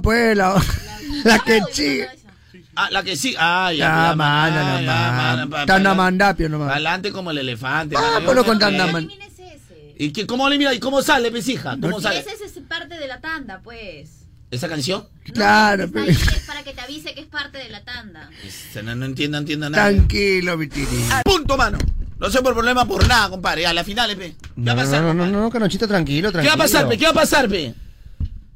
pues, la, la que chica.
Ah, la que sí. Ah, ya.
Ya,
ya,
mano,
ya,
no,
ya,
man.
mano, pa-
Tan
pa-
amandapio nomás.
Adelante como el elefante.
Ah,
mano, yo
ponlo
creo
con
que-
tan aman-
¿Y qué, cómo le mira? ¿Y cómo sale, pesija? ¿Cómo sale?
Esa es parte de la tanda, pues.
¿Esa canción?
Claro,
Está ahí que- para que te avise que es parte de la tanda.
Este, No, no entiendo, no entiendo nada.
Tranquilo, mi tiri.
Punto, mano. No soy por problema por nada, compadre. A la final, eh, pe.
No, no, no, no, no, Carlonchito, tranquilo,
¿Qué
tranquilo.
va a pasar, pe? ¿Qué va a pasar, pe?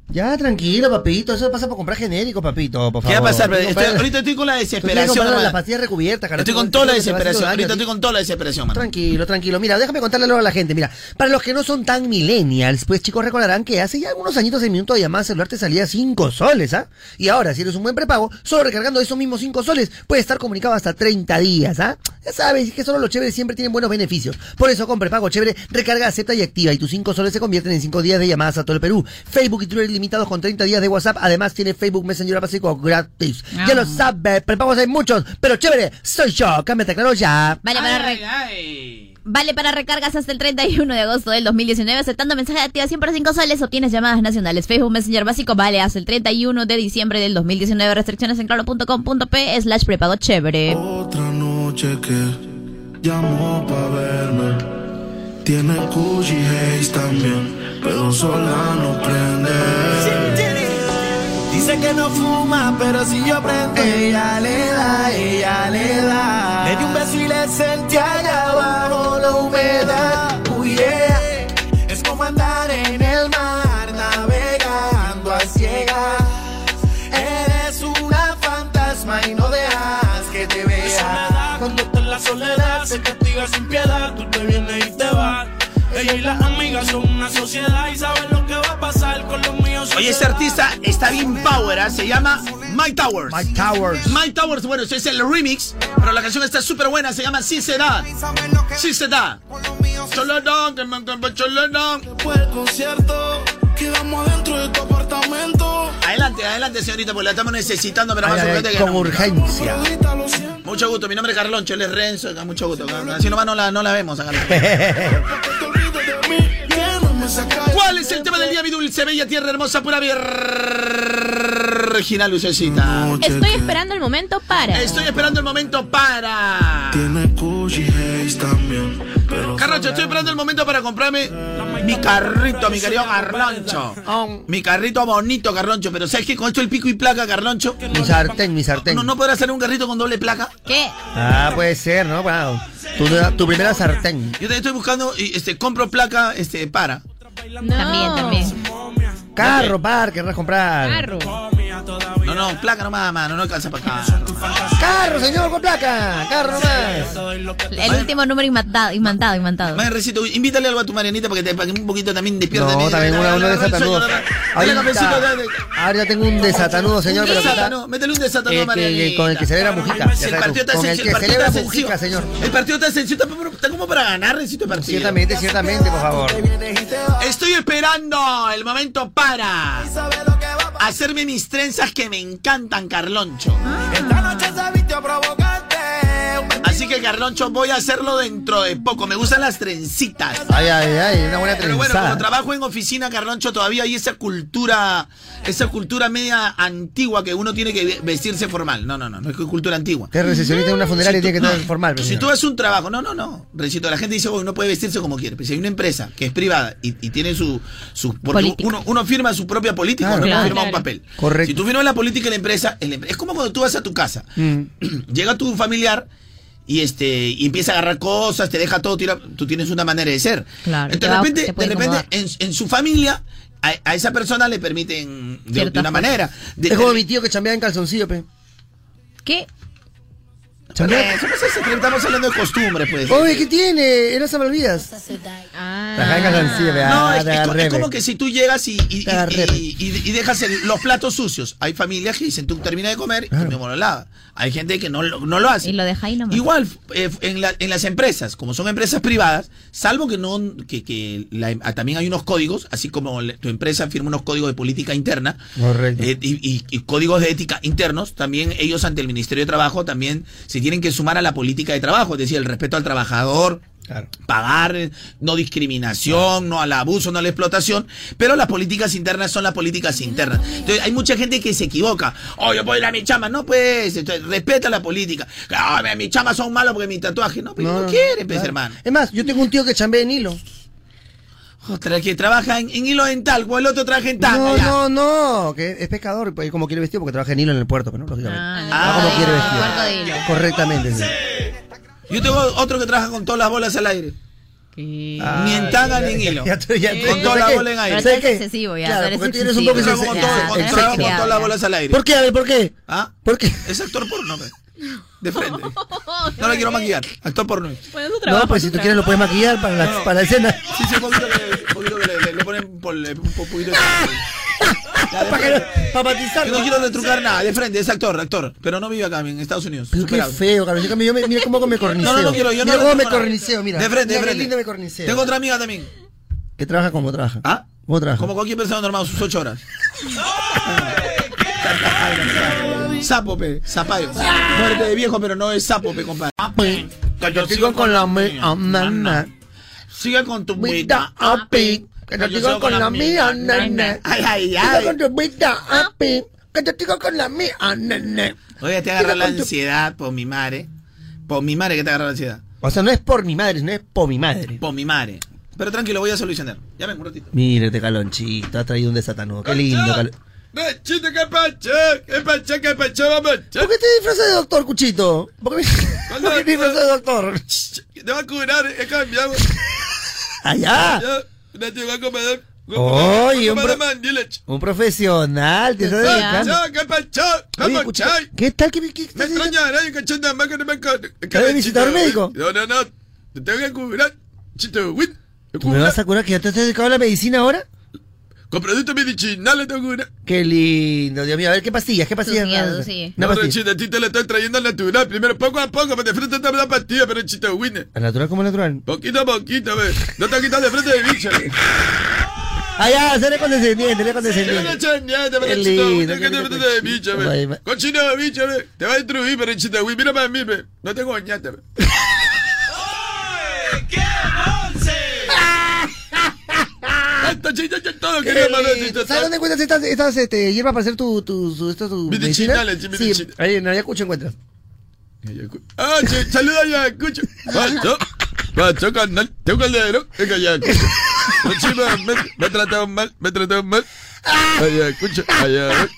Ya, tranquilo, papito. Eso pasa por comprar genérico, papito, por favor.
¿Qué va a pasar, pe? Estoy-
Compadre,
ahorita estoy con la
tú tienes que
desesperación,
comprar las
hermano.
pastillas recubiertas, Carlonchito.
Estoy con toda la
Te va haciendo
desesperación.
daño a
Ahorita
ti.
estoy con toda la desesperación, mano.
Tranquilo, tranquilo. Mira, déjame contarle algo a la gente. Mira, para los que no son tan millennials, pues chicos, recordarán que hace ya algunos añitos en minuto de llamada celular te salía 5 soles, ¿ah? Y ahora, si eres un buen prepago, solo recargando esos mismos 5 soles, puedes estar comunicado hasta 30 días, ¿ah? Ya sabes, es que solo los chéveres siempre tienen buenos beneficios. Por eso, con prepago chévere, recarga, acepta y activa y tus 5 soles se convierten en 5 días de llamadas a todo el Perú. Facebook y Twitter limitados con 30 días de WhatsApp. Además, tiene Facebook Messenger básico gratis. Ya lo sabes, prepagos hay muchos, pero chévere, soy yo. Cámbiate, claro, ya.
Vale para, re- vale para recargas hasta el 31 de agosto del 2019. Aceptando mensajes de activación por 5 soles, obtienes llamadas nacionales. Facebook Messenger básico vale hasta el 31 de diciembre del 2019. Restricciones en claro.com.p slash prepago chévere.
Otra noche que llamó pa' verme. Tiene Gucci Haze también, pero sola no prende.
Dice que no fuma, pero si yo prendo, ella le da, ella le da. Le di un beso y le sentí allá abajo la humedad. Uy, yeah. Es como andar en el mar, navegando a ciegas. Eres una fantasma y no dejas que te vea.
Cuando está en la soledad, se castiga sin piedad, tú te vienes y te vas. Ella y las amigas son una sociedad y saben lo que va a pasar con los míos.
Oye, este artista está bien power, ¿ah? se llama My Towers. My
Towers.
My Towers, bueno, ese es el remix, pero la canción está súper buena, se llama Sí se da. Sí se da.
Choladón, que me encanta choladón. Después del concierto, quedamos adentro de tu apartamento.
Adelante, adelante, señorita, porque la estamos necesitando, pero
Ay,
más
ay,
urgente
ay,
que
eh, con
nunca.
urgencia.
Mucho gusto, mi nombre es Carloncho, él es Renzo, acá, mucho gusto. acá. Así nomás no la, no la vemos acá. ¿Cuál es el tema del día, mi dulce, bella tierra hermosa, pura virginal, lucecita?
Estoy esperando el momento para.
Estoy esperando el momento para.
Tiene Gucci Haze también. Pero
Carloncho, estoy esperando el momento para comprarme mi carrito, mi querido Carloncho. Mi carrito bonito, Carloncho, pero ¿sabes qué? Con esto el pico y placa, Carloncho.
Mi sartén, mi sartén.
¿No, no podrás hacer un carrito con doble placa?
¿Qué?
Ah, puede ser, ¿no? Wow. Tu, tu primera sartén.
Yo te estoy buscando y este, compro placa este, para.
También, también.
Carro, par, querrás comprar.
No, no, placa nomás, mano, no alcanza para acá.
Carro, señor, con placa. Carro nomás.
El último número imantado, imantado, imantado.
Más recito, invítale algo a tu Marianita para que, te, para que un poquito también despierta.
No, también una, uno
de
desatanudo. Ahorita, ahora ya tengo un desatanudo, señor, pero que está-
Métele un desatanudo
eh,
a Marianita.
que- con el que celebra Mujica. ya
Si el
sabes,
partido está
con el
sencillo,
que
el partido
celebra pues,
está
Mujica,
sencillo.
señor.
El partido está sencillo, está, está como para ganar, recito el partido.
Ciertamente, ciertamente, por favor.
Estoy esperando el momento para hacerme mis trenzas que me encantan, Carloncho.
Ah,
Así que, Carloncho, voy a hacerlo dentro de poco. Me gustan las trencitas.
Ay, ay, ay, una buena
Pero bueno, como
trenzada.
trabajo en oficina, Carloncho, todavía hay esa cultura, esa cultura media antigua que uno tiene que vestirse formal. No, no, no, no es cultura antigua.
Que es recepcionista en una funeraria
Si
y
tú-
tiene que estar
no,
formal. pues,
Si
señor.
tú haces un trabajo, no, no, no. Recito, la gente dice, uno no puede vestirse como quiere. Pero si hay una empresa que es privada y, y tiene su. su porque
Política.
uno, uno firma su propia política,
Claro.
uno
Claro.
firma un
Claro.
papel.
Correcto.
Si tú firmas la política de la empresa, el em- es como cuando tú vas a tu casa,
Mm.
llega tu familiar. Y este y empieza a agarrar cosas, te deja todo tirado. Tú tienes una manera de ser.
Claro, te
de
va-
repente,
te
de
puede
repente
incomodar.
en, en su familia, a, a esa persona le permiten de- de,
Ciertas
una
cosas.
manera. De-
es como
de-
mi tío que chambea en calzoncillo, pe.
¿Qué?
Chambea.
Eso, pues, eso, estamos hablando de costumbres, pues.
Oye, ¿qué tiene? Era se me olvidas.
Ah.
Trabajaba en calzoncillo, pe.
No,
ah,
es,
te
es co-
agarré,
es como
pe.
que si tú llegas y, y- y-
agarré.
y- y- y dejas el- los platos sucios. Hay familias que dicen, tú termina de comer y tu mismo lo lava. Hay gente que no, lo- no lo hace.
Y lo deja ahí nomás.
Igual, eh, en, la- en las empresas, como son empresas privadas, salvo que no que, que la em- ah, también hay unos códigos, así como le- tu empresa firma unos códigos de política interna
Correcto.
eh, y, y- y códigos de ética internos, también ellos ante el Ministerio de Trabajo también se tienen que sumar a la política de trabajo, es decir, el respeto al trabajador, pagar, eh, no discriminación, no al abuso, no a la explotación, pero las políticas internas son las políticas internas. Entonces hay mucha gente que se equivoca. Oh, yo puedo ir a mi chama, no pues, entonces, respeta la política. Ah, mis chamas son malos porque mi tatuaje, no, pues no, quiere, pues,
claro.
hermano.
Es más, yo tengo un tío que chambea en hilo.
Otra que trabaja en, en hilo dental, o el otro trabaja en tal.
No,
ya.
no, no, que es pescador, pues, como quiere vestir, porque trabaja en hilo en el puerto, pero no, lógicamente. Ah, como quiere
puerto de
vestir.
hilo.
Correctamente, sí.
Yo tengo otro que trabaja con todas las bolas al aire. Ah, Ni en
Ay,
tanga
ya,
ni en
ya,
hilo.
ya, ya, ya, ya,
con todas
¿sabes
las
qué?
bolas en aire.
Pero ¿Sabes tú eres qué?
excesivo ya,
Claro,
tú eres
porque tú eres un poco
excesivo.
que
Con
se-
todo-
ya,
con
eres
trabajo, con
excesivo,
todas
ya.
las bolas al aire.
¿Por qué? A ver, ¿por qué?
¿Ah?
¿Por qué?
Es actor porno, ve. De frente. No la quiero maquillar. Actor porno.
no, pues si tú quieres lo puedes maquillar para la, para la escena.
Sí, sí, un poquito que, un poquito que le, le- le ponen por, le- un po- poquito de... para
matizar.
Yo no quiero retrucar nada, de frente, es actor, actor. Pero no vive acá, en Estados Unidos.
Pero qué
superado.
feo, cabrón. Yo cambio- yo me- mira cómo me corniceo.
No, no, no quiero, yo no
Mira cómo me
retruco nada.
corniceo, mira.
De frente, de
Mira qué
frente.
lindo me corniceo.
Tengo otra amiga también.
¿Qué trabaja como trabaja? ¿Ah? ¿Cómo trabaja?
Como cualquier persona normal, sus ocho horas. sapo, pe, zapayo. Muerte de viejo, pero no es sapo, pe, compadre.
Que Ah. yo sigo con la ah, mía, nana.
Sigue con tu
Vida api. Que yo sigo con la mía, nana.
Ay, ay,
Sigo
ay.
con tu vida api. Que yo sigo con la mía, nana.
Oye, te agarra la ansiedad por mi madre. Por mi madre que te agarra la ansiedad.
O sea, no es por mi madre, no es por mi madre.
Por mi madre. Pero tranquilo, voy a solucionar. Ya ven un ratito.
Mírate, este calonchito, has traído un desatanudo. Qué lindo, Calonchito.
Ve, chiste, qué pache, qué pache, qué pache, vamos.
¿Por qué te disfrazas de doctor, Cuchito? ¿Por qué, ¿Por qué te disfrazas de doctor?
Te va a curar, he cambiado.
¡Allá!
Ya, ya te va a comer.
Oye, un
un
bro- Un profesional, te estás dedicando.
¿Qué pacha?
Oye,
¿Qué
Cuchito,
pacha?
¿Qué tal? ¿Qué, qué,
Me extrañará, yo cachonda, más que no me encuentro.
¿Quieres visitar un médico?
No, no, no. Te tengo que curar. Chito, wit.
¿Tú me vas a curar que ya te has dedicado a la medicina ahora?
Con productos medicinales, Togura.
Qué lindo, Dios mío. A ver, ¿qué pastillas? ¿Qué pastillas?
miedo,
sí.
No, pero chita, a ti te la estoy trayendo al natural. Primero poco a poco, pero de frente te la pastilla, pero chita, winner.
¿Al natural como al natural?
Poquito a poquito, ve. No te quitas de frente de bicho.
Allá, seré condescendiente, seré condescendiente.
Qué
lindo, qué lindo,
de bicho, ve.
Ay, va-
Cochino de bicho, ve. Te va a destruir, pero chita, winner. Mira para mí, ve. No te coñaste, ve. Esta chita, ya todo
Qué
quería mandar,
lindo.
chita.
Eh, ¿Sabes dónde encuentras estas, estas este, hierbas para hacer tu, tu, tu, esto, tu medicina?
Medicinales, sí,
Sí,
medicinales.
ahí en Ayacucho encuentras.
Ah, che, saluda ya, escucho. Ah, Macho, macho, carnal. Tengo caldero, es que ya escucho. No, sí, me, me- me trataron mal, me trataron mal. Allá, escucho, Ah, allá.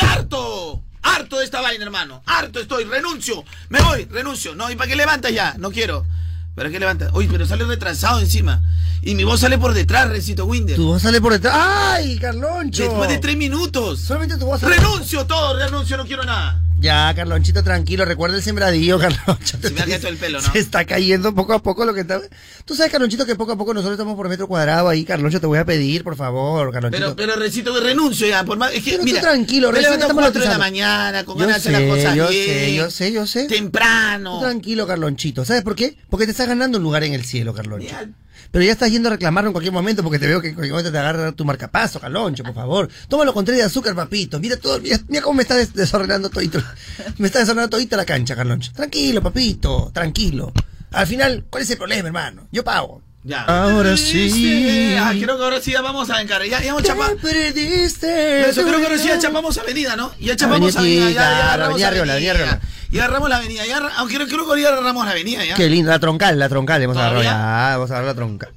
¡Harto! ¡Harto de esta vaina, hermano! ¡Harto estoy! ¡Renuncio! ¡Me voy! ¡Renuncio! No, ¿y para qué levantas ya? No quiero. ¿Para qué levantas? Uy, pero sale retrasado encima. Y mi voz sale por detrás, Recito Winder.
Tu voz sale por detrás. ¡Ay, Carloncho!
Después de tres minutos.
Solamente tu voz
¡Renuncio todo! ¡Renuncio! No quiero nada.
Ya, Carlonchito, tranquilo. Recuerda el sembradío, Carloncho.
Se me ha quedado el pelo, ¿no?
Se está cayendo poco a poco lo que está. Tú sabes, Carlonchito, que poco a poco nosotros estamos por metro cuadrado ahí. Carloncho, te voy a pedir, por favor, Carlonchito.
Pero, pero Recito, que renuncio ya. Por más. Es que,
Pero tú
mira,
tranquilo,
me
recién
levanto a
estamos
cuatro de la
bautizando.
mañana, con
Yo
ganas de hacer
sé,
las cosas
yo
bien.
sé, yo sé, yo sé.
Temprano.
Tú Tranquilo, Carlonchito. ¿Sabes por qué? Porque te estás ganando un lugar en el cielo, Carloncho. Pero ya estás yendo a reclamarlo en cualquier momento porque te veo que en cualquier momento te agarra tu marcapaso, Carloncho, por favor. Tómalo con tres de azúcar, papito. Mira todo, mira, mira cómo me está des- desordenando todito. Me está desordenando todita la cancha, Carloncho. Tranquilo, papito, tranquilo. Al final, ¿cuál es el problema, hermano? Yo pago.
Ya.
Ahora sí.
Ah, creo que ahora sí ya vamos a encargar. Ya, ya vamos a
Te
chapar.
perdiste.
Eso creo que ahora sí ya chapamos avenida, ¿no? Ya chapamos
Avenida,
avenida. Ya, ya
claro,
agarramos
avenida Arreola, avenida Arreola.
Ya agarramos la avenida. Ya, arra- aunque creo, creo que hoy ya agarramos la avenida. ya.
Qué lindo, la troncal, la troncal, hemos agarrado
¿Todavía?
ya, vamos a agarrar la troncal.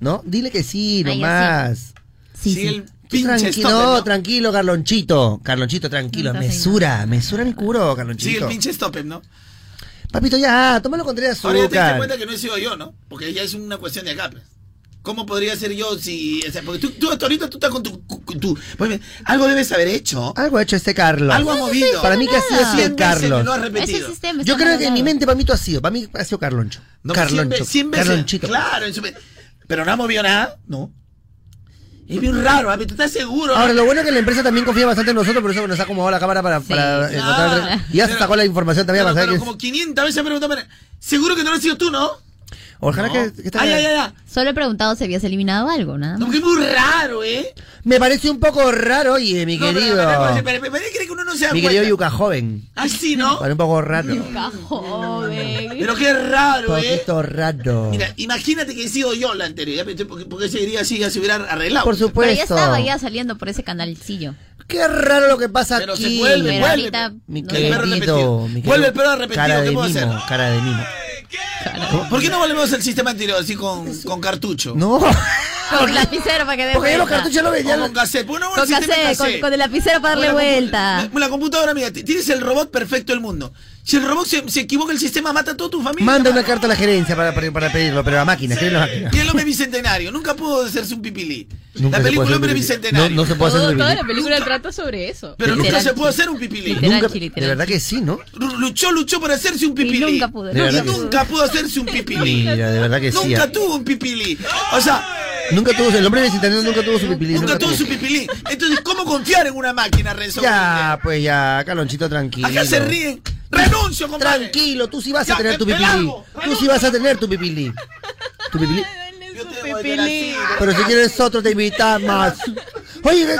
¿No? Dile que sí,
Ay,
nomás.
Sí, el pinche
Tranquilo,
stopper, ¿no?
tranquilo, Carlonchito. Carlonchito, tranquilo.
Está
Mesura, mesura el curo,
Sigue
Carlonchito.
el pinche stopem, ¿no?
Papito, ya, tómalo con tres de
Ahora ya te diste
azúcar.
cuenta que no he sido yo, ¿no? Porque ya es una cuestión de acá, pues. ¿Cómo podría ser yo si.? o sea, porque tú, tú hasta ahorita tú estás con tu. con tu- muy bien. algo debes haber hecho.
Algo ha hecho este Carlos.
Algo ha movido.
Para mí que ha sido
Cien
este
veces me lo ha
Carlos.
repetido.
Ese Yo creo que en mi mente, para mí, tú has sido. Para mí ha sido Carloncho.
No, pues
Carloncho.
cien ve- cien veces-
Carlonchito.
Claro, en su ve- pero no ha movido nada, no. Es bien raro, ¿ah? ¿Tú estás seguro?
Ahora,
no?
lo bueno es que la empresa también confía bastante en nosotros, por eso nos ha acomodado la cámara para, para eh,
claro.
encontrar. Y ya se sacó la información también
Claro,
para saber
pero
que
como 500 veces me preguntaron, seguro que no lo has sido tú, ¿no?
es- Ojalá
No.
que, que esté-
Ay, ay, ay, ay.
Solo he preguntado si habías eliminado algo, nada más.
Porque es muy raro, ¿eh?
Me parece un poco raro, oye, mi
No, pero-
querido.
pero- pero- pero- pero- pero- cree que uno no se da
mi querido
cuenta.
Yuca joven.
Ah, sí, ¿no?
Parece un poco raro. Un
Yuca ¿eh? joven. Pero qué raro, ¿eh?
poquito raro.
Mira, imagínate que he sido yo la anterior, ya, pero porque, porque seguiría así, ya se hubiera arreglado.
Por
Pero ya
supuesto.
estaba ya saliendo por ese canalcillo.
Qué raro lo que pasa
Pero
aquí.
se vuelve, Pero vuelve. ahorita,
Mi
no sé.
querido,
El perro
mi
repetido.
querido-
Vuelve el perro repetido,
Cara
¿qué
de
puedo hacer?
mimo, cara de mimo.
¿Por qué no volvemos al sistema anterior así con, con cartucho?
No.
Con lapicero para que dé
Porque ya los
vuelta.
cartuchos ya lo ven, ya
O
lo-
con cassette. Bueno, bueno,
Con
el sistema
cassette, con,
cassette.
con el lapicero para darle
Con la compu-
vuelta.
La, la computadora, mira, t- tienes el robot perfecto del mundo. Si el robot se, se equivoca, el sistema mata a toda tu familia.
Manda una carta a la gerencia para, para- para pedirlo, pero a máquina, escribe la máquina.
Y el hombre bicentenario, nunca pudo hacerse un pipilí. la
Nunca se puede
película
hacer
Hombre
un pipilí.
Bicentenario.
No, no se puede hacer un
Todo-
pipilí.
toda la película trata sobre eso.
Pero nunca se pudo hacer un pipilí.
Nunca- de verdad que sí, ¿no?
Ru- Luchó, luchó por hacerse un pipilí.
nunca pudo.
De verdad
Y
que sí.
nunca pudo hacerse un pipilí.
Mira, de verdad que sí.
Nunca
ah.
tuvo un pipilí. O sea,
Nunca tuvo, el hombre visitante nunca tuvo su pipilí.
nunca tuvo su pipilí. Entonces, ¿cómo confiar en una máquina, Renzo?
Ya, pues ya, Calonchito, tranquilo.
Acá se ríen. Renuncio, compadre.
Tranquilo, tú sí vas
Ya,
a tener tu
me
pipilí.
largo.
Tú sí vas a tener tu pipilí. Tu pipilí.
Pipilí.
Pero si quieres otro, te invitamos. Oye, ve-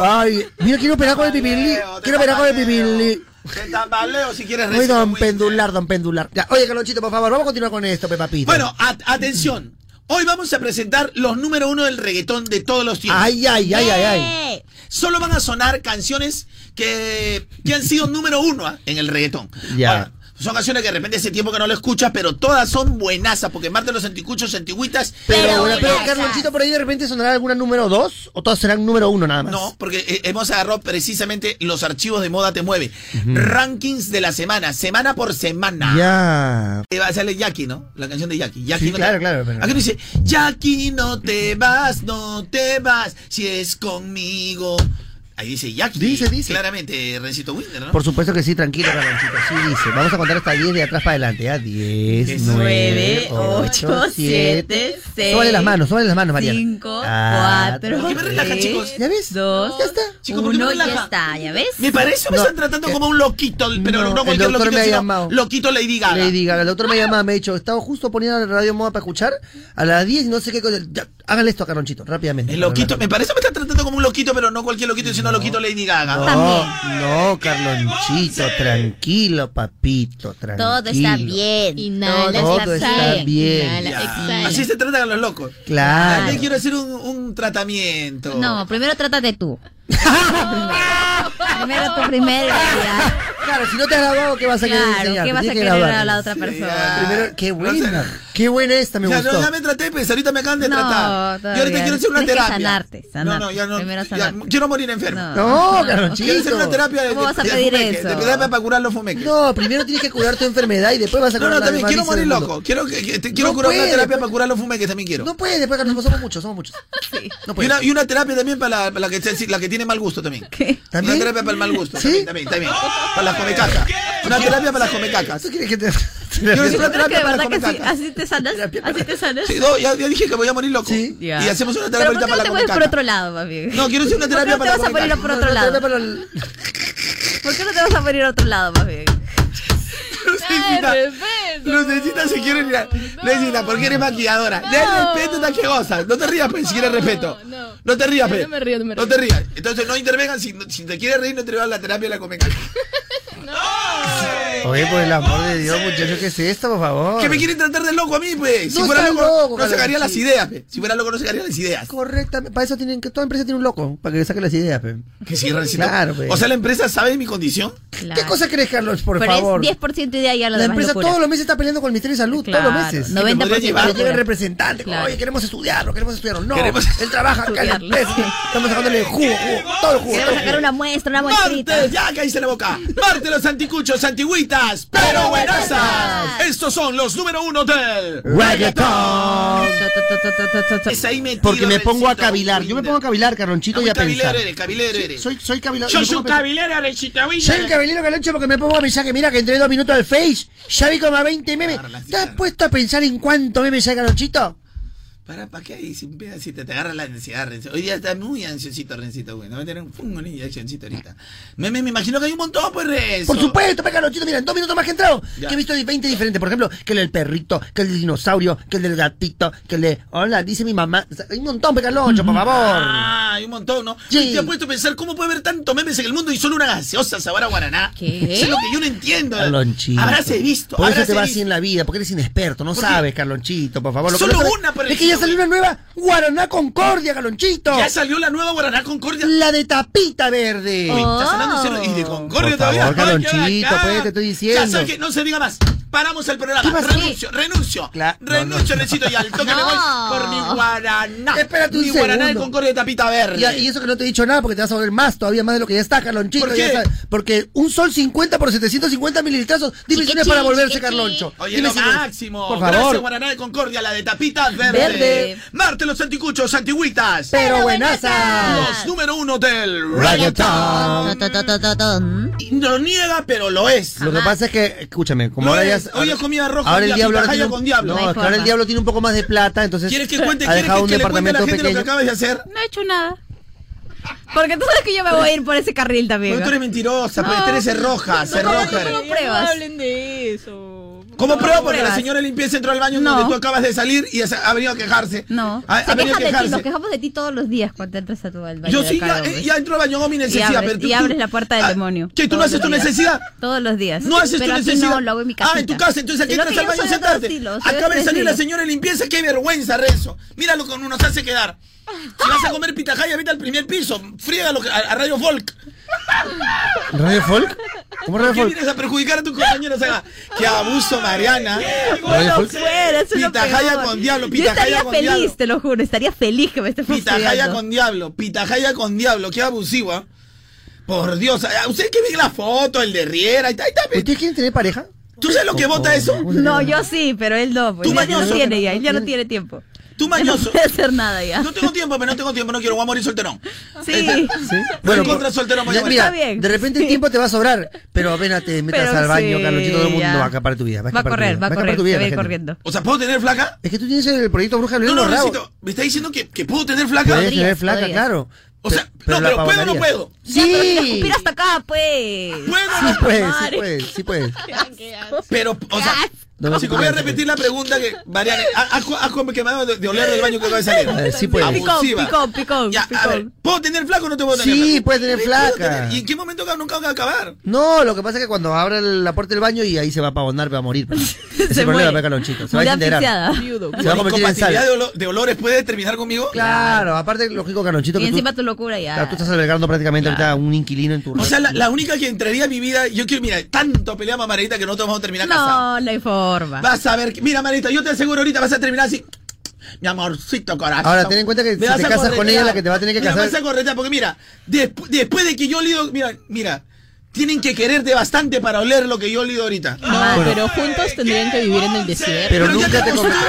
ay, mira, quiero operar con el pipilí. Quiero operar con el pipilí.
Te tambaleo si quieres
Oye,
Renzo.
don pendular, don pendular. Ya, oye, Calonchito, por favor, vamos a continuar con esto, pues, Pepapito.
Bueno, a- atención. Hoy vamos a presentar los número uno del reggaetón de todos los tiempos.
Ay, ay, ay, ay, ay.
Solo van a sonar canciones que, que han sido número uno ah, en el reggaetón.
ya.
Son canciones que de repente hace tiempo que no lo escuchas, pero todas son buenazas, porque Marte de los anticuchos, antigüitas.
Pero, bueno, pero Carlonchito, por ahí de repente sonará alguna número 2 o todas serán número 1 nada más.
No, porque eh, hemos agarrado precisamente los archivos de Moda Te Mueve. Rankings de la semana, semana por semana.
Ya.
Eh, va a salir Jackie, ¿no? La canción de Jackie. Jackie
Sí,
no
claro,
te...
claro. pero-
Aquí no dice, Jackie, no te vas, no te vas, si es conmigo. Ahí dice Jackie.
Dice, dice.
Claramente, Rencito Winder, ¿no?
Por supuesto que sí, tranquilo, Carlonchito. Sí, dice. Vamos a contar hasta 10 de atrás para adelante. ¿ah? 10, 9, 8, 7. Súbale las manos, súbale las manos, Mariana.
5,
Ah,
4,
¿por qué me relajan, chicos? ¿Ya ves?
2, ya está.
¿por qué me
Uno, ya
relajan?
está, ¿ya ves?
Me parece que me están tratando como un loquito, pero no,
eh, el
cualquier
doctor
loquito,
me ha
sino
llamado.
loquito Lady Gaga.
Le diga, el doctor me llamaba, me ha dicho, estaba justo poniendo la radio moda para escuchar a las 10 y no sé qué cosa. Ya, hágale esto a Carlonchito, rápidamente.
El loquito, me parece que me están tratando como un loquito, pero no cualquier loquito, sino loquito Lady Gaga.
No, no, Carlonchito, tranquilo, papito, tranquilo.
Todo está bien.
Inhala,
Todo está
exhala,
bien.
inhala,
Ya.
exhala.
Así se tratan a los locos.
Claro.
Ah, Te quiero hacer un, un tratamiento.
No, primero trátate tú. primero tú, primero.
Claro, si no te has grabado, ¿qué vas a querer
Claro,
enseñar?
¿qué vas a
Tienes que
querer
grabar. Ah,
a la otra persona?
Primero, qué buena. Qué buena esta, me
Ya,
gustó.
no, ya me traté, pues ahorita me acaban de
No,
tratar. Yo ahorita
todavía.
quiero hacer una
Tienes que
terapia.
sanarte, sanarte.
No, no, ya no.
Primero
ya
sanarte.
quiero morir enfermo.
No, No, Carlonchito.
Quiero hacer una terapia de,
¿Cómo vas a
de
pedir
fumeque,
eso?
de terapia para curar los fumeques.
No, primero tienes que curar tu enfermedad y después vas a
No,
curar
no,
la
también quiero
malicia
morir
del mundo.
loco. Quiero, que- que- te- quiero
No
curar una
puede,
terapia
pues.
para curar los fumeques, también quiero.
No puedes, después, Carlos, somos muchos, somos muchos. No
y,
puede.
una, y una terapia también para la, para la que, se- la que tiene mal gusto también.
¿También?
Una terapia para el mal gusto.
¿Sí?
También, también, también. Para las comecacas. Una terapia para las comecacas.
¿Tú quieres que te.?
Quiero hacer una
Creo que
terapia
de
para las
verdad que sí.
comecacas.
Así te sanas. Así te sanas.
Sí, no, ya, ya dije que voy a morir loco. Y hacemos una terapia
Pero ¿por
ahorita
qué no
para
te
la
puedes por
comecaca.
otro lado, más bien?
No, quiero hacer una terapia
¿Por qué no
para
te vas a poner por otro lado? ¿Por qué no te vas a poner a otro lado, más bien?
Lucecita, Lucecita se quiere ir. a- Lucecita, porque eres maquilladora. Le respeto hasta que gozas. No te rías, pues, si quieres respeto. No, te
Ya,
rías, pues.
no me río, no me
te
río.
rías. Entonces no intervengan. Si, si te quieres reír, no intervengan la terapia y la comeca.
Oye, por el amor de Dios, muchachos, ¿qué es esto, por favor?
Que me quieren tratar de loco a mí, pues. Si
No
fuera
estás
loco,
loco,
no sacaría
Carlos,
las
sí.
ideas, pues. Si fuera loco, no sacaría las ideas.
Correctamente. Para eso tienen que. Toda empresa tiene un loco, para que le saque las ideas, pe.
Que sí, Rancito.
Claro, pues. pe.
O sea, la empresa sabe mi condición.
¿Qué cosa crees, Carlos, por favor?
es 10% idea y a lo
la
demás
empresa
locura.
todos los meses está peleando con el Ministerio de Salud,
Claro,
todos los meses.
90%
Le llega
locura.
el representante, como,
Claro.
oye, queremos estudiarlo, queremos estudiarlo. No,
Queremos-
él trabaja acá en la
Estudiarlo.
empresa. Estamos sacándole jugo, jugo, todo el jugo.
Queremos
todo el
sacar
jugo.
una muestra, una muestrita.
¡Marte! ¡Ya caíste la boca! ¡Marte los anticuchos, antigüitas, pero buenasas! Estos son los número uno del
Reggaetón.
Es ahí metido,
Porque me pongo a
Rencito.
cavilar. Yo me pongo a cavilar, Carlonchito,
No,
y a
cabilero
pensar.
eres, cabilero
Sí,
eres.
Soy, soy cabilero.
Yo
me
soy
pongo a pensar.
cabilero, Rencito
Soy el cabelero Carloncho porque me pongo a pensar que mira que entré dos minutos al Face, ya vi como a 20 memes. ¿Te has puesto a pensar en cuánto memes hay, Carlonchito?
¿Para, ¿Para qué ahí? Sin pedacito, te agarra la ansiedad, Rencito. Hoy día está muy ansiosito, Rencito, güey. No va a tener un fungo ni ansiosito ahorita. Me, me, me imagino que hay un montón, pues, Renzo.
Por supuesto, pe, Carlonchito, mira, en dos minutos más que he entrado.
Ya.
Que he visto 20 diferentes, por ejemplo, que el del perrito, que el del dinosaurio, que el del gatito, que el de... Hola, dice mi mamá. O sea, Hay un montón, pe, Carloncho, por favor.
Ah, hay un montón, ¿no?
Sí.
Y te ha puesto a pensar cómo puede haber tanto memes en el mundo y solo una gaseosa sabor a guaraná.
¿Qué?
Eso es lo que yo no entiendo.
Carlonchito.
Habráse visto.
Por eso
habráse
te vas
visto.
así en la vida, porque eres inexperto, no
¿Por qué?
sabes, Carlonchito, por favor. Lo que
Solo
no sabes
una, pero-
Es que ya salió una nueva Guaraná Concordia, Carlonchito.
Ya salió la nueva Guaraná Concordia.
La de tapita verde.
Uy, estás hablando en
Oh.
serio. Y de Concordia
Por
todavía.
favor,
Ay,
Carlonchito,
qué bacán.
pues, te estoy diciendo.
Ya sabes que no se diga más. Paramos el programa.
¿Qué pasó?
Renuncio, renuncio.
Cla- no,
renuncio,
no.
Rencito, y al toque
No.
me voy por mi Guaraná.
Espérate un
Mi Guaraná de
segundo.
Concordia de tapita verde.
Y, y eso que no te he dicho nada, porque te vas a volver más todavía, más de lo que ya está, Carlonchito.
¿Por
ya
qué?
sabes. porque un sol 50 por 750 mililitrazos. Dime si no es para
Chiquichi,
volverse,
chiquichi.
Carloncho.
Oye,
Dime
lo
si no es.
máximo.
Por
Gracias,
favor.
Guaraná de Concordia, la de tapita verde.
Verde.
Marte los anticuchos, antigüitas.
Pero buenaza.
Los número uno del
Reggaetón.
Mm,
Y No niega, pero lo es.
Lo que pasa es que, escúchame, como
Lo
ahora ya.
es. Hoy es comida roja
ahora
con
el
diablo,
diablo. ahora
tajada
tiene un-
con diablo.
No,
No hay
es que ahora el
forma.
diablo tiene un poco más de plata, entonces.
¿Quieres que cuente,
ha
quieres
dejado
que,
un
que le cuente a la
departamento
gente lo que
pequeño.
acabas de hacer?
No he hecho nada. Porque tú sabes que yo me voy a ir por ese carril también.
Pero tú eres mentirosa, pues,
No.
tú eres cerroja, cerroja.
no, no,
eres.
no. pruebas.
No hablen de eso.
¿Cómo prueba? Porque la
pruebas.
señora de limpieza entró al baño
No.
donde tú acabas de salir y se- ha venido a quejarse.
No.
Ha, ha
Se
venido a
quejan de ti, nos
quejarse.
quejamos de ti todos los días cuando entras a tu al baño
Yo
de
sí,
acá,
ya,
hombre.
eh, ya entró al baño con mi
y
necesidad.
abres,
pero tú-
y
tú-
abres la puerta del
ah,
demonio.
¿Qué? ¿Tú no
Todos
haces tu
los días.
necesidad?
Todos los días.
No haces
Pero
tu
aquí
necesidad.
no, lo hago en mi casa.
Ah, en tu casa, entonces aquí entras al baño a sentarte. Acaba de salir la señora de limpieza, qué vergüenza, Renzo. Mira lo que nos hace quedar. Si vas a comer pitahaya, vete al primer piso, friégalo a, a Radio Folk.
¿Radio Folk? ¿Cómo
¿Por
Radio
qué
Folk?
vienes a perjudicar a tus compañeros acá? ¡Qué abuso, Mariana!
Radio Folk.
Fuera, pues, eso es lo
Pitahaya
peor.
con diablo,
Yo
pitahaya
estaría
con
feliz,
diablo.
te lo juro, estaría feliz que me esté
Pitahaya
fastidiando.
con diablo, pitahaya con diablo, qué abusiva. Por Dios, ah, usted que ven la foto, el de Riera, ahí está, ahí está. pe.
¿Ustedes quieren tener pareja?
¿Tú sabes lo que vota eso?
No, yo sí, pero él no, pues
Tú
ya, ya no
mañoso.
tiene ya, él ya no tiene tiempo.
Tú mañoso.
No puede hacer nada ya.
No tengo tiempo, pero no tengo tiempo, no quiero, voy a morir solterón.
Sí.
Bueno,
Bueno,
contra solterón, voy a
Ya,
morir.
mira, de repente el tiempo te va a sobrar, pero apenas te metas
Pero
al baño,
sí,
Carlos, todo el mundo
ya.
va a escapar tu vida. Va a,
Va a
escapar tu
correr,
vida,
va a
escapar
correr,
tu vida,
se va a
la
ir
gente.
corriendo.
O sea, ¿puedo tener flaca?
Es que tú tienes el proyecto bruja
No,
Belén
no,
Borrado.
Rosito, me está diciendo que, que puedo tener flaca.
Puedes tener flaca, claro.
O sea,
pero
no,
la
pero puedo o no
pavonaría.
puedo.
Ya, pero te escupir
Sí.
hasta acá, pues.
Sí puedes, sí puedes, sí puedes.
Pero, o sea,
No, no,
si
no,
voy a
no,
repetir la pregunta que, Mariana, haz haz como que me hago de, de oler del baño que acaba de salir.
A ver, sí puedes. Picón,
Abusiva.
picón,
Ya, a ver, ¿puedo tener flaca o no te puedo tener
Sí,
flaca?
puedes tener
Sí, puedo
flaca.
tener. ¿Y en qué momento acá nunca va a acabar?
No, lo que pasa es que cuando abra el- la puerta del baño y ahí se va a pavonar, va a morir. pues. Ese es el problema,
muere.
ve, Calonchito. Se va a desintegrar. Se va a
Con
convertir en
incompatibilidad
sal.
de, olo- de olores puede terminar conmigo?
Claro, aparte, lógico, Calonchito,
Y
que tú,
encima tu locura
claro,
ya.
tú estás albergando prácticamente ahorita a un inquilino en tu
O
red.
sea, la, la única que entraría a mi vida, yo quiero, mira, tanto pelea más Margarita que nosotros vamos a terminar casados.
No, no hay forma.
Vas a ver, que- mira Margarita, yo te aseguro ahorita vas a terminar así. Mi amorcito corazón.
Ahora, ten en cuenta que
Me
si
vas
te
a
casas con
corretear.
ella, la que te va a tener que
Mira,
casar-
Me vas a corretear, porque mira, despu- después de que yo olido, mira, mira, tienen que quererte bastante para oler lo que yo olido ahorita.
No, pero juntos tendrían que vivir en el desierto.
Pero Pero ya nunca te te acostumbras.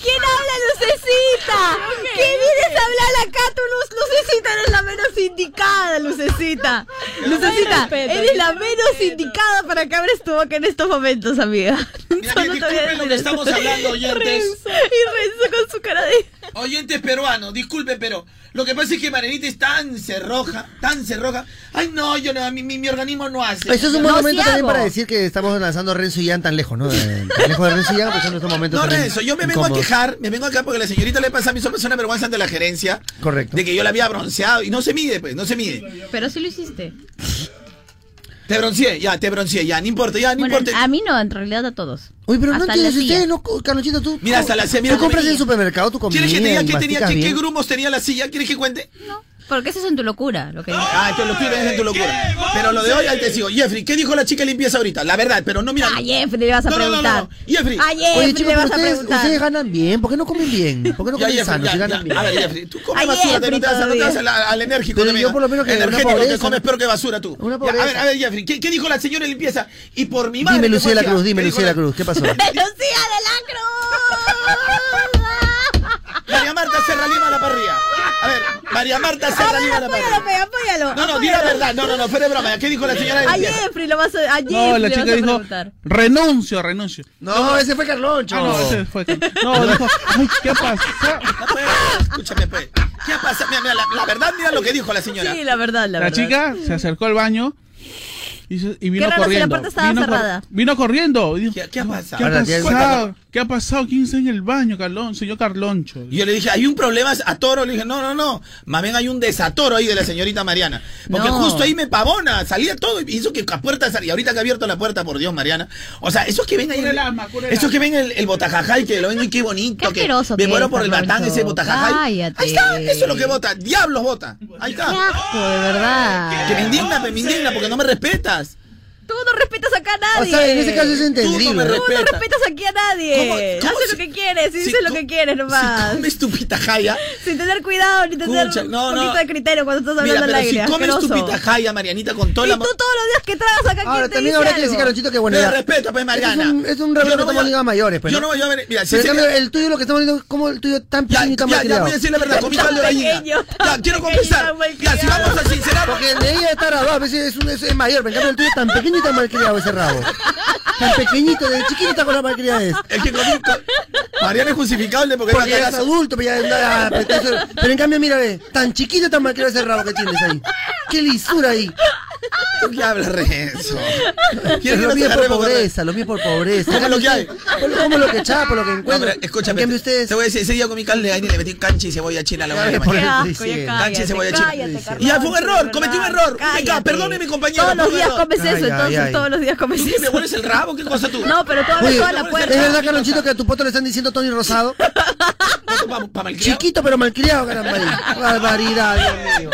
¿Quién habla, Lucecita? ¿Qué vienes a hablar acá? Tú, Lu- Lucecita, eres la menos indicada, Lucecita. Lucecita,
respeto,
eres la
yo
menos indicada para que abres tu boca en estos momentos, amiga. Solo te voy a
disculpen lo
decir eso.
que estamos hablando, oyentes.
Y Renzo con su cara de...
Oyentes peruanos, disculpe, pero lo que pasa es que Marenita es tan cerroja, tan cerroja. Ay, no, yo no, mi, mi, mi organismo no hace.
Eso es un buen
No, sí
momento también
hago.
para decir que estamos lanzando a Renzo y Jan tan lejos, ¿no? Eh, Tan lejos de Renzo y Jan, pues son estos momentos.
No,
también
Renzo, yo me vengo a
incómodos.
quejar, me vengo acá porque la señorita le pasa a mí, son personas vergüenza ante la gerencia,
Correcto.
de que yo la había bronceado y no se mide, pues, no se mide.
Pero sí lo hiciste.
Te bronceé, ya, te bronceé, ya, no importa, ya, no
Bueno,
importa.
a mí no, en realidad a todos.
Uy, pero no
Hasta la
entiendes
tía.
ustedes, ¿no? Carlonchito, tú.
Mira, hasta la silla, mira,
Tú compras en
comida.
el supermercado tu comida.
¿Quieres que te diga
y
qué, tenía,
masticas
qué, qué
bien.
grumos tenía la silla? ¿Quieres que cuente?
Porque eso es en tu locura, lo que digo.
Ah, esto lo tuyo es en tu locura. Pero lo de hoy, al te digo, Jeffrey, ¿qué dijo la chica de limpieza ahorita? La verdad, pero no mira.
A Jeffrey le vas a
No, no, no, no,
preguntar.
no. Jeffrey.
A
Oye,
Jeffrey
chicos,
le
pero
vas a
ustedes,
preguntar.
ustedes ganan bien. ¿Por qué no comen bien? ¿por qué no
Ya,
comen
ya,
sano
ya,
si
ya.
ganan bien?
A ver, Jeffrey, tú comes
Ay,
basura, pero no te vas, a- no te vas
Jeffrey,
al, al enérgico.
Pero
también,
yo
¿ah?
por lo menos que una
Energético,
pobreza,
que comes
¿no?
peor que basura tú.
Una
Ya,
pobreza.
a ver, a ver, Jeffrey, ¿qué, qué dijo la señora de limpieza? Y por mi madre.
Dime,
te
Lucía de la
puedo
Cruz,
decir,
dime,
¿qué
Lucía de la
dijo
Cruz, ¿qué pasó?
María Marta Serra Lima la parrilla. A ver, María Marta Serra Lima la parrilla.
Apóyalo, pe, apóyalo.
No, no, di la verdad. No, no, no, fuera de broma. ¿Qué dijo la señora de
A
limpieza?
Jeffrey lo vas a, a Jeffrey
No, la
le vas
chica
a
dijo,
preguntar.
renuncio, renuncio.
No, ese fue Carloncho.
Ah, no, ese fue Carloncho. No, dijo, ay, ¿qué pasa?
Escúchame, pues. ¿Qué pasa? Mira, mira, la, la verdad, mira lo que dijo la señora.
Sí, la verdad, la,
La,
verdad.
chica se acercó al baño y, se- y vino
raro, si la
corriendo.
puerta estaba
vino, cor-
cerrada.
vino corriendo. y dijo, ¿Qué,
ha pasado?
¿Qué ha
Ahora, tía,
pasado? ¿Qué ha pasado? ¿Quién está en el baño, Carlón? Señor Carloncho.
Y Yo le dije, hay un problema a toro. Le dije, no, no, no. Más bien hay un desatoro ahí de la señorita Mariana. Porque
No.
justo ahí me pavona. Salía todo y hizo que la puerta saliera. Y ahorita que ha abierto la puerta, por Dios, Mariana. O sea, esos que ven ahí.
Cura el alma, cura el
Esos que ven el, el botajajay, que lo ven y qué bonito. que
asqueroso
me
que
muero
es,
por el batán
Alfonso.
ese botajajay.
Cállate.
Ahí está. Eso es lo que vota. Diablos vota. Ahí está.
de verdad.
Que me indigna, me indigna porque no me respetas.
Tú no respetas acá a nadie.
O sea, en ese caso es entendible.
Tú no,
me respetas.
respetas aquí a nadie.
¿Cómo- cómo
Haces
si-
lo que quieres y
si
dices lo
tú-
que quieres nomás.
Comes tu pitahaya.
Sin tener cuidado ni tener
Escucha, no,
un poquito
no.
de criterio cuando estás
Mira,
hablando
pero
al aire.
si comes tu
asqueroso.
pitahaya, Marianita, con todo
Y
el
tú
amor.
todos los días que tragas acá, ¿quién
Ahora,
te
también
dice
habrá que
algo?
decir, Carlonchito, que bueno.
Pero
ya- Este
respeto, pues, Mariana.
Es un, es un respeto
Yo no voy
como
a-
ligas mayores, pues.
yo no voy a ver- mira, si
Pero
se-
en cambio, el tuyo lo que estamos viendo, como el tuyo tan pequeño y tan
Ya, ya
malcriado.
voy a decir la verdad, comí caldo de gallina. Ya, quiero confesar. Ya, si vamos a sincerar.
Porque el de ella está rabado, a veces es, un, es, es mayor, pero en cambio el tuyo es tan pequeño y tan malcriado ese rabo. Tan pequeñito, de chiquito con la malcriada es.
El que comí. Mariana es justificable porque,
Porque
es
ya es
bacanazo.
adulto, pero ya anda- pero eso- pero en cambio, mira, ve, tan chiquito y tan malcriado ese rabo que tienes ahí. Qué lisura ahí.
¿Tú qué hablas, Renzo? ¿Quieres que
Lo
nos
mío es por
agarremos,
pobreza, lo mío es por pobreza.
Como lo que hay.
Como lo que chapo, lo que
No,
encuentro.
pero escúchame. Te voy a decir, ese día comí caldo de gallina y le metí cancha y cebolla china a la
Ya
buena
ves, por
de la
eso
mañana.
te estoy
Cancha
diciendo.
y cebolla china.
cállate,
Y ya fue un
Carloncho,
error,
de
cometí un
verdad,
error. Venga,
cállate.
perdone mi compañero.
Todos los
perdone.
días comes
Ay,
eso,
ay,
entonces
ay.
todos los días comes
¿Tú
eso.
qué me hueles el rabo? ¿Qué cosa tú?
No, pero tú abres
Oye,
toda la puerta.
¿Es verdad, Carlonchito, que a tu poto le están diciendo Tony Rosado? Chiquito pero malcriado, caramba. ahí. Barbaridad, Dios mío.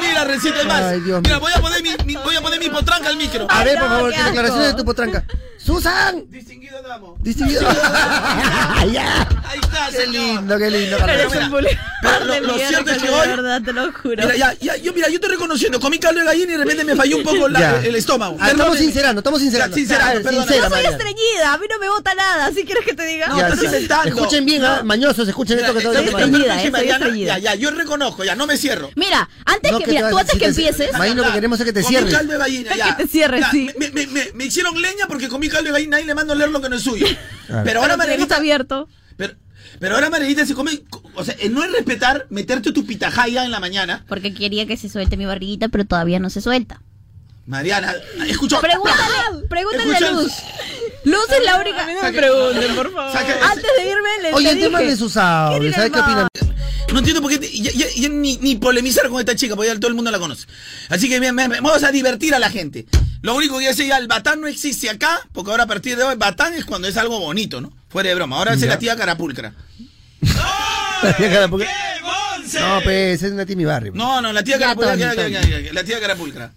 Mira, Rencito, es más.
Ay, Dios
Mira, voy a poner mi, mi- voy a poner mi potranca al micro.
A ver, por favor, que declaraciones de tu potranca. ¡Susan! Distinguido damo. Distinguido. Ya.
Ahí está. nada,
Qué lindo, qué lindo, Carlón.
Eres un bullying. Pero lo, lo
mierda,
cierto es que
Carlón,
hoy.
de verdad,
te lo juro.
Mira, ya, ya, yo, mira, yo estoy reconociendo. Comí caldo de gallina y de repente me falló un poco la-
Ya.
el estómago.
Ah, estamos sincerando, estamos sincerando.
Sincerando,
A ver,
perdóname.
sincera,
No soy
Mariana.
estreñida, a mí no me bota nada, ¿sí quieres que te diga?
Ya, sí.
intentando.
Escuchen bien, ah, mañosos, escuchen esto que
Está
estoy
bien,
diciendo.
está bien, Mariana, Ya, ya, yo reconozco, ya, no me cierro.
Mira, antes
No,
que,
que te
mira,
vas
tú
a
antes que
decir que se-
empieces.
Maíz, lo que queremos es que te
Comí
cierres.
caldo de gallina,
Es
ya.
que te cierres,
Ya,
sí.
Me, me- me- me hicieron leña porque comí caldo de gallina y le mando a leer lo que no es suyo. Pero ahora
Pero
Marianita...
está abierto.
Pero, pero ahora Marianita se come... O sea, eh, no es respetar meterte tu pitajaya en la mañana.
Porque quería que se suelte mi barriguita, pero todavía no se suelta.
Mariana, escucha...
Pregúntale, pregúntale
Escucha-
a Luz. Luz es la única.
Saque- pregunten, por favor. Ah, saque- este.
Antes de irme, le
Oye,
te
el tema
dije-
de sus audios, ¿sabes qué opinan?
No entiendo por qué... te- ya- ya- ya ni, ni polemizar con esta chica, porque ya todo el mundo la conoce. Así que bien, bien, bien, vamos a divertir a la gente. Lo único que sé ya, el batán no existe acá, porque ahora a partir de hoy, batán es cuando es algo bonito, ¿no? Fuera de broma. Ahora es
Ya.
la tía Carapulcra.
No, pues, es Nati mi barrio.
No, no, la tía
Ya,
Carapulcra.
Tony,
ya, ya,
Tony.
ya, ya, ya, La tía Carapulcra.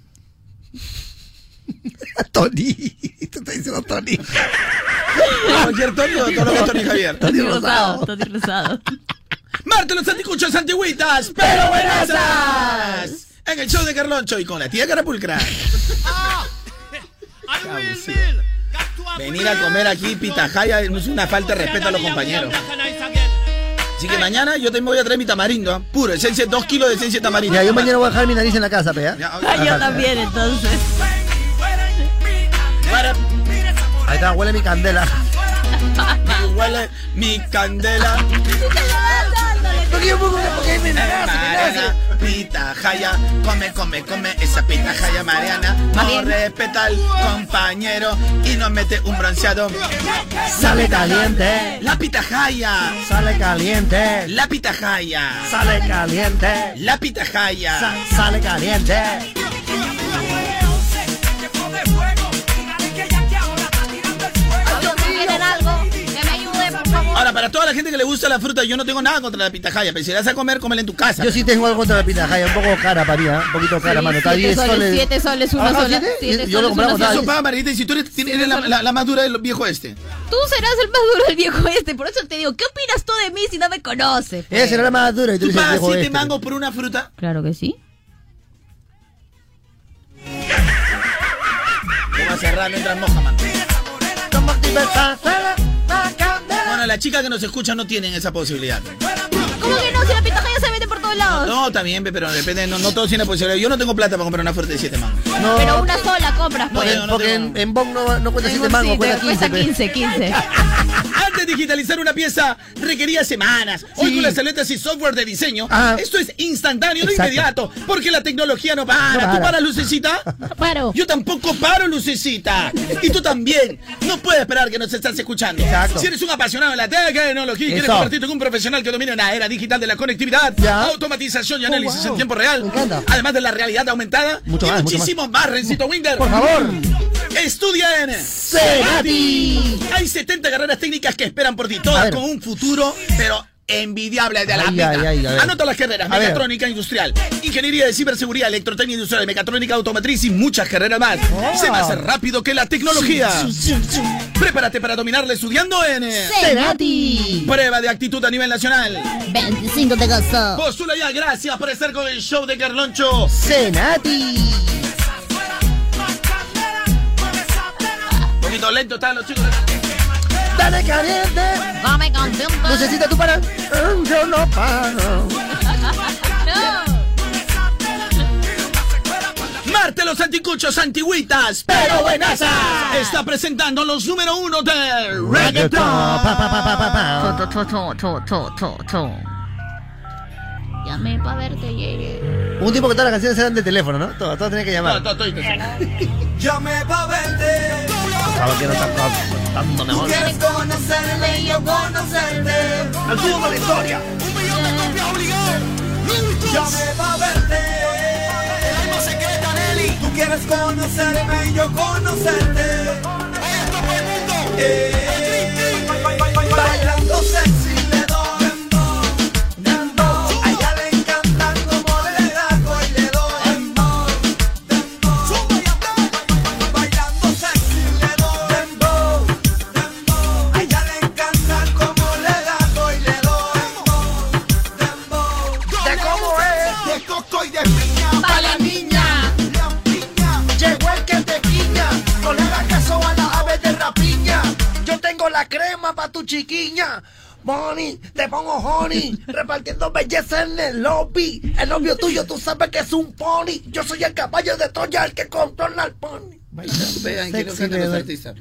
Tony. Te está diciendo Tony.
Cualquier Tony o todo lo que es Tony Javier.
Tony Rosado.
Tony Rosado. Marte los anticuchos antigüitas, pero buenasas. En el show de Carloncho y con la tía Carapulcra. Venir a comer aquí pitajaya es una falta de respeto a los compañeros. Así que mañana yo también voy a traer mi tamarindo, ¿ah? puro, esencia, dos kilos de esencia de tamarindo.
Ya, yo mañana voy a dejar mi nariz en la casa, pues, pea.
yo también,
entonces. Ahí está, huele mi candela.
Me huele mi candela.
Porque yo pongo una porque me nace, me nace.
Mariana, pitajaya, come, come, come esa pitajaya, Mariana. No respeta al compañero y nos mete un bronceado.
Sale caliente.
La pitajaya.
Sale caliente.
La pitajaya.
Sale caliente.
La pitajaya.
Sa- sale caliente.
¿Quieren algo? Que me ayude, por favor.
Ahora, para toda la gente que le gusta la fruta, yo no tengo nada contra la pitajaya, pero si la vas a comer, cómela en tu casa.
Yo sí tengo algo contra la pitahaya, un poco cara para mí, ¿ah? un poquito cara, mano. Está 10 soles.
soles,
uno Ah, ¿no, sola. siete? Siete Yo lo soles, compraba, uno sola.
Eso paga, Margarita, y si tú eres, tienes- eres la, la- la más dura de los viejos este.
Tú serás el más duro del viejo este, por eso te digo, ¿qué opinas tú de mí si no me conoces? pues?
Esa era la más dura. Y
¿Tú
tú dices,
pagas
viejo
siete
este.
mangos por una fruta?
Claro que sí.
¿Cómo a cerrar mientras moja, man? Bueno, las chicas que nos escuchan no tienen esa posibilidad.
¿Cómo que no? Si la pitahaya se vende por todos lados.
No, también, pe, pero depende, no, no todos tienen la posibilidad. Yo no tengo plata para comprar una fruta de siete mangos.
No,
Pero una sola compras,
No
pues.
tengo, no
porque
tengo.
en, en Bong no, no cuenta
En
7
un
mangos,
sitio,
cuenta
cuesta
15. pe.
15, 15.
Antes de digitalizar una pieza requería semanas. Hoy con las tabletas y software de diseño,
Ah.
esto es instantáneo, de
Exacto.
inmediato, porque la tecnología no para.
No
¿Tú
para.
paras, Lucecita?
paro.
Yo tampoco paro, Lucecita. Y tú también. No puedes esperar que nos estás escuchando.
Exacto.
Si eres un apasionado de la tecnología y quieres
Eso.
convertirte en un profesional que domina la era digital de la conectividad, automatización y análisis
Oh, wow.
en tiempo real, además de la realidad aumentada,
Mucho
y
más, mucho
muchísimos más. Rencito Winder.
Por favor.
Estudia en
Cerati.
Hay 70 carreras técnicas que esperan por ti, todas con un futuro, pero envidiable de la
Ay,
vida.
ay, ay, a ver.
Anota las carreras,
A ver.
mecatrónica industrial, ingeniería de ciberseguridad, electrotecnia industrial, mecatrónica automatriz y muchas carreras más.
Oh.
Se va a hacer rápido que la tecnología. Prepárate para dominarla estudiando en
Cerati.
Prueba de actitud a nivel nacional.
25 de agosto.
Postula ya, gracias por estar con el show de Carloncho.
Senati.
Un poquito lento están los chicos.
Dale caliente.
Dame canción.
Lucecita, tú para. Eh, Yo no paro.
Marte los anticuchos antigüitas, pero buenasas. Está presentando los número uno de reggaeton.
Llamé para verte, llegué.
Un tipo que todas las canciones eran de teléfono, ¿no? Todas, todas tenían que llamar.
Llamé pa' verte.
Estaba que no está- está- tanto
Tú
mejor.
quieres conocerme y yo conocerte.
Al fútbol de la historia.
Un millón de copias obligado. Llamé pa' verte. El alma secreta, Nelly. Tú quieres conocerme y yo conocerte. Oye, esto fue el mundo. Eh, Bailando sexy le doy. Dando. A ella le encanta como le gato y le doy. Dando. Bailando sexy le doy. Dando. A ella le encanta como le gato y le
crema para tu chiquiña. Bonnie, te pongo honey, repartiendo belleza en el lobby. El novio tuyo, tú sabes que es un pony. Yo soy el caballo de Troya, el que controla al pony.
Vean, quiero
Sexy
cantar los
bebé.
artistas.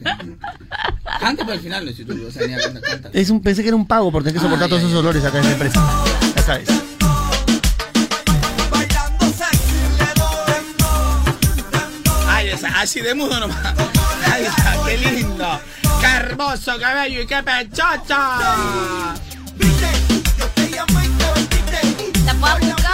Canta para el final, Luis, si tú, o sea, ni a- canta, canta.
Es un, pensé que era un pago por tener que soportar todos esos olores acá en la empresa. Ya sabes.
Ay, o sea, así de mudo nomás. Ay, o sea, qué lindo. Qué hermoso cabello y qué pechocho.
La puedo buscar.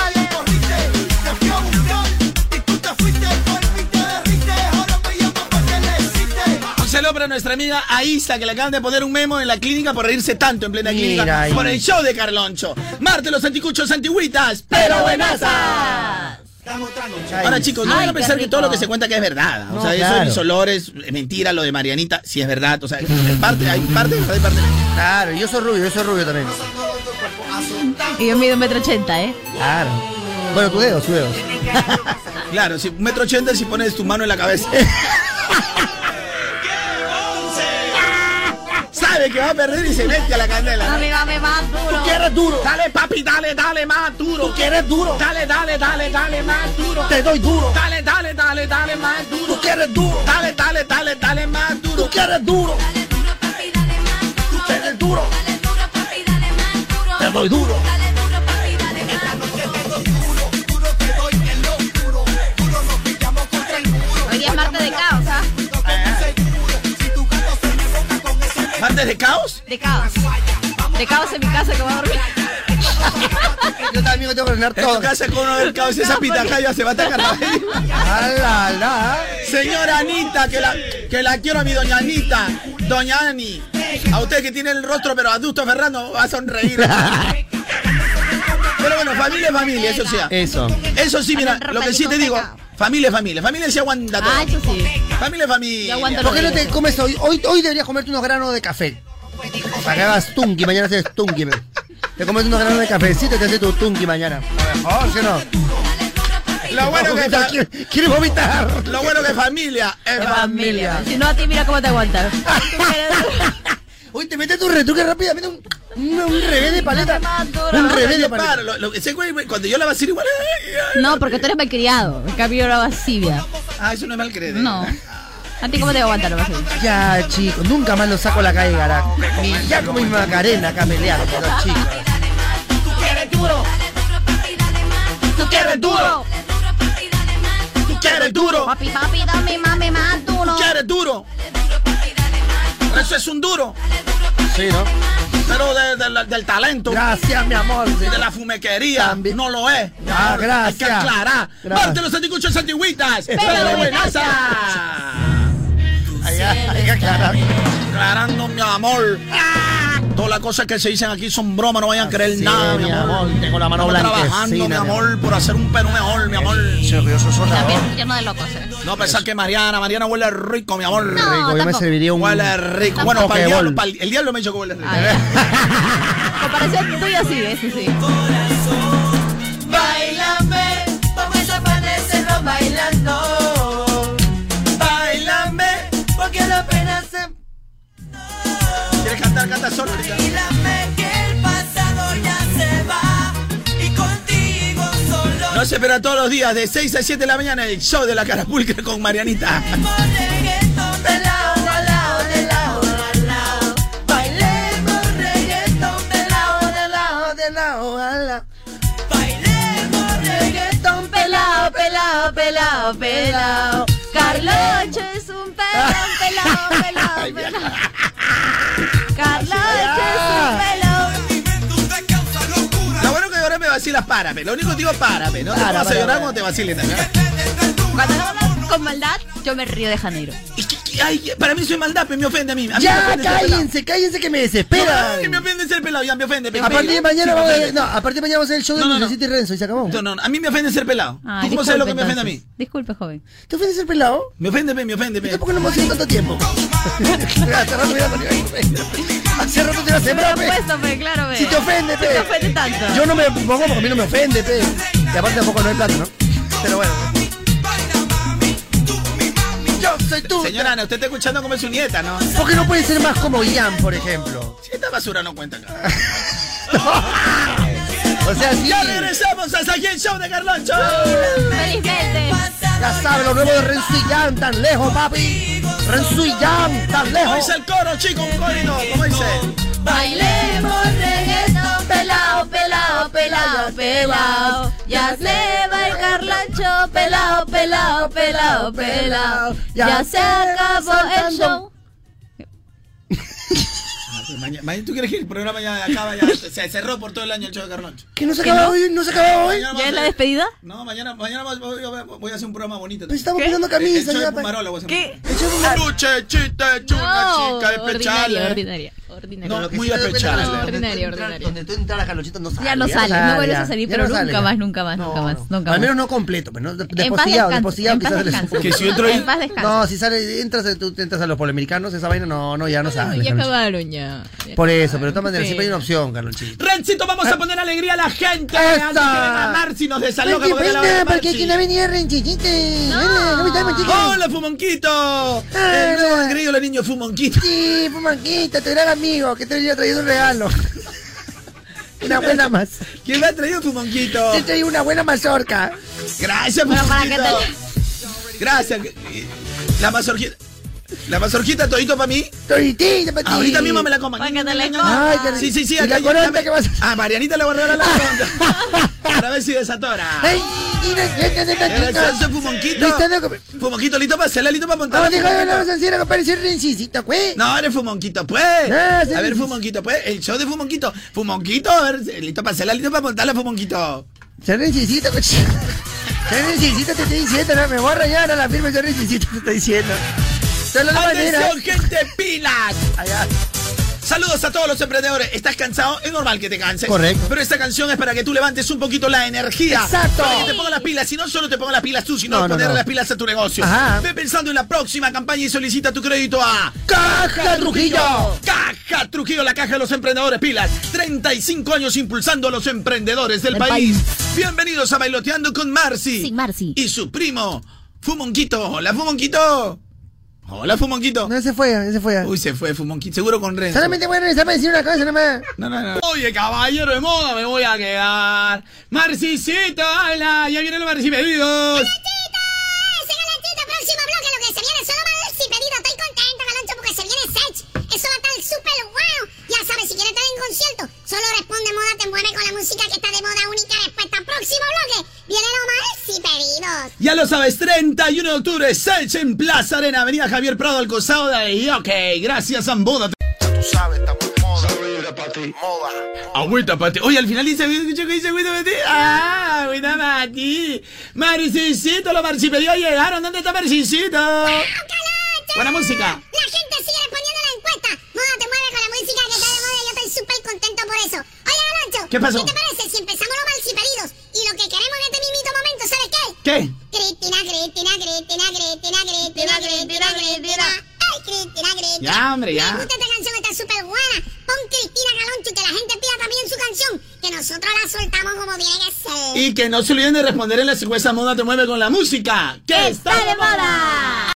Un saludo para nuestra amiga Aisa, que le acaban de poner un memo en la clínica por reírse tanto en plena
Mira
clínica.
ahí.
Por el show de Carloncho. Marte los anticuchos antigüitas, pero buenazas. Ahora chicos, no
Ay,
van a
qué
pensar que
rico.
todo lo que se cuenta que es verdad. O
No,
sea, eso
claro.
de mis olores, es mentira, lo de Marianita, sí es verdad. O sea, en parte, hay parte, hay parte.
Claro, yo soy rubio, yo soy rubio también.
Y yo mido un metro ochenta, ¿eh?
Claro. Bueno, tus dedos, tus dedos.
Claro, si un metro ochenta si pones tu mano en la cabeza. Sabe que va a perder y se mete a la candela.
Dame, dame más duro.
Tú quieres duro. Dale, papi, dale, dale más duro. Tú quieres duro. Dale, dale, dale, dale más duro.
Te doy duro.
Dale, dale, dale, dale más duro.
Tú quieres duro.
Dale, dale, dale, dale más duro.
Tú quieres duro. Tú quieres duro. Te doy duro.
Hoy día es martes de caos, ¿ah?
¿Martes de caos?
De caos. De caos en mi casa que voy a dormir.
Yo también tengo que ordenar
En
todo.
tu casa con uno del caos esa pitacaya se va a atacar la
la, Ah, la.
Señora Anita, que la, que la quiero a mi doña Anita. Doña Ani. A usted que tiene el rostro, pero adusto Fernando va a sonreír. Pero bueno, familia es familia, eso sí.
Eso.
Eso sí, mira, lo que sí te digo, familia es familia. Familia se aguanta todo.
Ah, eso sí.
Familia es familia.
¿Por qué no te comes hoy? Hoy, hoy deberías comerte unos granos de café. Para que hagas tunki, mañana haces tunki. pe. Te comes unos granos de cafecito y te haces tu tunki mañana. Mejor, ¿sí o no?
Lo bueno que fa-
Quiere- quiere vomitar.
Lo bueno que familia es
De
familia.
familia. Si no, a ti mira cómo te aguantas.
Uy, te metes tu retruque rápidamente. Un, un, un revés de paleta. Un
No,
revés
yo
de
paro,
paleta.
lo- lo- ese güey, güey, cuando yo la vacilo igual. ay, ay.
No, porque tú eres malcriado. En cambio, yo era vacivia.
Ah, eso no es mal creer.
No. ¿A ti cómo te va a aguantar lo vacivia?
Ya, chicos, nunca más lo saco a la calle, Garak. Mi, ya como mi Macarena acá peleando con los chicos.
Tú quieres duro. Tú quieres duro.
Papi, papi, dame, mami, más duro.
Tú quieres duro. Eso es un duro.
Sí, ¿no?
Pero de- de la- del talento.
Gracias, mi amor.
Y de la fumequería. No lo es.
Ah,
Hay que
gracias.
aclarar.
Gracias.
Parte los anticuchos antigüitas.
Pero
Pero buenas.
buenazas. Ahí, ahí, aclarar.
Aclarando, mi amor. Todas las cosas que se dicen aquí son bromas, no vayan a creer nada,
Ah. mi amor. Tengo la mano
Estamos
blanquecina,
trabajando, mi
mi
amor, por hacer un Perú mejor, mi amor.
Lleno de locos, ¿eh?
No pensar que Mariana, Mariana huele rico, mi amor.
No, Rico, yo me
tampoco. serviría un-
Huele rico.
un
Bueno, para el
pokeball.
diablo, para el, el diablo me dijo que huele rico.
Comparación tuya sí, eso sí.
Bailame, vamos a amanecernos bailando. Bailame, porque la pena se
¿Quieres cantar? Canta solo. ahorita.
bailame, que el pasado ya se va. Y contigo solo
No se espera todos los días, de 6 a 7 de la mañana, el show de la carapulca con Marianita.
de lado a lado, de lado a lado. Bailemos reggaetón de lado, de lado, de lado a lado. Bailemos reggaetón pelao, pelao, pelao, pelao. Carlocho es un pelao, pelao, pelao, pelao. Carlocho es un pelao.
Lo bueno que ahora me vacilas, párame. Lo único que digo, párame. No te
Para,
vas a
para,
llorar
para.
cuando te vacilen. ¿no?
Cuando no hablas con maldad, yo me río de Janeiro.
Ay, para mí soy maldad, pero me ofende a mí. A mí me
Ya,
ofende ser pelado.
cállense, cállense que me desesperan.
Ay, me ofende ser pelado, ya me ofende. me
A partir
ofende.
de mañana
Sí, me
vamos a,
ofende.
no, a partir de mañana vamos a hacer el show de Lucecita y Renzo y se acabó.
No, no, a mí me ofende ser
Ah,
pelado.
Ay,
¿Tú cómo sabes lo que
disculpe,
me ofende a mí?
entonces. Disculpe, joven.
¿Te ofende ser pelado?
Me ofende, me, me ofende. Me.
¿Por qué no hemos hecho tanto tiempo? Hace rato hubiera salido ahí, pe. Hace rato te iba a sembrar,
Me lo
pe.
he puesto, pe, pues, claro, pe.
Si te ofende,
Si te
pe.
ofende tanto.
Yo no me pongo porque a mí no me ofende, pe. Y aparte tampoco no hay plata, ¿no? Pero bueno. Yo soy prostituta.
Señora Ana, usted está escuchando como es su nieta, ¿no?
¿Por qué no puede ser más como Ian, por ejemplo?
Si esta basura no cuenta acá.
O sea, sí.
¡Ya regresamos a Sajin Show de Carloncho!
¡Felizmente!
Ya saben, lo nuevo de Renzo y Jan, tan lejos, papi. Renzo y Jan, tan
¿Cómo
lejos.
dice el coro, chico? Un corino, ¿cómo dice?
Bailemos reggaetón pelao, pelao, pelao, pelao. Ya se va el carlacho pelao, pelao, pelao,
Oh,
pelao. Ya se acabó el show.
Mañana, mañana- Pues ¿Tú quieres que el programa ya acaba? Ya, se cerró por todo el año el show de Carloncho.
¿Que no se acaba hoy? ¿No se acaba hoy?
Mañana
¿Ya
vamos
es
a-
la despedida?
No, mañana, mañana voy, voy- voy- voy a hacer un programa bonito.
Pues estamos pidiendo camisas,
El show
ya,
de
pa-
Pumarola voy a hacer.
¿Qué?
Luche, chiste, chuna,
No,
chica, de
ordinaria,
pechales.
ordinaria,
Pues-
ordinaria.
No,
Lo que
muy
sí me doy cuenta,
apechable.
Carloncho, donde
Ordinario,
tú entras-
ordinario.
Donde tú entras la Carlonchito no sale.
Ya no sale, no vuelves a salir,
ya
pero
no sale,
nunca
ya.
más, nunca más, nunca más, nunca
Al
más.
menos no completo, pero no,
paz
despostillado,
descanse,
despostillado
en paz
quizás se les-
descanse. Que si entro ahí- En paz descanse.
No, si sale, entras, tú, te entras a los polimericanos, esa vaina no, no, ya no sale.
Ya
Carlonchito.
acabaron, ya. ya
Por eso, pero de todas
acabaron,
maneras,
sí.
siempre hay una opción, Carlonchito.
Rencito, vamos
Ah.
a poner alegría a la gente.
¡Esa!
Antes de mamar, si nos desaloja, porque la hora de Marchi.
venía Renchitito. No.
¡Hola, Fumonquito!
Ah.
El nuevo angrillo, los niños Fumonquito.
Sí, pues, Fumonquito, tu gran amigo, que te había traído un regalo. una buena más.
¿Quién me ha traído Fumonquito?
Oh.
Te traí una buena mazorca.
Gracias,
Bueno, para
Fumonquito. Gracias. La mazorquita. La mazorquita todito para mí.
Toditita para ti.
Ahorita mismo me la coman.
Ay, qué rico.
Ah. Sí, sí, sí.
¿Y la
yo-
corona
dame-
qué vas
A Ah, Marianita le voy a regalar la corona. Para ver si desatora.
¡Ay! ¡Y la gente de la chica!
Gracias, Fumonquito.
Listo, no, come-
Fumonquito, listo para hacerla, listo para montar.
Vamos, dijo,
Fumonquito.
no, vamos a hacer a comprar ese rencicito, güey.
No, eres Fumonquito, pues.
Ah, sí.
a ver, Fumonquito, pues. El show de Fumonquito. Fumonquito, a ver, listo para hacerla, listo para montarla, Fumonquito.
Se rencicito, güey. Se rencicito, te estoy diciendo, no, me voy a rayar a la firma, se rencicito, te estoy diciendo. De las maneras.
¡Atención, gente pilas! Saludos a todos los emprendedores. ¿Estás cansado? Es normal que te canses.
Correcto.
Pero esta canción es para que tú levantes un poquito la energía.
Exacto.
Para que te pongan las pilas. Si no solo te pongan las pilas tú, sino
No, no,
poner
no.
las pilas a tu negocio.
Ajá.
Ve pensando en la próxima campaña y solicita tu crédito a
Caja Trujillo.
Caja Trujillo, la caja de los emprendedores pilas. 35 años impulsando a los emprendedores del
Del
país.
país.
Bienvenidos a Bailoteando con Marci.
Sin Marci.
Y su primo, Fumonquito. Hola, Fumonquito. Hola, Fumonquito.
No, se fue, se fue.
Uy, se fue Fumonquito. Seguro con Renzo.
Solamente voy a regresar para decir una cosa nomás.
No, no, no. Oye, caballero de moda, me voy a quedar. Marcisita, hola. Ya vienen los marcipedidos.
próximo bloque, lo que se viene solo mal sin pedido. Estoy contento, Galoncho, porque se viene Sech. Eso va a estar súper wow. Ya sabes, si quieres estar en concierto, solo responde moda, te mueve con la música que está de moda única respuesta. Próximo bloque, viene lo mal sin pedidos.
Ya lo sabes, 31 de octubre, Selch en Plaza Arena, Avenida Javier Prado, al costado de Ok, gracias, Zamboda.
Tú sabes, estamos en moda. Saludita para ti. Moda.
Agüita, Pati. Oye, al final dice, ¿escuchó que dice agüita, Pati? Ah, agüita, Pati. Marcisito, los marcipedidos llegaron. ¿Dónde está Marcisito? Buena música.
La gente sigue respondiendo a la encuesta. Moda te mueve con la música que está de moda y yo estoy súper contento por eso. Oye, Galoncho,
¿Qué pasó?
¿qué te parece si empezamos los mal sin pedidos? Y lo que queremos en este mismito momento, ¿sabes qué?
¿Qué?
Cristina, Cristina, Cristina, Cristina, Cristina, Cristina, Cristina. Ay, Cristina, Cristina.
Ya, hombre, ya.
Me gusta esta canción, está súper buena. Pon Cristina Galoncho y que la gente pida también su canción. Que nosotros la soltamos como tiene que ser.
Y que no se olviden de responder en la encuesta Moda Te Mueve con la música. ¿Qué está de moda?